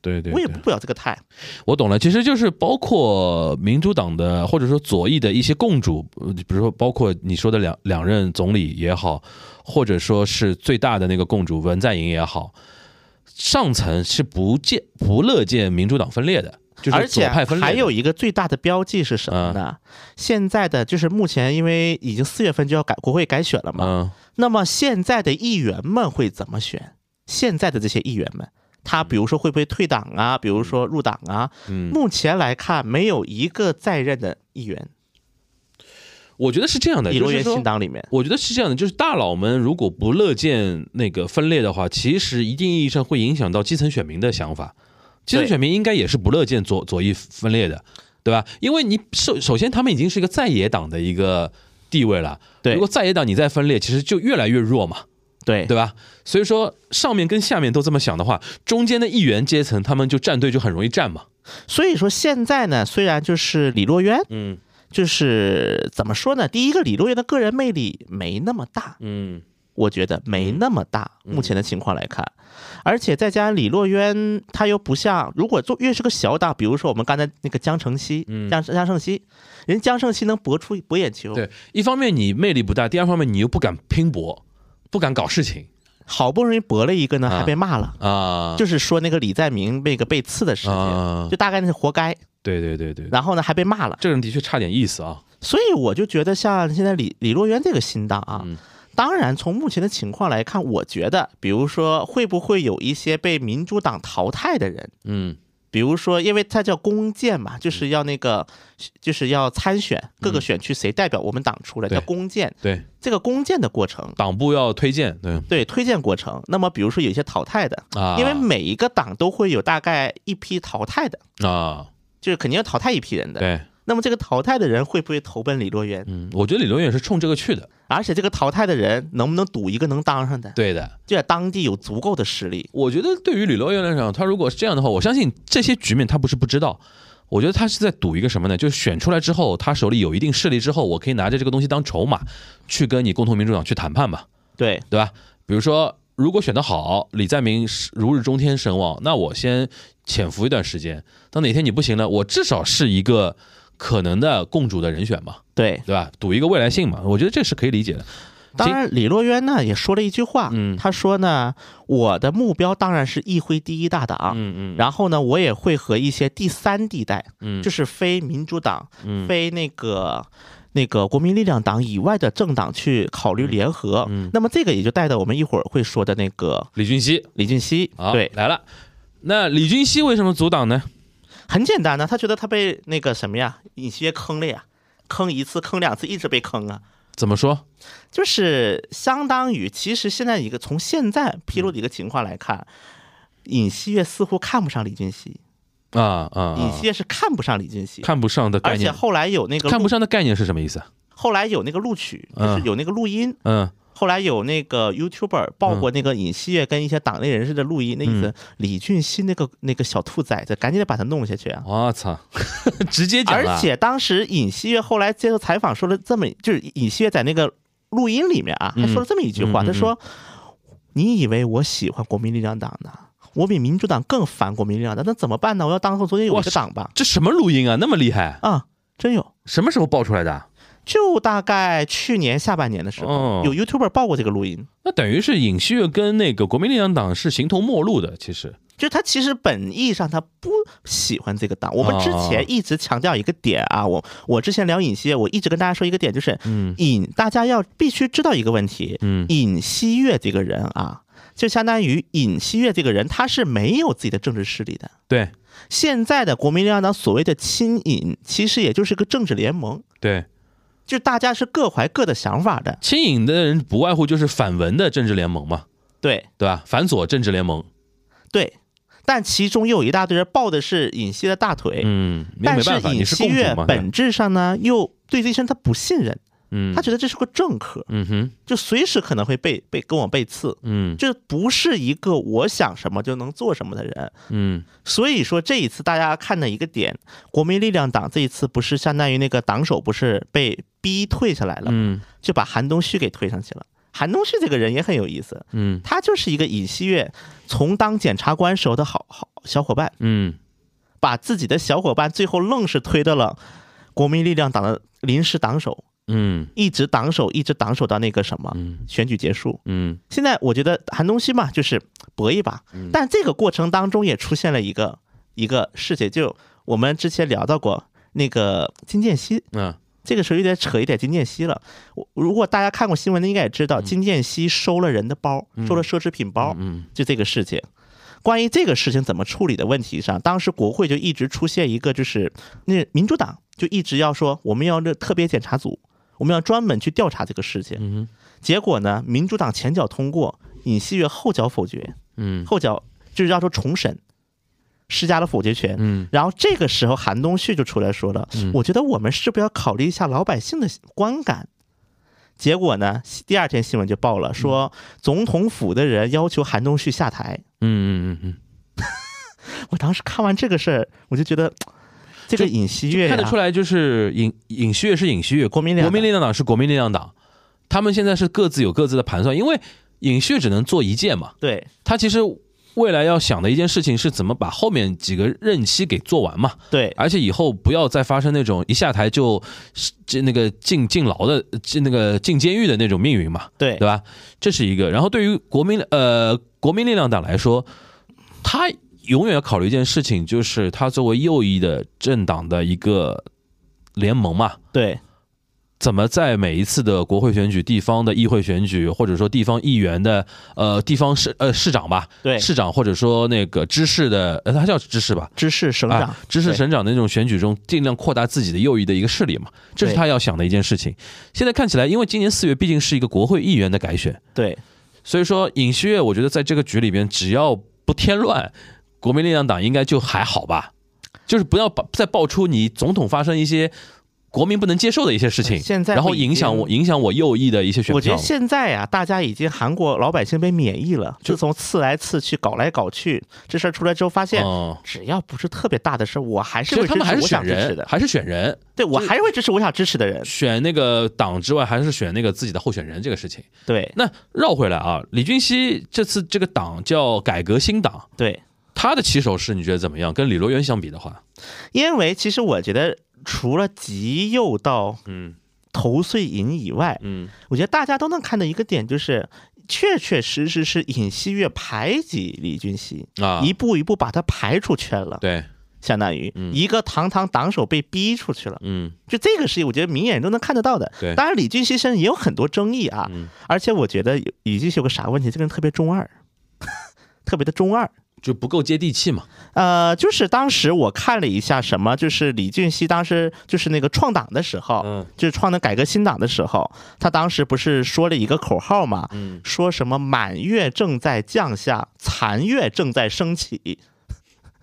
Speaker 5: 对对，
Speaker 3: 我也
Speaker 5: 对
Speaker 3: 不表这个态。
Speaker 5: 我懂了，其实就是包括民主党的或者说左翼的一些共主，呃比如说包括你说的两两任总理也好，或者说是最大的那个共主文在寅也好，上层是不见不乐见民主党分裂的，就是
Speaker 3: 而
Speaker 5: 左
Speaker 3: 且
Speaker 5: 派分裂的。嗯
Speaker 3: 还有一个最大的标记是什么呢？现在的就是目前，因为已经四月份就要改国会改选了嘛，
Speaker 5: 嗯
Speaker 3: 那么现在的议员们会怎么选？现在的这些议员们，他比如说会不会退党啊？比如说入党啊？
Speaker 5: 嗯，
Speaker 3: 目前来看，没有一个在任的议员，
Speaker 5: 我觉得是这样的，
Speaker 3: 李
Speaker 5: 呃就
Speaker 3: 洛
Speaker 5: 是
Speaker 3: 渊
Speaker 5: 说
Speaker 3: 新。党里面，
Speaker 5: 我觉得是这样的，就是大佬们如果不乐见那个分裂的话，其实一定意义上会影响到基层选民的想法。基层
Speaker 3: 对
Speaker 5: 选民应该也是不乐见左左翼分裂的，对吧？因为你首首先他们已经是一个在野党的一个地位了，
Speaker 3: 对
Speaker 5: 如果在野党你再分裂，其实就越来越弱嘛，
Speaker 3: 对
Speaker 5: 对吧？所以说上面跟下面都这么想的话，中间的议员阶层他们就站队就很容易站嘛。
Speaker 3: 所以说现在呢，虽然就是李洛渊，
Speaker 5: 嗯
Speaker 3: 就是怎么说呢？第一个，李洛渊的个人魅力没那么大，
Speaker 5: 嗯
Speaker 3: 我觉得没那么大。目前的情况来看，而且再加上李洛渊，他又不像，如果做越是个小党，比如说我们刚才那个江承熙，江江胜熙，人江胜熙能博出博眼球，
Speaker 5: 嗯对，一方面你魅力不大，第二方面你又不敢拼搏，不敢搞事情
Speaker 3: 好不容易博了一个呢，
Speaker 5: 啊
Speaker 3: 还被骂了，
Speaker 5: 啊。
Speaker 3: 就是说那个李在明那个被刺的事情，
Speaker 5: 啊
Speaker 3: 就，大概那是活该，
Speaker 5: 对对对对，
Speaker 3: 然后呢还被骂了。
Speaker 5: 这个人的确差点意思啊。
Speaker 3: 所以我就觉得，像现在李李洛渊这个新档啊
Speaker 5: 嗯，
Speaker 3: 当然从目前的情况来看，我觉得，比如说会不会有一些被民主党淘汰的人，
Speaker 5: 嗯
Speaker 3: 比如说，因为他叫公荐嘛，就是要那个，就是要参选各个选区谁代表我们党出来，
Speaker 5: 嗯对
Speaker 3: 叫公荐。，
Speaker 5: 对，
Speaker 3: 这个公荐的过程，
Speaker 5: 党部要推荐，对
Speaker 3: 对推荐过程。那么，比如说有一些淘汰的，
Speaker 5: 啊，
Speaker 3: 因为每一个党都会有大概一批淘汰的，
Speaker 5: 啊，
Speaker 3: 就是肯定要淘汰一批人的。
Speaker 5: 对，
Speaker 3: 那么这个淘汰的人会不会投奔李洛渊？
Speaker 5: 嗯，我觉得李伦远是冲这个去的，
Speaker 3: 而且这个淘汰的人能不能赌一个能当上的？
Speaker 5: 对的。
Speaker 3: 就在当地有足够的实力。
Speaker 5: 我觉得对于李伦远来讲，他如果是这样的话，我相信这些局面他不是不知道。我觉得他是在赌一个什么呢？就是选出来之后，他手里有一定势力之后，我可以拿着这个东西当筹码，去跟你共同民主党去谈判嘛。
Speaker 3: 对，
Speaker 5: 对吧？比如说，如果选得好，李在明是如日中天神往，那我先潜伏一段时间。到哪天你不行了，我至少是一个可能的共主的人选嘛，
Speaker 3: 对，
Speaker 5: 对吧？赌一个未来性
Speaker 3: 嗯
Speaker 5: 嘛，我觉得这是可以理解的。
Speaker 3: 当然，李洛渊呢也说了一句话，
Speaker 5: 嗯
Speaker 3: 他说呢，我的目标当然是议会第一大党，
Speaker 5: 嗯
Speaker 3: 然后呢，我也会和一些第三地带，
Speaker 5: 嗯
Speaker 3: 就是非民主党、
Speaker 5: 嗯
Speaker 3: 非那个那个国民力量党以外的政党去考虑联合。
Speaker 5: 嗯
Speaker 3: 那么这个也就带到我们一会儿会说的那个
Speaker 5: 李俊熙
Speaker 3: 李俊熙，
Speaker 5: 啊，
Speaker 3: 对，
Speaker 5: 来了。那李俊熙为什么阻挡呢？
Speaker 3: 很简单呢，他觉得他被那个什么呀，尹锡悦坑了呀，坑一次，坑两次，一直被坑啊。
Speaker 5: 怎么说？
Speaker 3: 就是相当于，其实现在一个从现在披露的一个情况来看，尹锡悦似乎看不上李俊熙，
Speaker 5: 啊啊，
Speaker 3: 尹
Speaker 5: 啊
Speaker 3: 锡悦是看不上李俊熙，
Speaker 5: 看不上的概
Speaker 3: 而且
Speaker 5: 念，
Speaker 3: 后来有那个
Speaker 5: 看
Speaker 3: 录
Speaker 5: 不上的概念是什么意思啊？
Speaker 3: 后来有那个录取，
Speaker 5: 嗯
Speaker 3: 就是有那个录音。
Speaker 5: 嗯
Speaker 3: 后来有那个
Speaker 5: 啊
Speaker 3: YouTuber 爆过那个尹锡悦跟一些党内人士的录音，那意
Speaker 5: 嗯
Speaker 3: 思李俊熙那个那个小兔崽子，赶紧得把他弄下去啊！
Speaker 5: 我操， [laughs] 直接讲啊了
Speaker 3: 而且当时尹锡悦后来接受采访说了这么，就是尹锡悦在那个录音里面啊，
Speaker 5: 嗯
Speaker 3: 还说了这么一句话，
Speaker 5: 嗯嗯
Speaker 3: 他说：“你以为我喜欢国民力量党呢？我比民主党更烦国民力量党，那怎么办呢？我要当做昨天有一
Speaker 5: 哇
Speaker 3: 个党吧？
Speaker 5: 这什么录音啊？那么厉害，
Speaker 3: 啊，真有。”
Speaker 5: 什么时候爆出来的啊？
Speaker 3: 就大概去年下半年的时候，
Speaker 5: 哦
Speaker 3: 有 YouTuber 报过这个录音。
Speaker 5: 那等于是尹锡悦跟那个国民力量党是形同陌路的，其实
Speaker 3: 就他其实本意上他不喜欢这个党。我们之
Speaker 5: 哦
Speaker 3: 前一直强调一个点啊，我我之前聊尹锡悦，我一直跟大家说一个点，就是
Speaker 5: 嗯
Speaker 3: 尹，大家要必须知道一个问题，
Speaker 5: 嗯
Speaker 3: 尹锡悦这个人啊，就相当于尹锡悦这个人，他是没有自己的政治势力的。
Speaker 5: 对
Speaker 3: 现在的国民力量党所谓的亲尹，其实也就是个政治联盟，
Speaker 5: 对，
Speaker 3: 就大家是各怀各的想法的。
Speaker 5: 亲影的人不外乎就是反文的政治联盟嘛，
Speaker 3: 对
Speaker 5: 对吧？反左政治联盟，
Speaker 3: 对，但其中又有一大堆人抱的是尹锡的大腿，
Speaker 5: 嗯，那
Speaker 3: 但
Speaker 5: 没
Speaker 3: 是
Speaker 5: 办法，你
Speaker 3: 尹
Speaker 5: 是
Speaker 3: 锡
Speaker 5: 共主
Speaker 3: 悦
Speaker 5: 嘛，对吧
Speaker 3: 本质上呢，又对这些人他不信任，
Speaker 5: 嗯，
Speaker 3: 他觉得这是个政客，
Speaker 5: 嗯哼，
Speaker 3: 就随时可能会被被跟我背刺，
Speaker 5: 嗯
Speaker 3: 就不是一个我想什么就能做什么的人。
Speaker 5: 嗯
Speaker 3: 所以说这一次大家看的一个点，国民力量党这一次不是相当于那个党首不是被逼退下来了，
Speaker 5: 嗯
Speaker 3: 就把韩东旭给推上去了。韩东旭这个人也很有意思，
Speaker 5: 嗯
Speaker 3: 他就是一个尹锡悦从当检察官时候的好好小伙伴，
Speaker 5: 嗯
Speaker 3: 把自己的小伙伴最后愣是推到了国民力量党的临时党首，
Speaker 5: 嗯
Speaker 3: 一直党首，一直党首到那个什么
Speaker 5: 嗯
Speaker 3: 选举结束。
Speaker 5: 嗯
Speaker 3: 现在我觉得韩东旭嘛，就是搏一把，但这个过程当中也出现了一个一个事情，就我们之前聊到过那个金建熙，
Speaker 5: 啊
Speaker 3: 这个时候有点扯一点金建熙了。我如果大家看过新闻的，应该也知道金建熙收了人的包，收了奢侈品包，
Speaker 5: 嗯
Speaker 3: 就这个事情。关于这个事情怎么处理的问题上，当时国会就一直出现一个，就是那民主党就一直要说我们要这特别检查组，我们要专门去调查这个事情。
Speaker 5: 嗯
Speaker 3: 结果呢，民主党前脚通过，尹锡悦后脚否决，
Speaker 5: 嗯
Speaker 3: 后脚就是要说重审，施加了否决权。
Speaker 5: 嗯
Speaker 3: 然后这个时候，韩东旭就出来说了：“
Speaker 5: 嗯
Speaker 3: 我觉得我们是不是要考虑一下老百姓的观感？”结果呢，第二天新闻就报了，说
Speaker 5: 嗯
Speaker 3: 总统府的人要求韩东旭下台。
Speaker 5: 嗯嗯嗯，
Speaker 3: 我当时看完这个事儿，我就觉得这个尹锡悦、呀啊
Speaker 5: 看得出来，就是尹尹锡悦是尹锡悦，
Speaker 3: 国民力量
Speaker 5: 国民力量党是国民力量党，他们现在是各自有各自的盘算，因为尹锡悦只能做一届嘛，
Speaker 3: 对
Speaker 5: 他其实未来要想的一件事情是怎么把后面几个任期给做完嘛，
Speaker 3: 对
Speaker 5: 而且以后不要再发生那种一下台就进那个进进牢的进那个进监狱的那种命运嘛，
Speaker 3: 对
Speaker 5: 对吧？这是一个。然后对于国民呃国民力量党来说，他永远要考虑一件事情，就是他作为右翼的政党的一个联盟嘛，
Speaker 3: 对
Speaker 5: 怎么在每一次的国会选举、地方的议会选举，或者说地方议员的呃地方市呃市长吧，
Speaker 3: 对
Speaker 5: 市长或者说那个知事的，呃，他叫知事吧，
Speaker 3: 知识省长、
Speaker 5: 啊，知识
Speaker 3: 对
Speaker 5: 省长的那种选举中，尽量扩大自己的右翼的一个势力嘛，这是
Speaker 3: 对
Speaker 5: 他要想的一件事情。现在看起来，因为今年四月毕竟是一个国会议员的改选，
Speaker 3: 对
Speaker 5: 所以说尹锡悦，我觉得在这个局里边，只要不添乱，国民力量党应该就还好吧，就是不要把再爆出你总统发生一些国民不能接受的一些事情，
Speaker 3: 呃现在
Speaker 5: 然后
Speaker 3: 已经
Speaker 5: 影响我影响我右翼的一些选
Speaker 3: 我觉
Speaker 5: 票
Speaker 3: 得。现在呀、大家已经韩国老百姓被免疫了。自从刺来刺去、搞来搞去，这事儿出来之后，发现、
Speaker 5: 嗯，
Speaker 3: 只要不是特别大的事儿，我还
Speaker 5: 其
Speaker 3: 是
Speaker 5: 实
Speaker 3: 会
Speaker 5: 他
Speaker 3: 支持
Speaker 5: 们还是
Speaker 3: 我
Speaker 5: 选
Speaker 3: 想支持
Speaker 5: 人，
Speaker 3: 的。
Speaker 5: 还是选人，
Speaker 3: 对我还是会支持我想支持的人。
Speaker 5: 选那个党之外，还是选那个自己的候选人这个事情。
Speaker 3: 对
Speaker 5: 那绕回来啊，李俊熙这次这个党叫改革新党，
Speaker 3: 对，
Speaker 5: 他的起手式你觉得怎么样？跟李罗元相比的话，
Speaker 3: 因为其实我觉得除了极右到
Speaker 5: 嗯
Speaker 3: 投碎银以外，
Speaker 5: 嗯
Speaker 3: 我觉得大家都能看到一个点，就是确确实实是尹锡悦排挤李俊熙，
Speaker 5: 啊，
Speaker 3: 一步一步把他排出圈了，
Speaker 5: 对，
Speaker 3: 相当于
Speaker 5: 嗯
Speaker 3: 一个堂堂党首被逼出去了。
Speaker 5: 嗯
Speaker 3: 就这个事情，我觉得明眼人都能看得到的。
Speaker 5: 对
Speaker 3: 当然李俊熙身上也有很多争议啊，
Speaker 5: 嗯，
Speaker 3: 而且我觉得有李俊熙有个啥问题，这个人特别中 [laughs] 二，特别的中二。
Speaker 5: 就不够接地气嘛。
Speaker 3: 呃，就是当时我看了一下什么，就是李俊熙当时就是那个创党的时候，
Speaker 5: 嗯
Speaker 3: 就是创的改革新党的时候，他当时不是说了一个口号嘛，
Speaker 5: 嗯
Speaker 3: 说什么满月正在降下，残月正在升起，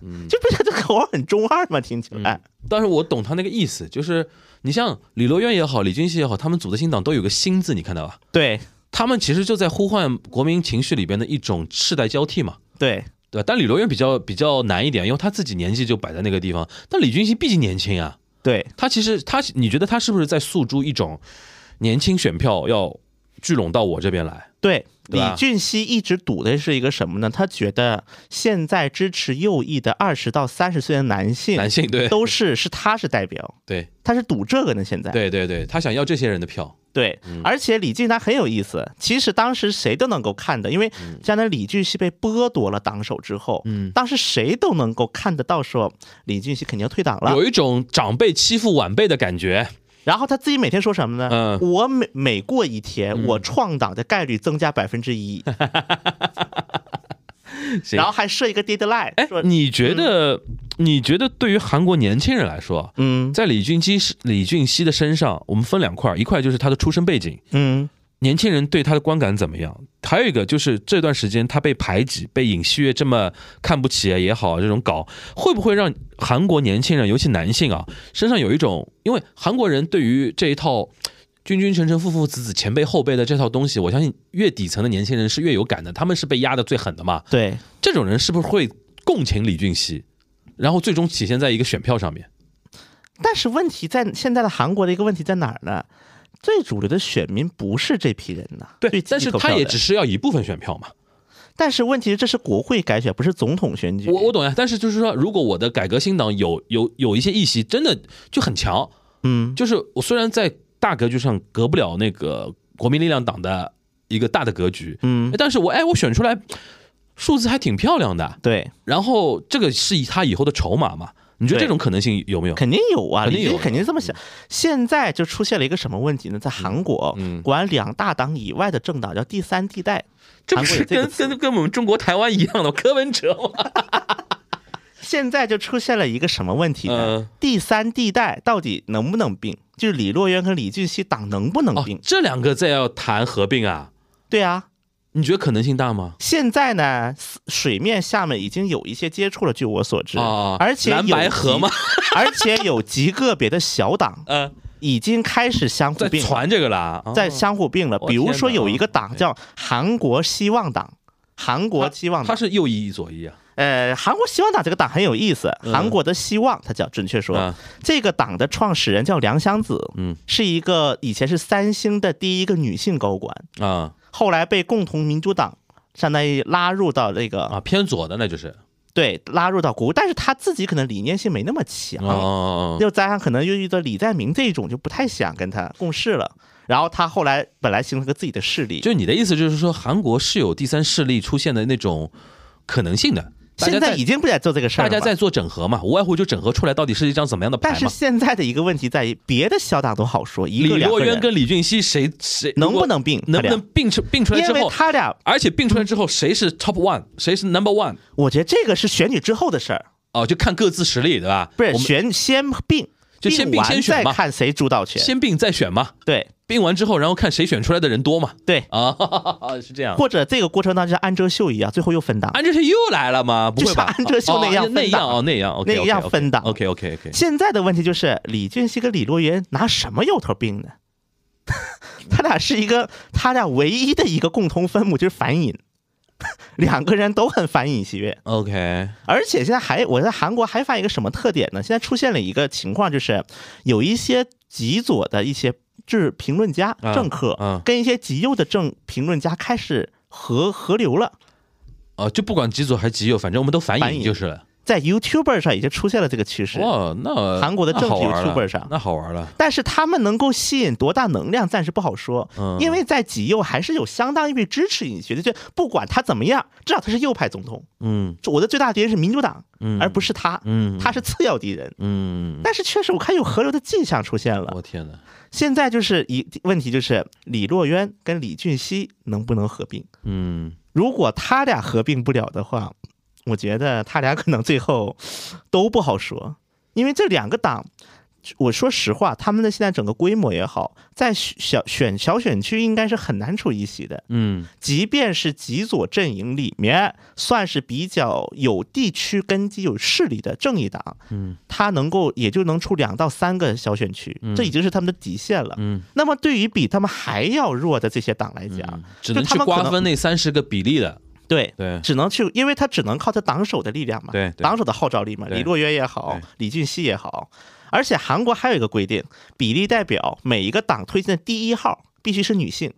Speaker 5: 嗯，
Speaker 3: [laughs] 就不觉得这口号很中二吗？听起来，
Speaker 5: 但是我懂他那个意思，就是你像李罗元也好，李俊熙也好，他们组的新党都有个“新”字，你看到吧？
Speaker 3: 对
Speaker 5: 他们其实就在呼唤国民情绪里边的一种世代交替嘛。
Speaker 3: 对
Speaker 5: 对吧？但李罗元比较比较难一点，因为他自己年纪就摆在那个地方。但李俊熙毕竟年轻啊，
Speaker 3: 对，
Speaker 5: 他其实他，你觉得他是不是在诉诸一种年轻选票要聚拢到我这边来。
Speaker 3: 对，
Speaker 5: 对
Speaker 3: 李
Speaker 5: 吧
Speaker 3: 俊熙一直赌的是一个什么呢？他觉得现在支持右翼的二十到三十岁的男性，
Speaker 5: 男性对
Speaker 3: 都是是他是代表，
Speaker 5: 对
Speaker 3: 他是赌这个呢。现在
Speaker 5: 对对对，他想要这些人的票，
Speaker 3: 对
Speaker 5: 嗯
Speaker 3: 而且李俊他很有意思，其实当时谁都能够看的，因为相当于李俊熙被剥夺了党首之后，
Speaker 5: 嗯
Speaker 3: 当时谁都能够看得到说李俊熙肯定要退党了
Speaker 5: 有。一种长辈欺负晚辈的感觉。
Speaker 3: 然后他自己每天说什么呢？
Speaker 5: 嗯
Speaker 3: 我每每过一天，我创党的概率增加百分
Speaker 5: [laughs]
Speaker 3: 之一，
Speaker 5: 行
Speaker 3: 然后还设一个 deadline，
Speaker 5: 哎
Speaker 3: 说，
Speaker 5: 你觉得你觉得对于韩国年轻人来说，
Speaker 3: 嗯
Speaker 5: 在李俊基李俊熙的身上，我们分两块儿，一块就是他的出身背景，
Speaker 3: 嗯
Speaker 5: 年轻人对他的观感怎么样？还有一个就是这段时间他被排挤、被尹锡悦这么看不起也好，这种搞会不会让韩国年轻人，尤其男性啊，身上有一种，因为韩国人对于这一套君君臣臣、父父子子、前辈后辈的这套东西，我相信越底层的年轻人是越有感的，他们是被压得最狠的嘛。
Speaker 3: 对，
Speaker 5: 这种人是不是会共情李俊熙，然后最终体现在一个选票上面？
Speaker 3: 但是问题在现在的韩国的一个问题在哪儿呢？最主流的选民不是这批人呐，最积极
Speaker 5: 但是
Speaker 3: 投票
Speaker 5: 他
Speaker 3: 的
Speaker 5: 也只，是要一部分选票嘛。
Speaker 3: 但是问题是这是国会改选，不是总统选举。
Speaker 5: 我我懂呀，但是就是说，如果我的改革新党有有有一些议席真的就很强，
Speaker 3: 嗯，
Speaker 5: 就是我虽然在大格局上隔不了那个国民力量党的一个大的格局，
Speaker 3: 嗯，
Speaker 5: 但是我哎我选出来数字还挺漂亮的，
Speaker 3: 对，
Speaker 5: 然后这个是以他以后的筹码嘛？你觉得
Speaker 3: 对
Speaker 5: 这种可能性有没有？
Speaker 3: 肯定有啊，
Speaker 5: 肯定
Speaker 3: 李
Speaker 5: 有嗯
Speaker 3: 俊肯定这么想。现在就出现了一个什么问题呢？在韩国，
Speaker 5: 嗯嗯
Speaker 3: 管两大党以外的政党叫第三地带，韩国有这个词
Speaker 5: 跟跟我们中国台湾一样的柯文哲吗？
Speaker 3: 现在就出现了一个什么问题
Speaker 5: 嗯
Speaker 3: 呢？第三地带到底能不能并？就是李洛渊和李俊熙党能不能
Speaker 5: 哦
Speaker 3: 并，？
Speaker 5: 这两个再要谈合并啊，
Speaker 3: 对啊，
Speaker 5: 你觉得可能性大吗？
Speaker 3: 现在呢，四水面下面已经有一些接触了，据我所知，
Speaker 5: 哦
Speaker 3: 而且
Speaker 5: 蓝
Speaker 3: 有
Speaker 5: 白
Speaker 3: 极
Speaker 5: 合吗？
Speaker 3: [laughs] 而且有极个别的小党
Speaker 5: 呃，
Speaker 3: 已经开始相互
Speaker 5: 在
Speaker 3: 并了，
Speaker 5: 传这个啦，啊
Speaker 3: 在相互并了。
Speaker 5: 我
Speaker 3: 比如
Speaker 5: 天
Speaker 3: 说
Speaker 5: 哪
Speaker 3: 有一个党
Speaker 5: 对
Speaker 3: 叫韩国希望党。韩国希望
Speaker 5: 他
Speaker 3: 党，
Speaker 5: 是右翼左翼啊，
Speaker 3: 呃，韩国希望党这个党很有意思。
Speaker 5: 嗯
Speaker 3: 韩国的希望，它叫准确说
Speaker 5: 啊，
Speaker 3: 这个党的创始人叫梁湘子，
Speaker 5: 嗯，
Speaker 3: 是一个以前是三星的第一个女性高管，
Speaker 5: 啊
Speaker 3: 后来被共同民主党相当于拉入到这个
Speaker 5: 啊偏左的那就是
Speaker 3: 对，拉入到国务，但是他自己可能理念性没那么强，
Speaker 5: 哦，
Speaker 3: 又加上可能又遇到李在明这种，就不太想跟他共事了。然后他后来本来形成个自己的势力，
Speaker 5: 就你的意思就是说，韩国是有第三势力出现的那种可能性的，大家
Speaker 3: 现在已经不在做这个事儿
Speaker 5: 大
Speaker 3: 了嘛。
Speaker 5: 家在做整合嘛，无外乎就整合出来到底是一张怎么样的
Speaker 3: 但
Speaker 5: 牌
Speaker 3: 是
Speaker 5: 嘛。
Speaker 3: 现在的一个问题在于，别的小党都好说，一
Speaker 5: 李
Speaker 3: 个两
Speaker 5: 洛
Speaker 3: 个
Speaker 5: 渊
Speaker 3: 人
Speaker 5: 跟李俊熙谁谁
Speaker 3: 能不
Speaker 5: 如果
Speaker 3: 能并
Speaker 5: 能不能
Speaker 3: 他
Speaker 5: 并出并出来
Speaker 3: 因
Speaker 5: 之
Speaker 3: 为
Speaker 5: 后，
Speaker 3: 他俩，
Speaker 5: 而且并出来之后谁是 top one，谁是 number one
Speaker 3: 我觉得这个是选举之后的事儿，
Speaker 5: 哦，就看各自实力对吧？
Speaker 3: 不是
Speaker 5: 我们
Speaker 3: 选先并，
Speaker 5: 就先并
Speaker 3: 完
Speaker 5: 先选
Speaker 3: 再
Speaker 5: 嘛
Speaker 3: 看谁主导权。
Speaker 5: 先并再选嘛，
Speaker 3: 对
Speaker 5: 并完之后然后看谁选出来的人多嘛
Speaker 3: 对，
Speaker 5: 啊， [laughs] 是这样。
Speaker 3: 或者这个过程当中像安哲秀一样，啊最后又分党。
Speaker 5: 安哲秀又来了吗？不会吧？
Speaker 3: 就是安哲秀
Speaker 5: 哦
Speaker 3: 那样
Speaker 5: 哦那
Speaker 3: 分档
Speaker 5: 样哦，那样 OK，
Speaker 3: 那样分档
Speaker 5: OK OK OK，
Speaker 3: 现在的问题就是李俊熙跟李洛渊拿什么由头并呢？ [laughs] 他俩是一个，他俩唯一的一个共同分母就是反尹， [laughs] 两个人都很反尹锡悦。
Speaker 5: OK，
Speaker 3: 而且现在还我在韩国还发现一个什么特点呢？现在出现了一个情况，就是有一些极左的一些就是评论家、
Speaker 5: 嗯
Speaker 3: 政客，
Speaker 5: 嗯
Speaker 3: 跟一些极右的政评论家开始合合流了。
Speaker 5: 哦，就不管极左还是极右，反正我们都反
Speaker 3: 反
Speaker 5: 映
Speaker 3: 映
Speaker 5: 就是了。
Speaker 3: 在 YouTuber 上已经出现了这个趋势，
Speaker 5: 哇，那
Speaker 3: 韩国的政治
Speaker 5: 那好玩了
Speaker 3: YouTuber 上
Speaker 5: 那好玩了。
Speaker 3: 但是他们能够吸引多大能量，暂时不好说，
Speaker 5: 嗯
Speaker 3: 因为在极右还是有相当一批支持尹学的，就不管他怎么样，至少他是右派总统。
Speaker 5: 嗯
Speaker 3: 我的最大敌人是民主党，
Speaker 5: 嗯
Speaker 3: 而不是他，
Speaker 5: 嗯
Speaker 3: 他是次要敌人。
Speaker 5: 嗯，
Speaker 3: 但是确实，我看有河流的迹象出现了。
Speaker 5: 我天哪，
Speaker 3: 现在就是一问题，就是李洛渊跟李俊熙能不能合并？
Speaker 5: 嗯，
Speaker 3: 如果他俩合并不了的话，我觉得他俩可能最后都不好说，因为这两个党，我说实话，他们的现在整个规模也好，在小选小选区应该是很难处一席的。
Speaker 5: 嗯
Speaker 3: 即便是极左阵营里面算是比较有地区根基、有势力的正义党，
Speaker 5: 嗯，
Speaker 3: 他能够也就能出两到三个小选区，这已经是他们的底线了。
Speaker 5: 嗯，
Speaker 3: 那么对于比他们还要弱的这些党来讲，
Speaker 5: 只能
Speaker 3: 就他
Speaker 5: 去
Speaker 3: 们可
Speaker 5: 瓜
Speaker 3: 能
Speaker 5: 分那三十个比例的。
Speaker 3: 对
Speaker 5: 对
Speaker 3: 只能去，因为他只能靠他党首的力量嘛，
Speaker 5: 对对
Speaker 3: 党首的号召力嘛，
Speaker 5: 对
Speaker 3: 李洛渊也好
Speaker 5: 对，
Speaker 3: 李俊熙也好，而且韩国还有一个规定，比例代表每一个党推荐的第一号必须是女性，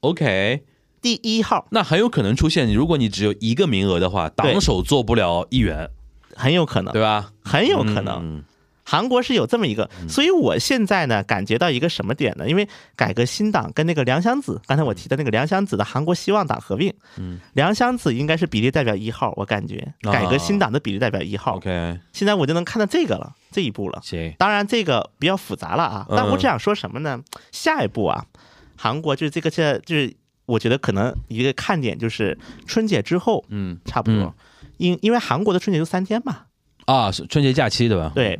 Speaker 5: OK，
Speaker 3: 第一号
Speaker 5: 那很有可能出现，如果你只有一个名额的话，
Speaker 3: 对
Speaker 5: 党首做不了议员，
Speaker 3: 很有可能，
Speaker 5: 对吧？
Speaker 3: 很有可能。
Speaker 5: 嗯
Speaker 3: 韩国是有这么一个，所以我现在呢感觉到一个什么点呢？因为改革新党跟那个梁湘子，刚才我提的那个梁湘子的韩国希望党合并，嗯，梁湘子应该是比例代表一号，我感觉
Speaker 5: 啊
Speaker 3: 改革新党的比例代表一号，
Speaker 5: OK，
Speaker 3: 现在我就能看到这个了，这一步了。
Speaker 5: 行，
Speaker 3: 当然这个比较复杂了啊，
Speaker 5: 嗯
Speaker 3: 但我只想说什么呢？下一步啊，韩国就是这个这就是我觉得可能一个看点就是春节之后，
Speaker 5: 嗯
Speaker 3: 差不多
Speaker 5: 嗯，
Speaker 3: 因因为韩国的春节就三天嘛，
Speaker 5: 啊，是春节假期对吧？
Speaker 3: 对，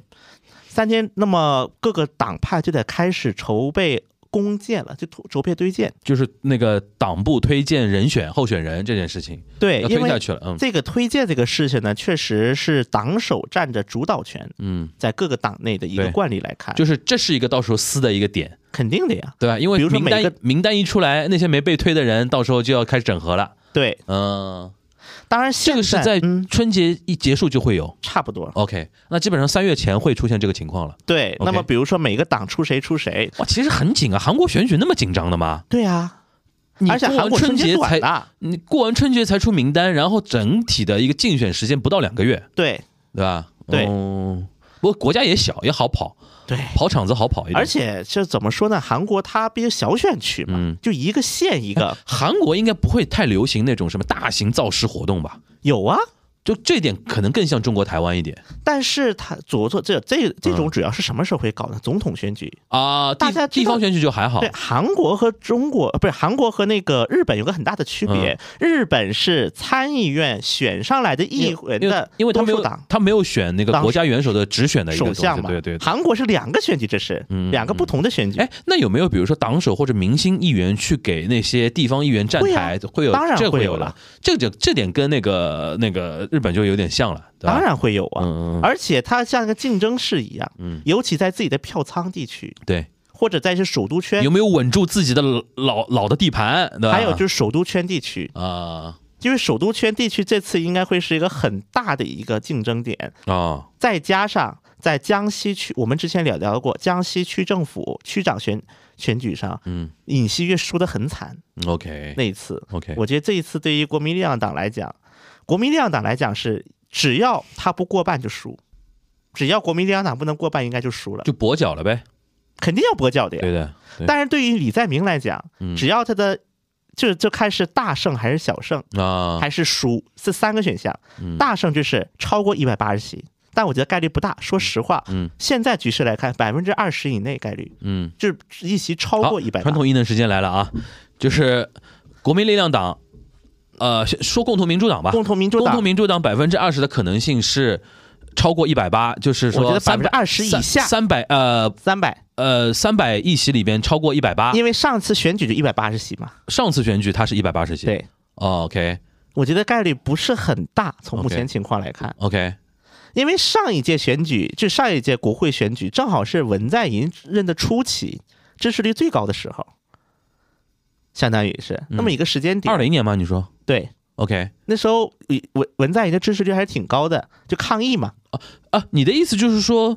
Speaker 3: 三天，那么各个党派就得开始筹备公建了，就筹备推荐。
Speaker 5: 就是那个党部推荐人选候选人这件事情
Speaker 3: 对，
Speaker 5: 要
Speaker 3: 因
Speaker 5: 推下
Speaker 3: 为
Speaker 5: 去了，嗯
Speaker 3: 这个推荐这个事情呢，确实是党首占着主导权，
Speaker 5: 嗯，
Speaker 3: 在各个党内的一个
Speaker 5: 对
Speaker 3: 惯例来看，
Speaker 5: 就是这是一个到时候撕的一个点，
Speaker 3: 肯定的呀。
Speaker 5: 对吧？因为
Speaker 3: 比如说
Speaker 5: 名单
Speaker 3: 每个
Speaker 5: 名单一出来，那些没被推的人到时候就要开始整合了，
Speaker 3: 对，
Speaker 5: 嗯，
Speaker 3: 当然
Speaker 5: 这
Speaker 3: 现
Speaker 5: 个是在
Speaker 3: 嗯，
Speaker 5: 春节一结束就会有。
Speaker 3: 差不多。
Speaker 5: OK，那基本上三月前会出现这个情况了。
Speaker 3: 对，那
Speaker 5: OK
Speaker 3: 么比如说每个党出谁出谁，
Speaker 5: 哇，其实很紧啊，韩国选举那么紧张的吗？
Speaker 3: 对啊，
Speaker 5: 你
Speaker 3: 而且
Speaker 5: 过
Speaker 3: 韩
Speaker 5: 完
Speaker 3: 国
Speaker 5: 春
Speaker 3: 春
Speaker 5: 节
Speaker 3: 节短
Speaker 5: 才，
Speaker 3: 的，
Speaker 5: 你过完春节才出名单，然后整体的一个竞选时间不到两个月，
Speaker 3: 对
Speaker 5: 对吧？
Speaker 3: 对
Speaker 5: 嗯不过国家也小，也好跑，
Speaker 3: 对。
Speaker 5: 跑场子好跑一点。
Speaker 3: 而且这怎么说呢？韩国它毕竟小选区嘛，
Speaker 5: 嗯
Speaker 3: 就一个县
Speaker 5: [laughs]
Speaker 3: 一个，
Speaker 5: 韩国应该不会太流行那种什么大型造势活动吧？
Speaker 3: 有啊，
Speaker 5: 就这点可能更像中国台湾一点
Speaker 3: 但是他左左这这这
Speaker 5: 嗯
Speaker 3: 种主要是什么时候会搞呢？总统选举。
Speaker 5: 啊。地
Speaker 3: 大家知
Speaker 5: 地
Speaker 3: 道
Speaker 5: 方选举就还好
Speaker 3: 对，，韩国和中国呃不是韩国和那个日本有个很大的区
Speaker 5: 嗯
Speaker 3: 别，日本是参议院选上来的议员
Speaker 5: 因为
Speaker 3: 的
Speaker 5: 因为他
Speaker 3: 多
Speaker 5: 没
Speaker 3: 数
Speaker 5: 有
Speaker 3: 党
Speaker 5: 他没有选那个
Speaker 3: 当时
Speaker 5: 国家元首的直选的一个
Speaker 3: 首
Speaker 5: 东西
Speaker 3: 相嘛，
Speaker 5: 对对对。
Speaker 3: 韩国是两个选举，这是
Speaker 5: 嗯
Speaker 3: 两个不同的选举。
Speaker 5: 哎，那有没有比如说党首或者明星议员去给那些地方议员站台，会有
Speaker 3: 当然
Speaker 5: 这
Speaker 3: 会
Speaker 5: 有
Speaker 3: 有
Speaker 5: 了
Speaker 3: 了，
Speaker 5: 这个就这点跟那个那个日本就有点像了，对吧？
Speaker 3: 当，然会有啊，
Speaker 5: 嗯嗯嗯
Speaker 3: 而且它像一个竞争市一样，
Speaker 5: 嗯
Speaker 3: 尤其在自己的票仓地区，
Speaker 5: 对，
Speaker 3: 或者在一些首都圈
Speaker 5: 有，啊没有稳住自己的老老老的地盘？对吧？
Speaker 3: 还有就是是首都圈地区，
Speaker 5: 啊
Speaker 3: 因为首都圈地区这次应该会是一个很大的一个竞争点，
Speaker 5: 啊
Speaker 3: 再加上在江西区，我们之前聊聊过，江西区政府区长选选举上，
Speaker 5: 嗯
Speaker 3: 尹锡悦输得很惨。
Speaker 5: ，OK
Speaker 3: 那一次，
Speaker 5: OK，
Speaker 3: 我觉得这一次对于国民力量党来讲，国民力量党来讲是只要他不过半就输，只要国民力量党不能过半，应该就输了，
Speaker 5: 就跛脚了呗，
Speaker 3: 肯定要跛脚的呀。
Speaker 5: 对的，对
Speaker 3: 但是对于李在明来讲，
Speaker 5: 嗯
Speaker 3: 只要他的就就看是大胜还是小胜，
Speaker 5: 啊嗯
Speaker 3: 还是输，是三个选项。大胜就是超过一百八十席，但我觉得概率不大。说实话，
Speaker 5: 嗯，
Speaker 3: 现在局势来看，百分之二十以内概率，
Speaker 5: 嗯，
Speaker 3: 就是一席超
Speaker 5: 好
Speaker 3: 过一百。
Speaker 5: 传统一的时间来了啊，就是国民力量党，呃，先说共同民主党吧，
Speaker 3: 共同民
Speaker 5: 啊
Speaker 3: 主
Speaker 5: 共
Speaker 3: 党
Speaker 5: 同，民主党百分之二十的可能性是超过一百八，就是
Speaker 3: 我觉
Speaker 5: 说
Speaker 3: 得
Speaker 5: 三百
Speaker 3: 20%以下
Speaker 5: 三百呃
Speaker 3: 三百，
Speaker 5: 呃三百议席里边超过一百八。
Speaker 3: 因为上次选举就一百八十席嘛。
Speaker 5: 上次选举它是一百八十席，
Speaker 3: 对，
Speaker 5: 哦，OK
Speaker 3: 我觉得概率不是很大，从目
Speaker 5: OK
Speaker 3: 前情况来看，
Speaker 5: OK，
Speaker 3: 因为上一届选举，就上一届国会选举，正好是文在寅任的初期，支持率最高的时候，相当于是那么一个时间
Speaker 5: 嗯
Speaker 3: 点。
Speaker 5: 二零年吗？你说
Speaker 3: 对，
Speaker 5: OK
Speaker 3: 那时候文文文在寅的支持率还是挺高的，就抗议嘛。
Speaker 5: 啊？你的意思就是说，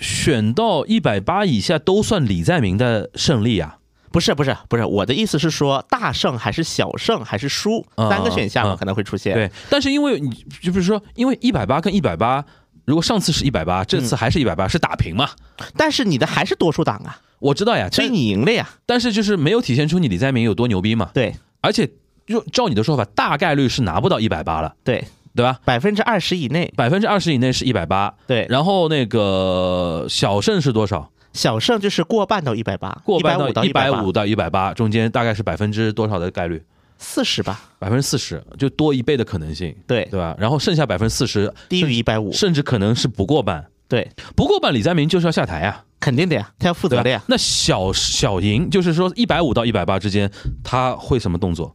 Speaker 5: 选到一百八以下都算李在明的胜利啊？
Speaker 3: 不是不是不是，我的意思是说，大胜还是小胜还是输，
Speaker 5: 嗯
Speaker 3: 三个选项
Speaker 5: 嗯
Speaker 3: 嘛可能会出现。，
Speaker 5: 对，但是因为你就比如说，因为一百八跟一百八，如果上次是一百八，这次还是一百八，是打平嘛？
Speaker 3: 但是你的还是多数党啊，
Speaker 5: 我知道呀，
Speaker 3: 所以
Speaker 5: 但
Speaker 3: 你赢了呀。
Speaker 5: 但是就是没有体现出你李在明有多牛逼嘛？
Speaker 3: 对
Speaker 5: 而且就照你的说法，大概率是拿不到一百八了，
Speaker 3: 对，
Speaker 5: 对吧？
Speaker 3: 百分之二十以内。
Speaker 5: 百分之二十以内是一百八，
Speaker 3: 对，
Speaker 5: 然后那个小胜是多少？
Speaker 3: 小胜就是过半到一百八，
Speaker 5: 过半
Speaker 3: 150
Speaker 5: 到
Speaker 3: 到
Speaker 5: 一百五
Speaker 3: 五
Speaker 5: 到一百八中间大概是百分之多少的概率？
Speaker 3: 四十吧。
Speaker 5: 百分之四十，就多一倍的可能性，
Speaker 3: 对，
Speaker 5: 对吧？然后剩下百分之四十，
Speaker 3: 哎低于一百五。
Speaker 5: 甚至可能是不过半，
Speaker 3: 对，
Speaker 5: 不过半李在明就是要下台啊。
Speaker 3: 肯定的呀，他要负
Speaker 5: 对啊吧？
Speaker 3: 责的呀。
Speaker 5: 那小小赢就是说一百五到一百八之间，他会什么动作？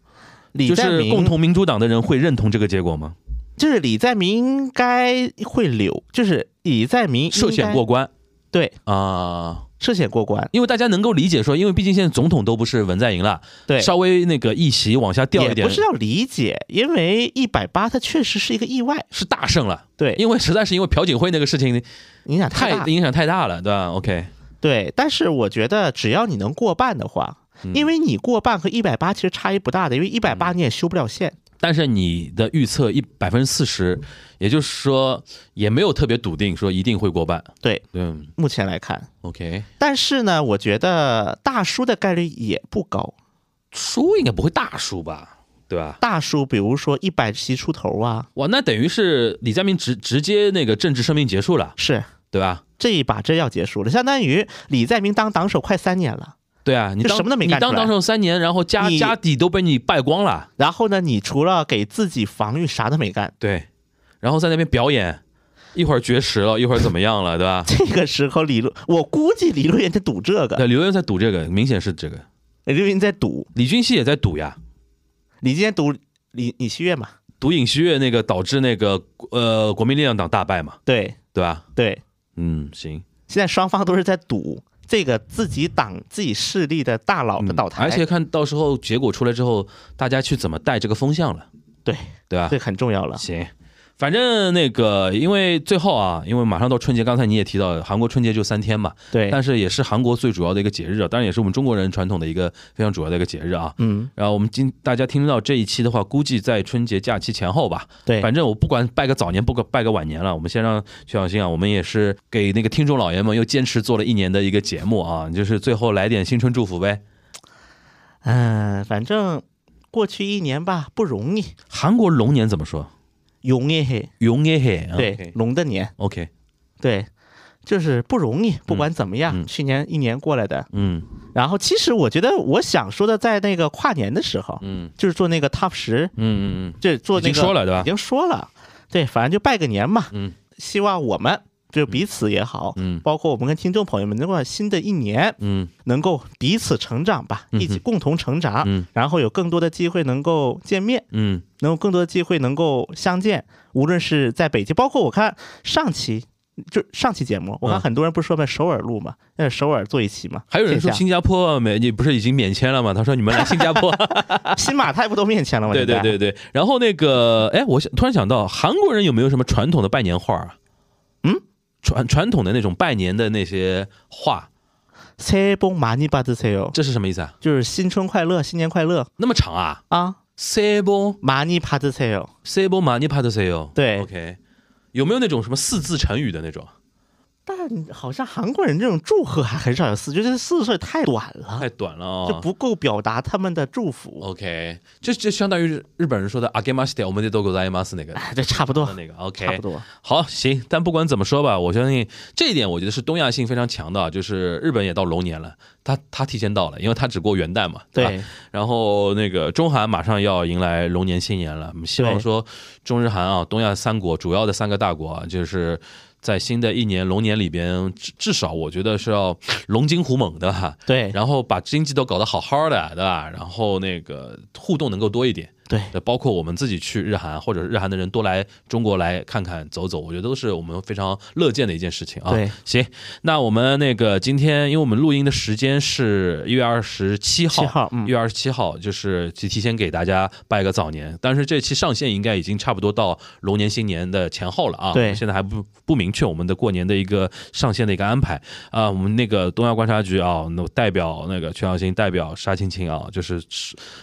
Speaker 3: 李
Speaker 5: 就
Speaker 3: 在
Speaker 5: 是
Speaker 3: 明
Speaker 5: 共同民主党的人会认同这个结果吗？
Speaker 3: 就是李在明应该会留，就是李在明应该
Speaker 5: 涉险过关
Speaker 3: 对
Speaker 5: 啊、
Speaker 3: 涉险过关，
Speaker 5: 因为大家能够理解说，因为毕竟现在总统都不是文在寅了，
Speaker 3: 对，
Speaker 5: 稍微那个议席往下掉一
Speaker 3: 也
Speaker 5: 点
Speaker 3: 不是要理解，因为一百八它确实是一个意外，
Speaker 5: 是大胜了。
Speaker 3: 对，
Speaker 5: 因为实在是因为朴槿惠那个事情
Speaker 3: 影响太大
Speaker 5: 太
Speaker 3: 了。
Speaker 5: 影响太大了，对吧？OK，
Speaker 3: 对，但是我觉得只要你能过半的话，
Speaker 5: 嗯
Speaker 3: 因为你过半和一百八其实差异不大的，因为一百八你也修不了线。
Speaker 5: 但是你的预测一百分之四十，也就是说也没有特别笃定说一定会过半。
Speaker 3: 对，
Speaker 5: 对
Speaker 3: 目前来看，
Speaker 5: ，OK，
Speaker 3: 但是呢，我觉得大叔的概率也不高。
Speaker 5: 输应该不会大输吧？对吧？
Speaker 3: 大叔，比如说一百席出头啊，
Speaker 5: 哇，那等于是李佳明直直接那个政治生命结束了，
Speaker 3: 是
Speaker 5: 对吧？
Speaker 3: 这一把真要结束了，相当于李在明当党首快三年了。
Speaker 5: 对啊，你
Speaker 3: 就
Speaker 5: 当
Speaker 3: 什么都没干
Speaker 5: 你当
Speaker 3: 出来
Speaker 5: 当上三年，然后家
Speaker 3: 你
Speaker 5: 家底都被你败光了，
Speaker 3: 然后呢，你除了给自己防御，啥都没干。？
Speaker 5: 对，然后在那边表演，一会儿绝食了，一会儿怎么样了，对吧
Speaker 3: 这个时候，理论我估计理论也在赌这个，
Speaker 5: 对，刘源在赌这个，明显是这个，
Speaker 3: 理论在赌。
Speaker 5: 李俊熙也在赌呀，
Speaker 3: 你今天赌李李希月嘛？
Speaker 5: 赌尹锡悦那个导致那个呃国民力量党大败嘛，
Speaker 3: 对
Speaker 5: 对吧？
Speaker 3: 对，
Speaker 5: 嗯，行，
Speaker 3: 现在双方都是在赌这个自己党自己势力的大佬的
Speaker 5: 嗯
Speaker 3: 倒台，
Speaker 5: 而且看到时候结果出来之后，大家去怎么带这个风向了，
Speaker 3: 对啊
Speaker 5: 对吧？
Speaker 3: 这很重要了。
Speaker 5: 行，反正那个，因为最后啊，因为马上到春节，刚才你也提到，韩国春节就三天嘛，
Speaker 3: 对，
Speaker 5: 但是也是韩国最主要的一个节日啊，当然也是我们中国人传统的一个非常主要的一个节日啊。
Speaker 3: 嗯，
Speaker 5: 然后我们今大家听到这一期的话，估计在春节假期前后吧。
Speaker 3: 对，
Speaker 5: 反正我不管拜个早年，不管拜个晚年了，我们先让薛小新啊，我们也是给那个听众老爷们又坚持做了一年的一个节目啊，就是最后来点新春祝福呗。
Speaker 3: 嗯，反正过去一年吧不容易，
Speaker 5: 韩国龙年怎么说？
Speaker 3: 容易嘿，
Speaker 5: 용의嘿。
Speaker 3: 对，龙的年，
Speaker 5: 啊，OK，
Speaker 3: 对，就是不容易。不管怎么样，
Speaker 5: 嗯
Speaker 3: 去年一年过来的。
Speaker 5: 嗯
Speaker 3: 然后其实我觉得我想说的，在那个跨年的时候，
Speaker 5: 嗯
Speaker 3: 就是做那个 top 十，
Speaker 5: 嗯嗯嗯，
Speaker 3: 这做
Speaker 5: 已
Speaker 3: 那
Speaker 5: 经
Speaker 3: 个
Speaker 5: 说了对吧
Speaker 3: 已经说了，对，反正就拜个年嘛。
Speaker 5: 嗯，
Speaker 3: 希望我们就彼此也好，
Speaker 5: 嗯
Speaker 3: 包括我们跟听众朋友们，能够新的一年
Speaker 5: 嗯
Speaker 3: 能够彼此成长吧，一起共同成长，
Speaker 5: 嗯
Speaker 3: 然后有更多的机会能够见面，
Speaker 5: 嗯。
Speaker 3: 能有更多的机会能够相见，无论是在北京，包括我看上期。就上期节目，我看
Speaker 5: 嗯
Speaker 3: 很多人不是说在首尔录嘛，在首尔做一期嘛。
Speaker 5: 还有人说
Speaker 3: 线
Speaker 5: 新加坡免，你不是已经免签了吗？他说你们来新加 [laughs] 坡，
Speaker 3: 下新马泰不都面前了
Speaker 5: [laughs]
Speaker 3: 吗？
Speaker 5: 对对
Speaker 3: 现在
Speaker 5: 对对。然后那个，哎，我想突然想到，韩国人有没有什么传统的拜年画啊？
Speaker 3: 嗯，
Speaker 5: 传传统的那种拜年的那些画，
Speaker 3: 새해복많이받으세요，
Speaker 5: 这是什么意思啊？
Speaker 3: 就是新春快乐，新年快乐
Speaker 5: 那么长啊？
Speaker 3: 啊！
Speaker 5: 세번
Speaker 3: 많이받으세요，
Speaker 5: 세번많이받으세요。
Speaker 3: 对
Speaker 5: ，OK，有没有那种什么四字成语的那种？
Speaker 3: 但好像韩国人这种祝贺还很少有四，就是四岁太短了，
Speaker 5: 太短了
Speaker 3: 就
Speaker 5: 啊。
Speaker 3: 不够表达他们的祝福。
Speaker 5: OK，这这相当于日日本人说的阿给马西德，我们的都给在马斯
Speaker 3: [laughs]
Speaker 5: 那个。
Speaker 3: 哎，对，差不多，
Speaker 5: 那个 OK，
Speaker 3: 差不多。
Speaker 5: 好，行，但不管怎么说吧，我相信这一点，我觉得是东亚性非常强的啊，就是日本也到龙年了，他他提前到了，因为他只过元旦嘛，吧
Speaker 3: 对，
Speaker 5: 然后那个中韩马上要迎来龙年新年了，我们希望
Speaker 3: 对
Speaker 5: 说中日韩啊，东亚三国主要的三个大国啊，就是在新的一年龙年里边，至至少我觉得是要龙精虎猛的哈，
Speaker 3: 对，
Speaker 5: 然后把经济都搞得好好的，对吧？然后那个互动能够多一点。
Speaker 3: 对，
Speaker 5: 对，包括我们自己去日韩，或者日韩的人多来中国来看看、走走，我觉得都是我们非常乐见的一件事情啊。
Speaker 3: 对，
Speaker 5: 行，那我们那个今天，因为我们录音的时间是一月二十七号，
Speaker 3: 7号嗯
Speaker 5: 一月二十七号，就是提提前给大家拜个早年。但是这期上线应该已经差不多到龙年新年的前后了啊。
Speaker 3: 对
Speaker 5: 现在还不不明确我们的过年的一个上线的一个安排啊。我们那个东亚观察局啊，那代表那个全小新，代表沙青青啊，就是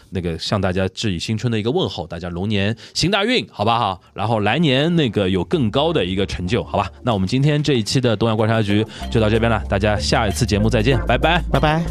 Speaker 5: 那个向大家致以新春的一个问候，大家龙年行大运，好不好？然后来年那个有更高的一个成就，好吧？那我们今天这一期的东亚观察局就到这边了，大家下一次节目再见，拜拜。
Speaker 3: 拜拜。